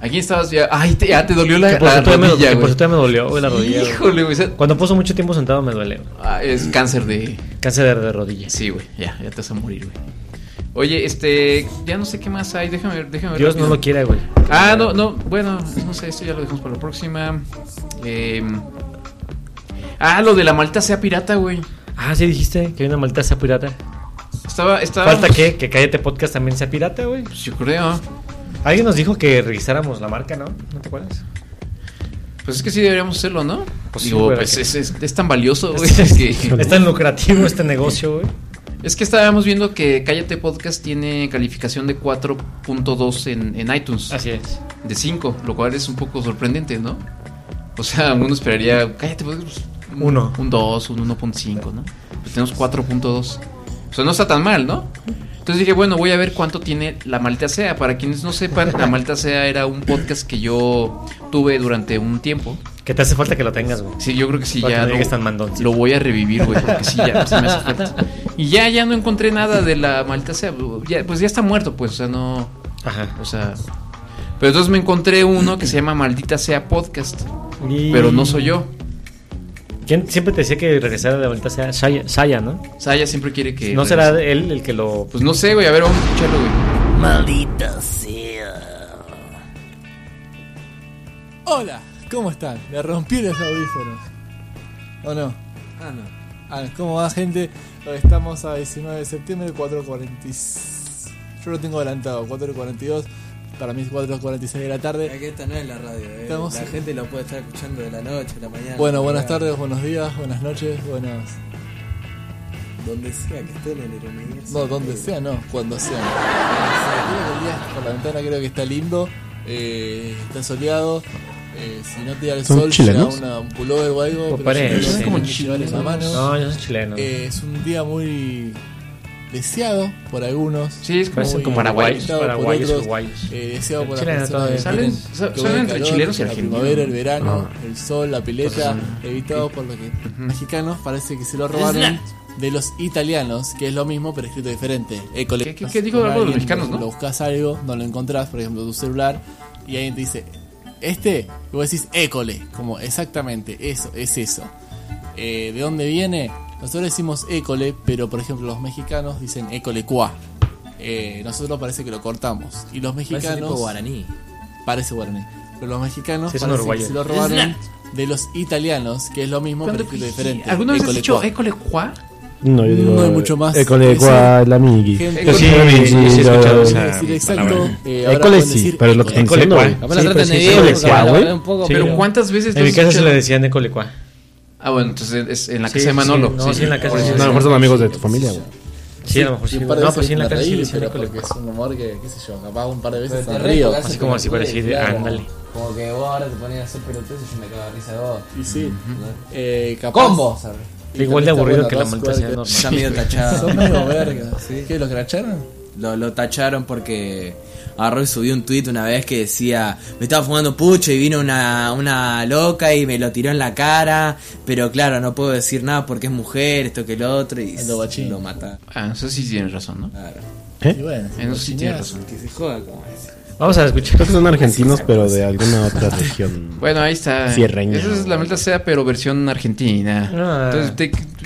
Speaker 3: Aquí estabas ya. Ay, te, ya te dolió la,
Speaker 4: Que por
Speaker 3: la
Speaker 4: cierto, ya me do-
Speaker 3: rodilla,
Speaker 4: que por
Speaker 3: güey.
Speaker 4: cierto ya me dolió, güey, la rodilla. güey.
Speaker 3: Híjole, güey. o sea,
Speaker 4: Cuando puso mucho tiempo sentado me duele. güey.
Speaker 3: ah, es cáncer de.
Speaker 4: Cáncer de, de rodillas.
Speaker 3: Sí, güey. Ya, ya te vas a morir, güey. Oye, este. Ya no sé qué más hay. Déjame ver, déjame ver.
Speaker 4: Dios no
Speaker 3: rápido.
Speaker 4: lo quiera, güey.
Speaker 3: Ah, no, no, bueno, no sé, esto ya lo dejamos para la próxima. Eh, Em, Ah, lo de la malta sea pirata, güey.
Speaker 4: Ah, sí dijiste que hay una maltaza pirata.
Speaker 3: Estaba, estaba.
Speaker 4: ¿Falta qué? Que Cállate Podcast también sea pirata, güey.
Speaker 3: Pues yo creo.
Speaker 4: Alguien nos dijo que registráramos la marca, ¿no? ¿No te acuerdas?
Speaker 3: Pues es que sí deberíamos hacerlo, ¿no?
Speaker 4: Pues sí,
Speaker 3: Digo,
Speaker 4: güey,
Speaker 3: pues
Speaker 4: que-
Speaker 3: es, es- es tan valioso, güey.
Speaker 4: Es,
Speaker 3: que-
Speaker 4: Este es tan lucrativo este negocio, güey.
Speaker 3: Es que estábamos viendo que Cállate Podcast tiene calificación de 4.2 en, en iTunes.
Speaker 4: Así es.
Speaker 3: De 5, lo cual es un poco sorprendente, ¿no? O sea, uno esperaría, Cállate Podcast. pues, un-
Speaker 4: Uno.
Speaker 3: Un 2, un 1.5, ¿no? Pues tenemos 4.2. O sea, no está tan mal, ¿no? Entonces dije, bueno, voy a ver cuánto tiene La Malta Sea. Para quienes no sepan, La Malta Sea era un podcast que yo tuve durante un tiempo.
Speaker 4: Que te hace falta que lo tengas, güey.
Speaker 3: Sí, yo creo que sí,
Speaker 4: Para que
Speaker 3: ya.
Speaker 4: no
Speaker 3: lo-
Speaker 4: llegues tan mandón.
Speaker 3: Lo voy a revivir, güey, porque sí, ya se me hace falta. Y ya, ya no encontré nada de la maldita sea. ya- pues ya está muerto, pues, o sea, no.
Speaker 4: Ajá.
Speaker 3: O sea. Pero entonces me encontré uno que se llama Maldita sea Podcast.
Speaker 4: Y-
Speaker 3: Pero no soy yo.
Speaker 4: ¿Quién siempre te decía que regresara de la vuelta sea Saya, Saya, ¿no?
Speaker 3: Saya siempre quiere que.
Speaker 4: ¿No será él el que lo...?
Speaker 3: Pues no sé, güey, a ver, vamos a escucharlo, güey.
Speaker 17: Maldita sea. Hola, ¿cómo están? Me rompí los audífonos. ¿O no? Ah, no. Ah, ¿cómo va, gente? Hoy Estamos a 19 de septiembre, 4.40. Yo lo tengo adelantado, 4.42. Para mí es 4.46 de la tarde.
Speaker 18: Aquí esta no es la radio, eh.
Speaker 17: Estamos-
Speaker 18: la gente lo puede estar escuchando de la noche, de la mañana.
Speaker 17: Bueno, buenas
Speaker 18: madrugada,
Speaker 17: tardes, buenos días, buenas noches, buenas.
Speaker 18: Donde sea que estén en el universo.
Speaker 17: No, donde sea, no, cuando sea. Creo que el día por la ventana creo que está lindo, eh, está soleado. eh, si no te da el
Speaker 5: ¿Son
Speaker 17: sol,
Speaker 5: chilenos?
Speaker 17: llega una, un pullover o
Speaker 4: Pues
Speaker 17: algo. pero yo creo
Speaker 4: parece.
Speaker 17: que
Speaker 4: Como
Speaker 17: hay que llevarles la mano.
Speaker 4: No, ellos son chilenos.
Speaker 17: Eh, es un día muy deseado por algunos.
Speaker 3: Sí, es como-
Speaker 17: Muy
Speaker 3: como paraguayos,
Speaker 17: gritado por
Speaker 4: paraguayos,
Speaker 17: otros,
Speaker 4: uruguayos.
Speaker 17: eh, deseado por las
Speaker 4: Chileno
Speaker 17: personas que
Speaker 4: todavía.
Speaker 17: tienen-
Speaker 4: Salen- sa-
Speaker 17: que
Speaker 4: salen
Speaker 17: ven
Speaker 4: entre
Speaker 17: calor,
Speaker 4: chilenos y
Speaker 17: la
Speaker 4: argentinos.
Speaker 17: primavera, el verano,
Speaker 4: Ah.
Speaker 17: el sol, la pileta, evitado por lo que mexicanos parece que se lo robaron. De los italianos, que es lo mismo pero escrito diferente. École.
Speaker 3: ¿Qué- qué- qué dijo algo de los
Speaker 17: Alguien,
Speaker 3: mexicanos, no?
Speaker 17: Lo buscas algo, no lo encontrás, por ejemplo, tu celular, y alguien te dice, este, y vos decís école, como exactamente, eso, es eso. Eh, ¿De dónde viene? Nosotros decimos école, pero por ejemplo los mexicanos dicen école cuá. Eh, nosotros parece que lo cortamos. Y los
Speaker 18: Parece
Speaker 17: mexicanos.
Speaker 18: tipo guaraní.
Speaker 17: Parece guaraní. Pero los mexicanos
Speaker 4: Sí, son
Speaker 17: parece que
Speaker 4: uruguayos.
Speaker 17: se lo robaron de los italianos, que es lo mismo, pero escrito diferente.
Speaker 3: ¿Alguna vez has
Speaker 17: École
Speaker 3: dicho
Speaker 17: cuá.
Speaker 3: école cuá?
Speaker 5: No, yo digo.
Speaker 17: No hay mucho más.
Speaker 5: École, cual, la amigui.
Speaker 17: Gente-
Speaker 5: Yo sí,
Speaker 17: École-
Speaker 5: sí,
Speaker 17: sí, sí,
Speaker 5: sí,
Speaker 17: he escuchado
Speaker 5: yo-
Speaker 17: esa Decir exacto, palabra. eh, ahora
Speaker 5: École
Speaker 17: pueden
Speaker 5: sí,
Speaker 17: decir
Speaker 5: pero es lo que
Speaker 17: école.
Speaker 5: están diciendo, güey.
Speaker 17: École cual. Apenas
Speaker 5: Sí, pero
Speaker 17: la tratan
Speaker 5: sí
Speaker 17: de
Speaker 5: es
Speaker 17: bien,
Speaker 5: école
Speaker 17: porque la
Speaker 5: cual, güey.
Speaker 17: verdad un poco,
Speaker 5: Sí.
Speaker 3: pero ¿cuántas veces
Speaker 4: En
Speaker 3: te
Speaker 4: mi
Speaker 3: has
Speaker 4: casa se
Speaker 3: escuchado?
Speaker 4: le decían Ecolecua.
Speaker 3: Ah, bueno, entonces es en la
Speaker 4: Sí,
Speaker 3: casa de
Speaker 4: sí,
Speaker 3: Manolo.
Speaker 4: sí, no, sí, en la casa de-
Speaker 5: A lo mejor son amigos de tu familia, güey.
Speaker 4: Sí, a lo mejor sí.
Speaker 17: un
Speaker 4: güey.
Speaker 17: par de
Speaker 4: No,
Speaker 17: veces
Speaker 4: pues sí, en la
Speaker 17: me
Speaker 4: casa sí
Speaker 17: reí,
Speaker 4: le decían
Speaker 17: pero
Speaker 4: Ecolecua.
Speaker 17: porque es un humor que, qué sé yo, capaz un par de
Speaker 18: Pero
Speaker 17: veces
Speaker 18: te
Speaker 17: me
Speaker 18: reí
Speaker 17: río.
Speaker 18: porque haces
Speaker 4: Así como así para decir,
Speaker 18: pelotudes, claro.
Speaker 4: ándale.
Speaker 18: Como que vos ahora te ponías a hacer pelotudes y yo me cago de risa de vos.
Speaker 17: Y sí. Eh, capaz-
Speaker 18: ¡Combo!
Speaker 17: Y
Speaker 4: Igual de
Speaker 17: también está
Speaker 4: aburrido
Speaker 17: bueno,
Speaker 4: que la
Speaker 17: Rosco,
Speaker 4: malta sea
Speaker 17: que-
Speaker 4: normal.
Speaker 18: Ya medio tachado.
Speaker 17: Son medio verga. ¿Qué, los cracharon?
Speaker 18: Lo, lo tacharon porque agarró y subió un tweet una vez que decía, me estaba fumando pucho y vino una, una loca y me lo tiró en la cara, pero claro, no puedo decir nada porque es mujer, esto que lo otro, y
Speaker 17: Ando guachín.
Speaker 18: lo mata.
Speaker 3: Ah, eso sí tienes razón,
Speaker 17: Ah,
Speaker 3: ¿no?
Speaker 18: Claro.
Speaker 5: ¿Eh?
Speaker 17: Y bueno,
Speaker 3: Eso sí tienes
Speaker 17: cochineas,
Speaker 3: razón.
Speaker 18: Que se joda como es.
Speaker 4: Vamos a escuchar.
Speaker 5: Creo que son argentinos, pero de alguna otra región.
Speaker 3: Bueno, ahí está.
Speaker 5: Sierreña.
Speaker 3: Esa es la maldita sea, pero versión argentina.
Speaker 4: Ah. Eh,
Speaker 3: Entonces,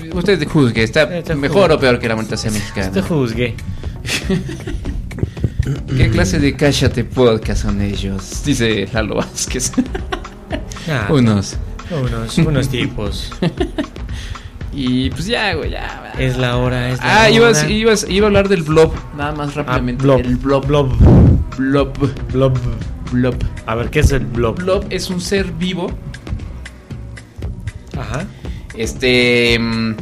Speaker 3: te- usted te juzgue, ¿está
Speaker 4: Te
Speaker 3: mejor
Speaker 4: juzgue.
Speaker 3: o peor que la maldita sea mexicana?
Speaker 4: Te juzgué.
Speaker 3: ¿Qué clase de cállate podcast son ellos? Dice Lalo Vázquez.
Speaker 4: Ah,
Speaker 3: unos.
Speaker 4: Unos, unos tipos.
Speaker 3: Y pues ya, güey, ya.
Speaker 4: Es la hora, es la
Speaker 3: Ah,
Speaker 4: hora.
Speaker 3: ibas, ibas- iba a hablar del blob, nada más rápidamente.
Speaker 4: Ah, blob.
Speaker 3: El blob.
Speaker 4: Blob.
Speaker 3: Blob.
Speaker 4: Blob.
Speaker 3: Blob.
Speaker 4: A ver, ¿qué es el blob?
Speaker 3: Blob es un ser vivo
Speaker 4: Ajá.
Speaker 3: Este. mm,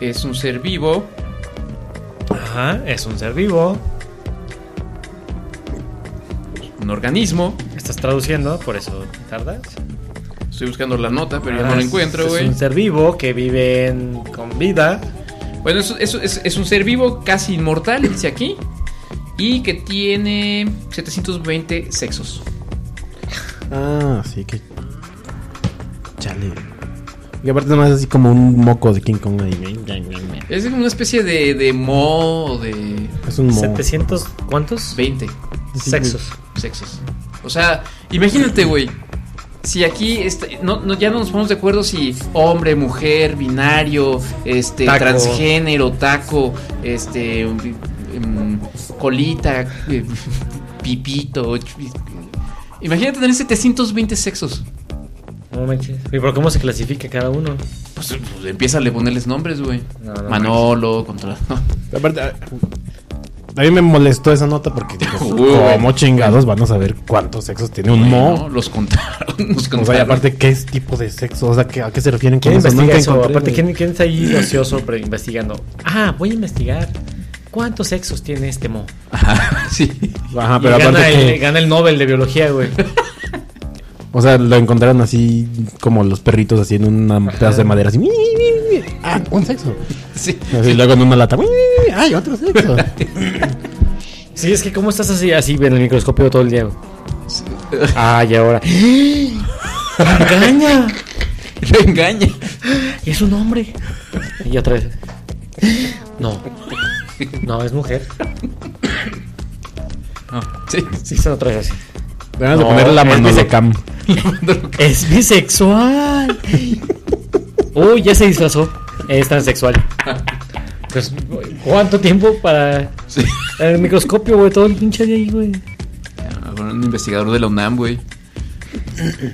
Speaker 3: Es un ser vivo.
Speaker 4: Ajá, es un ser vivo.
Speaker 3: Un organismo.
Speaker 4: Estás traduciendo, por eso tardas.
Speaker 3: Estoy buscando la nota, pero ya
Speaker 4: Ah,
Speaker 3: no la
Speaker 4: es-
Speaker 3: encuentro,
Speaker 4: Es
Speaker 3: güey.
Speaker 4: un ser vivo que vive en- con vida.
Speaker 3: Bueno, es, es- es- es un ser vivo casi inmortal, dice aquí. Y que tiene 720 sexos.
Speaker 5: Ah, sí, que. Chale. Y aparte, nomás así como un moco de King Kong ahí.
Speaker 3: Es como una especie de, de mo de
Speaker 5: Es un moco.
Speaker 4: 700, ¿cuántos?
Speaker 3: 20
Speaker 4: Sexos.
Speaker 3: sexos. O sea, imagínate, güey. Si aquí está- no, no- ya no nos ponemos de acuerdo si hombre, mujer, binario, este,
Speaker 4: Taco.
Speaker 3: transgénero, taco, este, em, colita, eh, pipito. ch- Imagínate tener 720 sexos.
Speaker 4: No manches. ¿Y por cómo se clasifica cada uno?
Speaker 3: Pues, pues empieza a le ponerles nombres, güey. Manolo, controlador.
Speaker 5: Aparte, a- a mí me molestó esa nota porque dije,
Speaker 3: Uy.
Speaker 5: ¿cómo chingados van a saber cuántos sexos tiene un mo?
Speaker 3: No, los contaron. Los
Speaker 5: O sea, y
Speaker 3: contaron.
Speaker 5: aparte, ¿qué es tipo de sexo? O sea, ¿qué- ¿a qué se refieren con
Speaker 4: ¿Quién
Speaker 5: eso?
Speaker 4: investiga
Speaker 5: Nunca
Speaker 4: eso?
Speaker 5: encontré,
Speaker 4: Aparte,
Speaker 5: güey.
Speaker 4: ¿quién, quién está ahí ocioso pre- investigando? Ah, voy a investigar. ¿Cuántos sexos tiene este mo?
Speaker 3: Ajá, sí.
Speaker 5: Ajá,
Speaker 4: Y
Speaker 5: pero
Speaker 4: gana,
Speaker 5: aparte
Speaker 4: el,
Speaker 5: que-
Speaker 4: gana el Nobel de Biología, güey.
Speaker 5: O sea, lo encontraron así como los perritos así en un pedazo de madera así. Ah, un sexo.
Speaker 3: Sí.
Speaker 5: Así, luego en una lata. Ay, otro sexo.
Speaker 4: Sí, es que ¿cómo estás así, así en el microscopio todo el día? güey? Ay, ahora. ¡La engaña!
Speaker 3: ¡La engaña!
Speaker 4: Y es un hombre. Y otra vez. No. No, es mujer.
Speaker 3: sí.
Speaker 4: Sí, son otra vez así.
Speaker 5: Debemos de poner la
Speaker 4: es
Speaker 5: manolocam.
Speaker 4: bise- Es bisexual. Uy, ya se disfrazó. Es transexual. Pues, ¿cuánto tiempo para el microscopio, güey? Todo el pinche de ahí, güey.
Speaker 3: Ah, bueno, Un investigador de la UNAM, güey.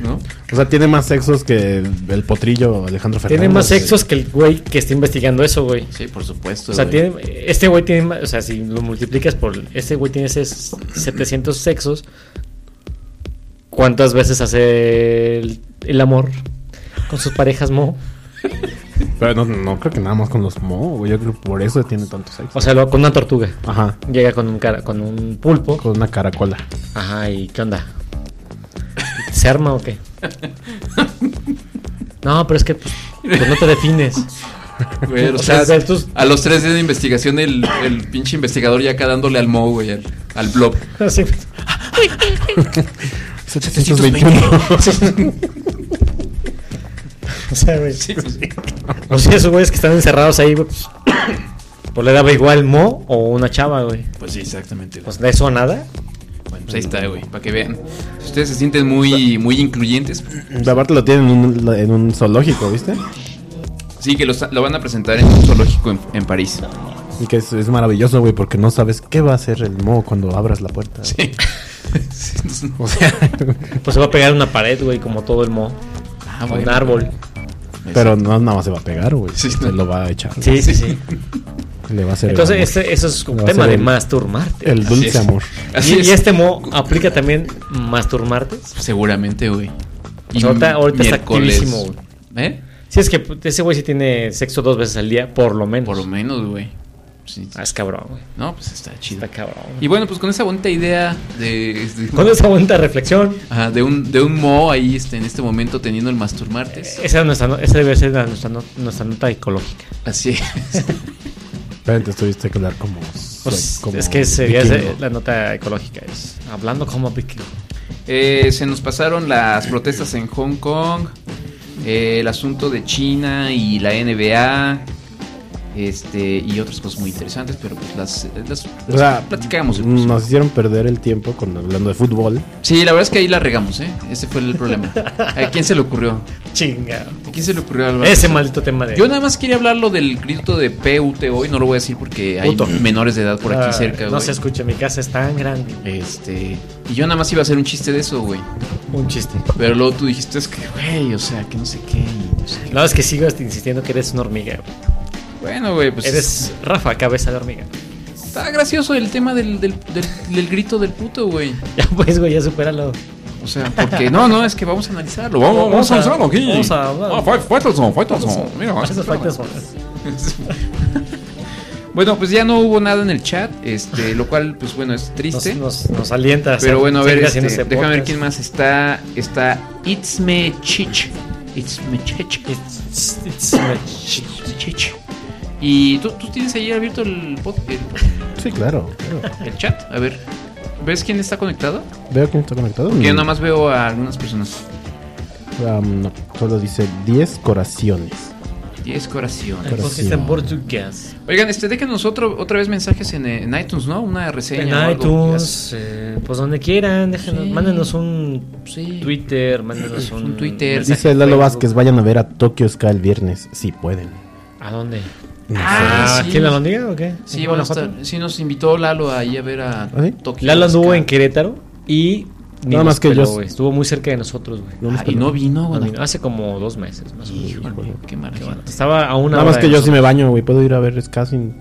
Speaker 3: ¿No?
Speaker 5: O sea, tiene más sexos que el potrillo Alejandro Fernández.
Speaker 4: Tiene más sexos que el güey que está investigando eso, güey.
Speaker 3: Sí, por supuesto.
Speaker 4: O sea,
Speaker 3: güey.
Speaker 4: tiene, este güey tiene, ma- o sea, si lo multiplicas por, este güey tiene ses- 700 sexos. ¿Cuántas veces hace el, el amor con sus parejas mo?
Speaker 5: Pero no, no creo que nada más con los mo, güey. Yo creo que por eso tiene tantos sexos.
Speaker 4: O sea, lo- con una tortuga.
Speaker 5: Ajá.
Speaker 4: Llega con un cara, con un pulpo.
Speaker 5: Con una caracola.
Speaker 4: Ajá, ¿y qué onda? ¿Se arma o qué? No, pero es que pues, pues no te defines.
Speaker 3: Güey, o
Speaker 4: O
Speaker 3: sea,
Speaker 4: sea, de estos-
Speaker 3: a los tres días de investigación, el, el pinche investigador ya acá dándole al mo, güey, al, al blob.
Speaker 4: Así.
Speaker 5: 721.
Speaker 4: O sea, güey. O sea, esos güeyes que están encerrados ahí, güey. Pues, pues le daba igual mo o una chava, güey.
Speaker 3: Pues sí, exactamente. güey.
Speaker 4: Pues de eso a nada.
Speaker 3: Bueno, pues ahí está, güey, para que vean. Si ustedes se sienten muy, muy incluyentes,
Speaker 5: Aparte lo tienen en un, en un zoológico, ¿viste?
Speaker 3: sí, que lo, está- lo van a presentar en un zoológico en, en París.
Speaker 5: Y que es, es maravilloso, güey, porque no sabes qué va a hacer el mo cuando abras la puerta.
Speaker 3: Sí.
Speaker 5: O sea,
Speaker 4: Pues se va a pegar una pared, güey, como todo el mo.
Speaker 3: Ah,
Speaker 4: un
Speaker 3: bueno. pues,
Speaker 4: árbol.
Speaker 5: pero no nada más se va a pegar, güey. se lo va a echar.
Speaker 4: Sí, sí, sí.
Speaker 5: Le va a hacer el
Speaker 4: Entonces,
Speaker 5: amor.
Speaker 4: este- eso es un
Speaker 5: Le va a
Speaker 4: tema
Speaker 5: hacer
Speaker 4: de
Speaker 5: el-
Speaker 4: masturbarte.
Speaker 5: El dulce
Speaker 3: Así es.
Speaker 5: amor.
Speaker 3: Así
Speaker 4: y,
Speaker 3: es.
Speaker 4: y este mo aplica también masturbarte.
Speaker 3: Seguramente, güey.
Speaker 4: O sea, ahorita ahorita está
Speaker 3: miércoles.
Speaker 4: activísimo, güey.
Speaker 3: ¿Eh?
Speaker 4: Si es que pues, ese güey sí tiene sexo dos veces al día, por lo menos.
Speaker 3: Por lo menos, güey. Sí.
Speaker 4: Ah, es cabrón, güey.
Speaker 3: No, pues está chido.
Speaker 4: Está cabrón.
Speaker 3: Y bueno, pues con esa bonita idea de, de-
Speaker 4: Con esa bonita reflexión,
Speaker 3: ajá, de un de un mo ahí este, en este momento teniendo el Mastur Martes.
Speaker 4: esa, es nuestra, no- esa debe ser la- nuestra, no- nuestra nota ecológica.
Speaker 3: Así es.
Speaker 5: Espérate, estuviste que hablar como,
Speaker 4: Pues,
Speaker 5: como
Speaker 4: es que sería esa-
Speaker 5: vikingo.
Speaker 4: la nota ecológica. Es hablando como vikingo.
Speaker 3: Eh, se nos pasaron las protestas en Hong Kong, eh, el asunto de China y la NBA, este y otras cosas muy interesantes, pero pues las, las-
Speaker 5: O sea,
Speaker 3: platicamos. pues.
Speaker 5: Nos hicieron perder el tiempo con hablando de fútbol.
Speaker 3: Sí, la verdad es que ahí la regamos, ¿eh? Ese fue el problema. ¿A quién se le ocurrió?
Speaker 4: Chinga.
Speaker 3: ¿A quién se le ocurrió al
Speaker 4: Ese
Speaker 3: Barça?
Speaker 4: maldito tema de.
Speaker 3: Yo nada más quería hablarlo del grito de PUTO y no lo voy a decir porque hay
Speaker 4: Puto.
Speaker 3: menores de edad por aquí
Speaker 4: Ah,
Speaker 3: cerca,
Speaker 4: No
Speaker 3: güey.
Speaker 4: se escucha, mi casa es tan grande.
Speaker 3: Este. Y yo nada más iba a hacer un chiste de eso, güey.
Speaker 4: Un chiste.
Speaker 3: Pero luego tú dijiste, es que, güey, o sea, que no sé qué. y no sé qué".
Speaker 4: No, es que sigo hasta insistiendo que eres una hormiga. güey.
Speaker 3: Bueno, güey, pues.
Speaker 4: Eres Rafa, cabeza de hormiga.
Speaker 3: Está gracioso el tema del, del, del- del grito del puto, güey.
Speaker 4: Ya pues, güey, ya supéralo.
Speaker 3: O sea, porque. No, no, es que vamos a analizarlo. Vamos, vamos, a analizarlo aquí.
Speaker 4: Vamos a hablar.
Speaker 3: Ah, fue, fue Telson, fue Telson. Mira,
Speaker 4: Esas
Speaker 3: espérame.
Speaker 4: factas son-
Speaker 3: Bueno, pues ya no hubo nada en el chat, este, lo cual, pues bueno, es
Speaker 4: nos,
Speaker 3: triste.
Speaker 4: nos, nos alienta. a hacer-
Speaker 3: Pero bueno, a ver,
Speaker 4: seguir haciendo
Speaker 3: este,
Speaker 4: este
Speaker 3: déjame ver
Speaker 4: podcast.
Speaker 3: quién más está. Está Itzme Chich. Itzme Chich.
Speaker 4: It's- it's rich.
Speaker 3: Itzme Chich. Y tú, tú tienes ahí abierto el, pod- el,
Speaker 5: Sí, claro. claro.
Speaker 3: el chat. A ver, ¿ves quién está conectado?
Speaker 5: Veo quién está conectado.
Speaker 3: Porque
Speaker 4: Mm.
Speaker 3: yo nada más veo a algunas personas.
Speaker 5: Um, no, solo dice 10 corazones.
Speaker 4: pues,
Speaker 3: 10
Speaker 4: El
Speaker 3: corazones.
Speaker 4: podcast está en portugués.
Speaker 3: Oigan, este, déjenos otro, otra vez mensajes en, eh, en iTunes, ¿no? Una reseña. o
Speaker 4: En
Speaker 3: algo.
Speaker 4: iTunes, eh, pues donde quieran, déjenos, mándenos un
Speaker 3: Sí.
Speaker 4: Twitter, mándenos un,
Speaker 3: Un Twitter.
Speaker 4: mensaje
Speaker 5: Dice
Speaker 4: en
Speaker 5: Lalo
Speaker 4: Facebook.
Speaker 5: Vázquez, vayan a ver a Tokyo Sky el viernes, si pueden.
Speaker 4: ¿A dónde?
Speaker 5: No
Speaker 3: Ah,
Speaker 4: Ah,
Speaker 3: sí.
Speaker 4: ¿Quién la mandiga o qué?
Speaker 3: Sí,
Speaker 4: ¿En
Speaker 3: bueno,
Speaker 4: Guanajuato?
Speaker 3: sí nos invitó Lalo ahí a ver a
Speaker 5: ¿Ah, sí?
Speaker 3: Tokio.
Speaker 4: Lalo anduvo en Querétaro y Ni
Speaker 5: Nada
Speaker 4: nos
Speaker 5: más que
Speaker 4: peló,
Speaker 5: yo-
Speaker 4: güey. Estuvo muy cerca de nosotros, güey.
Speaker 5: No nos
Speaker 4: Ah, y
Speaker 5: peló.
Speaker 4: no vino, güey. Hace como dos meses, más o menos.
Speaker 3: qué maravilla.
Speaker 4: Estaba a una
Speaker 5: Nada más
Speaker 4: hora
Speaker 5: que
Speaker 4: de
Speaker 5: yo si me
Speaker 4: nosotros.
Speaker 5: baño, güey. Puedo ir a ver Scassin.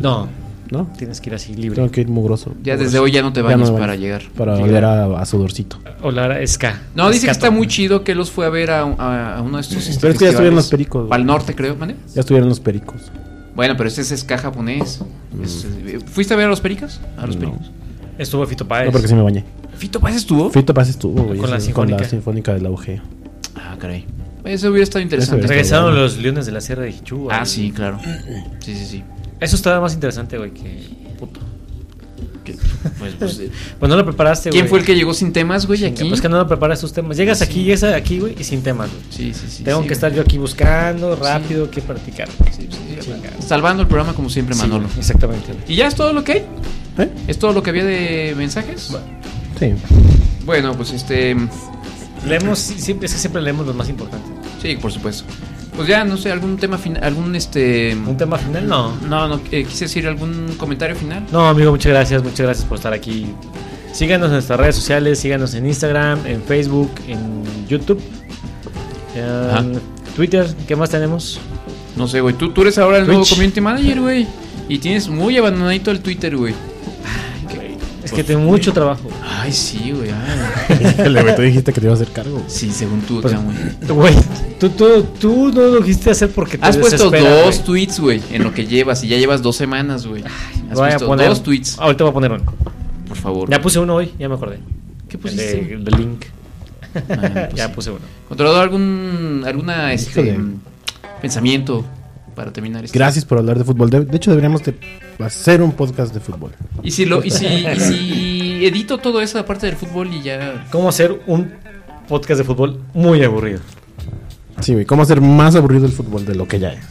Speaker 4: No.
Speaker 5: ¿No?
Speaker 4: Tienes que ir así libre.
Speaker 5: Tengo que ir mugroso.
Speaker 4: Ya desde hoy ya no te
Speaker 5: me
Speaker 4: bañas
Speaker 5: baño.
Speaker 4: para llegar.
Speaker 5: Para
Speaker 4: Llegar.
Speaker 5: oler a, a sudorcito.
Speaker 4: Olara Ska.
Speaker 3: No, dice que
Speaker 4: Escato.
Speaker 3: está muy chido que los fue a ver a, a- a uno de estos este,
Speaker 5: Pero es que ya
Speaker 3: festivales.
Speaker 5: estuvieron los pericos, güey.
Speaker 3: Al norte, creo, ¿vale?
Speaker 5: Ya estuvieron los pericos.
Speaker 3: Bueno, pero ese es ska japonés.
Speaker 5: Mm.
Speaker 3: Es- eh, ¿Fuiste a ver a los pericas? A los pericos.
Speaker 4: Estuvo Fito Páez.
Speaker 5: No, porque sí me bañé.
Speaker 3: ¿Fito Páez estuvo?
Speaker 5: Fito Paz estuvo, güey.
Speaker 4: Pues. Con la
Speaker 5: sí, Con la
Speaker 4: sinfónica.
Speaker 5: sinfónica del auge.
Speaker 3: Ah, caray. Eso hubiera estado interesante.
Speaker 5: Eso hubiera
Speaker 4: Regresaron los Leones de la Sierra de Hichu.
Speaker 3: Ah,
Speaker 4: al-
Speaker 3: sí, claro. Sí, sí, sí.
Speaker 4: Eso estaba más interesante, güey, que puto.
Speaker 3: Pues, pues, eh.
Speaker 4: Pues no lo preparaste, güey.
Speaker 3: ¿Quién fue el que llegó sin temas, güey,
Speaker 4: Chinga,
Speaker 3: aquí?
Speaker 4: Pues que no lo preparas tus temas. Llegas
Speaker 3: Sí.
Speaker 4: aquí, llegas aquí, güey, y sin temas, güey.
Speaker 3: Sí, sí, sí.
Speaker 4: Tengo
Speaker 3: sí, pues,
Speaker 4: que estar yo aquí buscando rápido que practicar.
Speaker 3: Salvando el programa como siempre,
Speaker 4: Sí,
Speaker 3: Manolo.
Speaker 4: exactamente.
Speaker 3: ¿Y ya es todo lo que hay? ¿Es todo lo que había de mensajes?
Speaker 5: ¿Eh? Sí.
Speaker 3: Bueno, pues este.
Speaker 4: Leemos, sí, siempre- es que siempre leemos los más importantes.
Speaker 3: Sí, por supuesto. Pues ya, no sé, algún tema final, algún este... ¿Un
Speaker 4: tema final? No.
Speaker 3: No, no, eh, quise decir algún comentario final.
Speaker 4: No, amigo, muchas gracias, muchas gracias por estar aquí. Síganos en nuestras redes sociales, síganos en Instagram, en Facebook, en YouTube, en
Speaker 3: Ajá.
Speaker 4: Twitter, ¿qué más tenemos?
Speaker 3: No sé, güey, tú, tú eres ahora el nuevo
Speaker 4: Twitch.
Speaker 3: community manager, güey. Y tienes muy abandonadito el Twitter, güey. Pues,
Speaker 4: Es que tengo mucho trabajo.
Speaker 3: Ay, sí, güey. ah.
Speaker 5: Híjole, güey, tú dijiste que te iba a hacer cargo.
Speaker 3: Sí, según tú,
Speaker 4: Pues,
Speaker 3: acá, güey.
Speaker 4: Güey, tú, tú, tú no lo quisiste hacer porque te
Speaker 3: Has puesto
Speaker 4: desesperas,
Speaker 3: dos
Speaker 4: güey.
Speaker 3: tweets, güey, en lo que llevas. Y ya llevas dos semanas, güey. Has
Speaker 4: Voy a
Speaker 3: puesto
Speaker 4: poner-
Speaker 3: dos tweets.
Speaker 4: Ahorita voy a poner uno.
Speaker 3: Por favor.
Speaker 4: Ya puse uno hoy, ya me acordé.
Speaker 3: ¿Qué
Speaker 4: El
Speaker 3: pusiste?
Speaker 4: de, el de Link.
Speaker 3: Ah, pues
Speaker 4: ya
Speaker 3: sí.
Speaker 4: puse uno.
Speaker 3: Controlador, algún alguna, este,
Speaker 5: Híjole.
Speaker 3: pensamiento para terminar esto.
Speaker 5: Gracias por hablar de fútbol. De, de hecho, deberíamos de hacer un podcast de fútbol.
Speaker 3: Y si lo, y si, y si edito todo eso aparte del fútbol y ya.
Speaker 4: ¿Cómo hacer un podcast de fútbol muy aburrido?
Speaker 5: Sí, güey. ¿Cómo hacer más aburrido el fútbol de lo que ya es?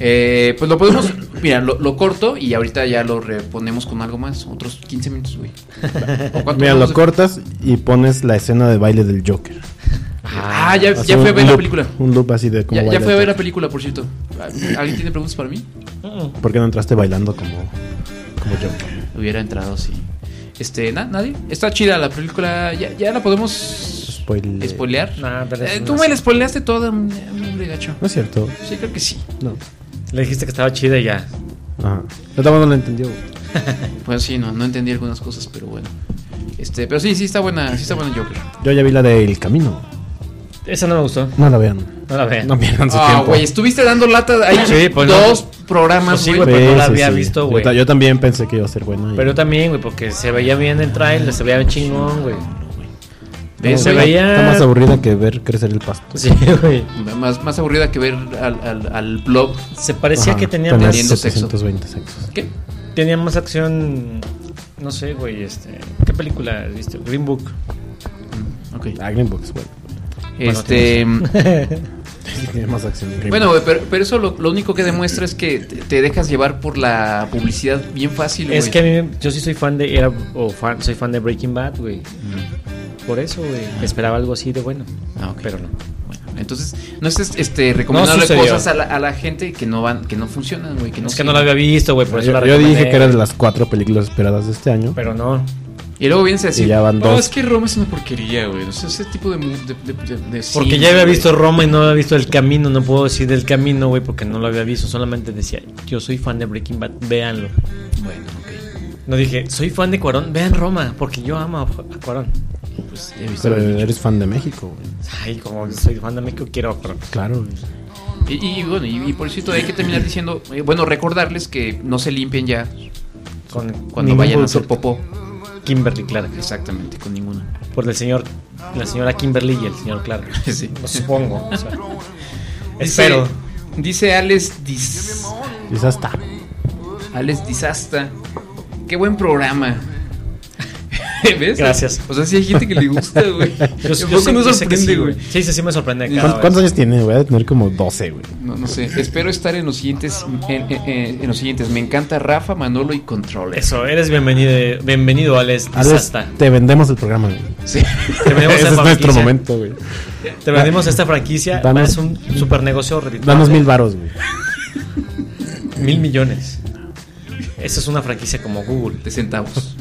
Speaker 3: Eh, pues lo podemos. Mira, lo, lo corto y ahorita ya lo reponemos con algo más. Otros 15 minutos, güey. ¿O cuánto
Speaker 5: Mira,
Speaker 3: vamos
Speaker 5: lo
Speaker 3: a-
Speaker 5: cortas y pones la escena de baile del Joker.
Speaker 3: Ah, ya,
Speaker 5: Hace
Speaker 3: ya
Speaker 5: un
Speaker 3: fue a ver la
Speaker 5: loop,
Speaker 3: película.
Speaker 5: Un loop así de cómo
Speaker 3: Ya, ya
Speaker 5: baila
Speaker 3: fue a
Speaker 5: el
Speaker 3: ver la película, por cierto. ¿Alguien tiene preguntas para mí?
Speaker 5: Joker. ¿Por qué no entraste bailando como, como Joker?
Speaker 3: Hubiera entrado, sí. Este, na- nadie. Está chida la película. Ya, ya la podemos
Speaker 5: Spoile-
Speaker 3: spoilear.
Speaker 4: Nah, pero es
Speaker 3: Eh,
Speaker 4: una
Speaker 3: tú me
Speaker 4: serie.
Speaker 3: la spoileaste toda, mm, hombre gacho.
Speaker 5: No es cierto.
Speaker 3: Sí, creo que sí.
Speaker 5: No.
Speaker 4: Le dijiste que estaba chida y ya.
Speaker 5: Ajá. Yo tampoco lo entendió. güey.
Speaker 3: Pues sí, no, no entendí algunas cosas, pero bueno. Este, pero sí, sí está buena, sí está buena Joker.
Speaker 5: Yo ya vi la del camino.
Speaker 4: Esa no me gustó.
Speaker 5: No la vean.
Speaker 4: No la vean.
Speaker 5: No pierdan su
Speaker 3: Ah,
Speaker 5: tiempo.
Speaker 3: güey, estuviste dando lata ahí
Speaker 4: Sí, pues no.
Speaker 3: dos programas,
Speaker 4: Pues sí,
Speaker 3: güey.
Speaker 4: güey, pero no la
Speaker 5: Sí, sí,
Speaker 4: había
Speaker 5: sí.
Speaker 4: visto,
Speaker 5: Yo
Speaker 4: güey.
Speaker 5: ta- Yo, también pensé que iba a ser buena. y-
Speaker 4: Pero yo también, güey, porque se veía bien el trailer, se veía chingón, güey.
Speaker 5: No,
Speaker 4: se
Speaker 5: güey,
Speaker 4: veía.
Speaker 5: Está más aburrida que ver crecer el pasto.
Speaker 4: Sí, güey.
Speaker 3: Más, más aburrida que ver al, al, al blog.
Speaker 4: Se parecía
Speaker 5: Ajá,
Speaker 4: que tenía
Speaker 5: tenía
Speaker 4: más.
Speaker 3: Teniendo sexo.
Speaker 5: 720 sexos.
Speaker 3: ¿Qué?
Speaker 4: Tenía más acción. No sé, güey, este. ¿Qué película viste? Green Book.
Speaker 3: Ok.
Speaker 5: Ah, Green Box, güey.
Speaker 3: Este.
Speaker 5: Tiene más acción. Green
Speaker 3: Bueno,
Speaker 5: Book.
Speaker 3: güey, pero, pero eso lo, lo único que demuestra es que te, te dejas llevar por la publicidad bien fácil, güey.
Speaker 4: Es que a mí, yo sí soy fan de. Era, o fan, soy fan de Breaking Bad, güey. Por eso, güey. Esperaba algo así de bueno. Pero no.
Speaker 3: Entonces, no es este, recomendarle
Speaker 4: sucedió.
Speaker 3: cosas a la, a la gente que no van, que no funcionan, güey. Que no
Speaker 4: Es que
Speaker 3: sirven.
Speaker 4: no la había visto, güey, por eso la
Speaker 5: yo, yo dije
Speaker 4: recomendé,
Speaker 5: que era de las cuatro películas esperadas de este año.
Speaker 4: Pero no.
Speaker 3: Y luego vienes a decir,
Speaker 5: Y ya van
Speaker 3: no,
Speaker 5: dos.
Speaker 3: es que Roma es una porquería, güey. O sea, ese tipo de... mu- de- de- de- de
Speaker 4: Porque
Speaker 3: cine,
Speaker 4: ya había
Speaker 3: güey.
Speaker 4: visto Roma y no había visto El Camino. No puedo decir Del Camino, güey, porque no lo había visto. Solamente decía, yo soy fan de Breaking Bad, véanlo.
Speaker 3: Bueno, ok.
Speaker 4: No dije, soy fan de Cuarón, vean Roma, porque yo amo a a Cuarón.
Speaker 3: Pues he visto...
Speaker 5: Pero eres fan de México, güey.
Speaker 4: Ay, como soy fan de México, quiero a Cuarón.
Speaker 5: Claro, güey.
Speaker 3: Y, y bueno, y, y por eso hay que terminar diciendo... eh, bueno, recordarles que no se limpien ya
Speaker 4: Con
Speaker 3: cuando
Speaker 4: ningún
Speaker 3: vayan a
Speaker 4: producto.
Speaker 3: hacer popó.
Speaker 4: Kimberly Clark.
Speaker 3: Exactamente, con ninguno.
Speaker 4: Por el señor, la señora Kimberly y el señor Clark.
Speaker 3: Sí.
Speaker 4: Lo supongo. o sea,
Speaker 3: Dice-
Speaker 4: espero.
Speaker 3: Dice Alex Dis...
Speaker 5: Quizás está.
Speaker 3: Alex Disasta. Qué buen programa. ¿Ves?
Speaker 4: Gracias.
Speaker 3: O sea, sí hay gente que le gusta, güey.
Speaker 4: Yo, yo
Speaker 3: Tampoco
Speaker 4: sé-
Speaker 3: nos
Speaker 4: yo sé que sí,
Speaker 3: sorprende, güey.
Speaker 4: Sí, sí, sí me sorprende. cada
Speaker 5: ¿Cuántos,
Speaker 4: vez.
Speaker 5: cuántos años tiene? Voy a tener como 12, güey.
Speaker 3: No, no sé. Espero estar en los siguientes. En, en- en- en los siguientes. Me encanta Rafa, Manolo y Controller.
Speaker 4: Eso, eres bienvenido, bienvenido Alex
Speaker 5: A ver,
Speaker 4: Disasta.
Speaker 5: te vendemos el programa, güey.
Speaker 3: Sí.
Speaker 4: Te vendemos ¿eh? esta
Speaker 5: Ese es nuestro
Speaker 4: franquicia.
Speaker 5: momento, güey.
Speaker 4: Te vendemos esta franquicia.
Speaker 5: Danos-
Speaker 4: es un super negocio redituable.
Speaker 5: Danos mil varos, güey.
Speaker 4: Mil millones. Eso es una franquicia como Google.
Speaker 3: De centavos.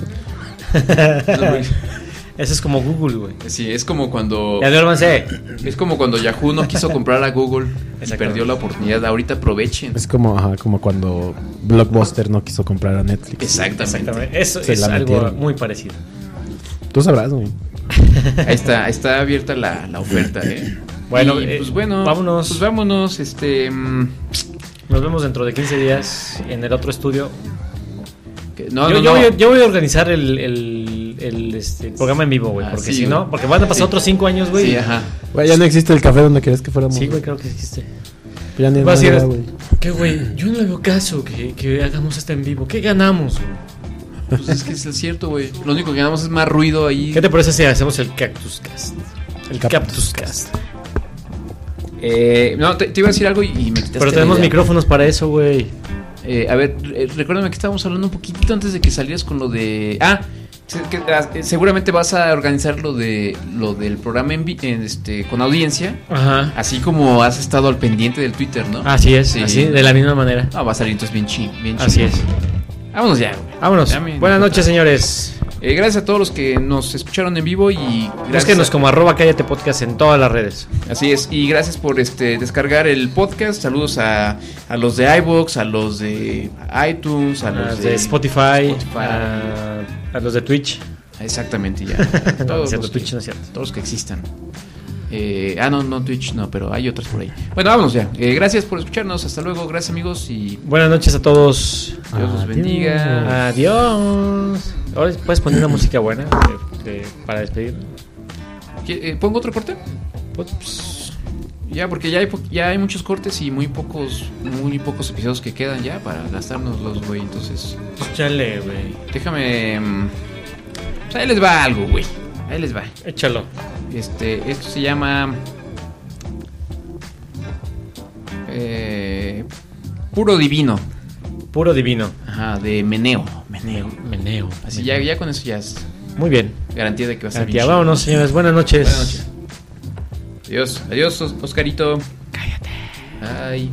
Speaker 4: Eso es como Google, güey.
Speaker 3: Sí, es como cuando.
Speaker 4: Ya duérmanse.
Speaker 3: Es como cuando Yahoo no quiso comprar a Google y perdió la oportunidad. Ahorita aprovechen.
Speaker 5: Es como, ajá, como cuando Blockbuster no quiso comprar a Netflix.
Speaker 3: Exactamente.
Speaker 4: Exactamente. Eso
Speaker 5: Se
Speaker 4: es
Speaker 5: la
Speaker 4: algo
Speaker 5: metieron.
Speaker 4: muy parecido.
Speaker 5: Tú sabrás, güey.
Speaker 3: Ahí está, ahí está abierta la, la oferta, ¿eh?
Speaker 4: Bueno,
Speaker 3: Y,
Speaker 4: eh,
Speaker 3: pues bueno.
Speaker 4: vámonos.
Speaker 3: Pues vámonos, este. mm,
Speaker 4: Nos vemos dentro de 15 días en el otro estudio.
Speaker 3: que- no,
Speaker 4: yo,
Speaker 3: no,
Speaker 4: yo
Speaker 3: no.
Speaker 4: Voy, a- yo voy a organizar el, el- el, este, el programa en vivo, güey.
Speaker 3: Ah,
Speaker 4: porque
Speaker 3: sí,
Speaker 4: si
Speaker 3: güey.
Speaker 4: no, porque van a
Speaker 3: Sí.
Speaker 4: pasar otros 5 años, güey.
Speaker 3: Sí, ajá.
Speaker 5: Güey, ya no existe el café donde querías que fuéramos.
Speaker 4: Sí, güey, creo que existe.
Speaker 5: Ya ni
Speaker 4: Va a
Speaker 5: nada,
Speaker 4: ser-
Speaker 5: güey.
Speaker 12: ¿Qué, güey? Yo no le veo caso que, que hagamos este en vivo. ¿Qué ganamos? güey?
Speaker 3: Pues es que es el cierto, güey. Lo único que ganamos es más ruido ahí.
Speaker 4: ¿Qué te parece si hacemos el Cactus Cast? El
Speaker 5: Cap-
Speaker 4: Cactus Cast.
Speaker 3: Eh, no, te, te iba a decir algo y, y me quitaste.
Speaker 4: Pero
Speaker 3: la
Speaker 4: tenemos
Speaker 3: idea.
Speaker 4: micrófonos para eso, güey.
Speaker 3: Eh, a ver, eh, recuérdame que estábamos hablando un poquitito antes de que salieras con lo de. Ah, se- que- ah, eh, seguramente vas a organizar lo de lo del programa en, vi- en, este, con audiencia.
Speaker 4: Ajá.
Speaker 3: Así como has estado al pendiente del Twitter, ¿no?
Speaker 4: Así es, así, de la misma manera.
Speaker 3: Ah, va a salir entonces bien chi, bien
Speaker 4: Así
Speaker 3: chingón.
Speaker 4: es.
Speaker 3: Vámonos ya, güey.
Speaker 4: Vámonos.
Speaker 3: Ya me-
Speaker 4: Buenas noches, señores.
Speaker 3: Eh, gracias a todos los que nos escucharon en vivo y
Speaker 4: Búsquenos
Speaker 3: gracias.
Speaker 4: como arroba cállate podcast en todas las redes.
Speaker 3: Así es, y gracias por este descargar el podcast. Saludos a, a los de iVoox, a los de iTunes, a
Speaker 4: A
Speaker 3: los
Speaker 4: Ah, de
Speaker 3: de
Speaker 4: Spotify, a, a los de Twitch.
Speaker 3: Exactamente, ya.
Speaker 4: No, no es
Speaker 3: todos,
Speaker 4: cierto,
Speaker 3: los
Speaker 4: Twitch
Speaker 3: que,
Speaker 4: no es cierto.
Speaker 3: todos los que existan. Eh, ah, no, no Twitch, no, pero hay otros por ahí. Bueno, vámonos ya. Eh, gracias por escucharnos. Hasta luego. Gracias, amigos. Y
Speaker 4: Buenas noches a todos.
Speaker 3: Dios los bendiga.
Speaker 4: Adiós. Ahora puedes poner una música buena de- de- para despedir.
Speaker 3: ¿Qué- eh, ¿Pongo otro corte?
Speaker 4: Pues,
Speaker 3: Ya, porque ya hay, po- ya hay muchos cortes y muy pocos muy pocos episodios que quedan ya para gastarnos los, güey. Entonces,
Speaker 4: pues, Chale, güey.
Speaker 3: déjame. mm, pues ahí les va algo, güey. Ahí les va.
Speaker 4: Échalo.
Speaker 3: Este, esto se llama. eh, Puro Divino.
Speaker 4: Puro divino.
Speaker 3: Ajá, de Meneo. Meneo.
Speaker 4: Meneo.
Speaker 3: Así ya, ya con eso ya es
Speaker 4: Muy bien.
Speaker 3: garantía de que va a ser
Speaker 4: Ya
Speaker 3: bien
Speaker 4: vámonos, señores. Buenas noches.
Speaker 3: Buenas noches. chido. Adiós, adiós, Os- Oscarito. Cállate. Ay.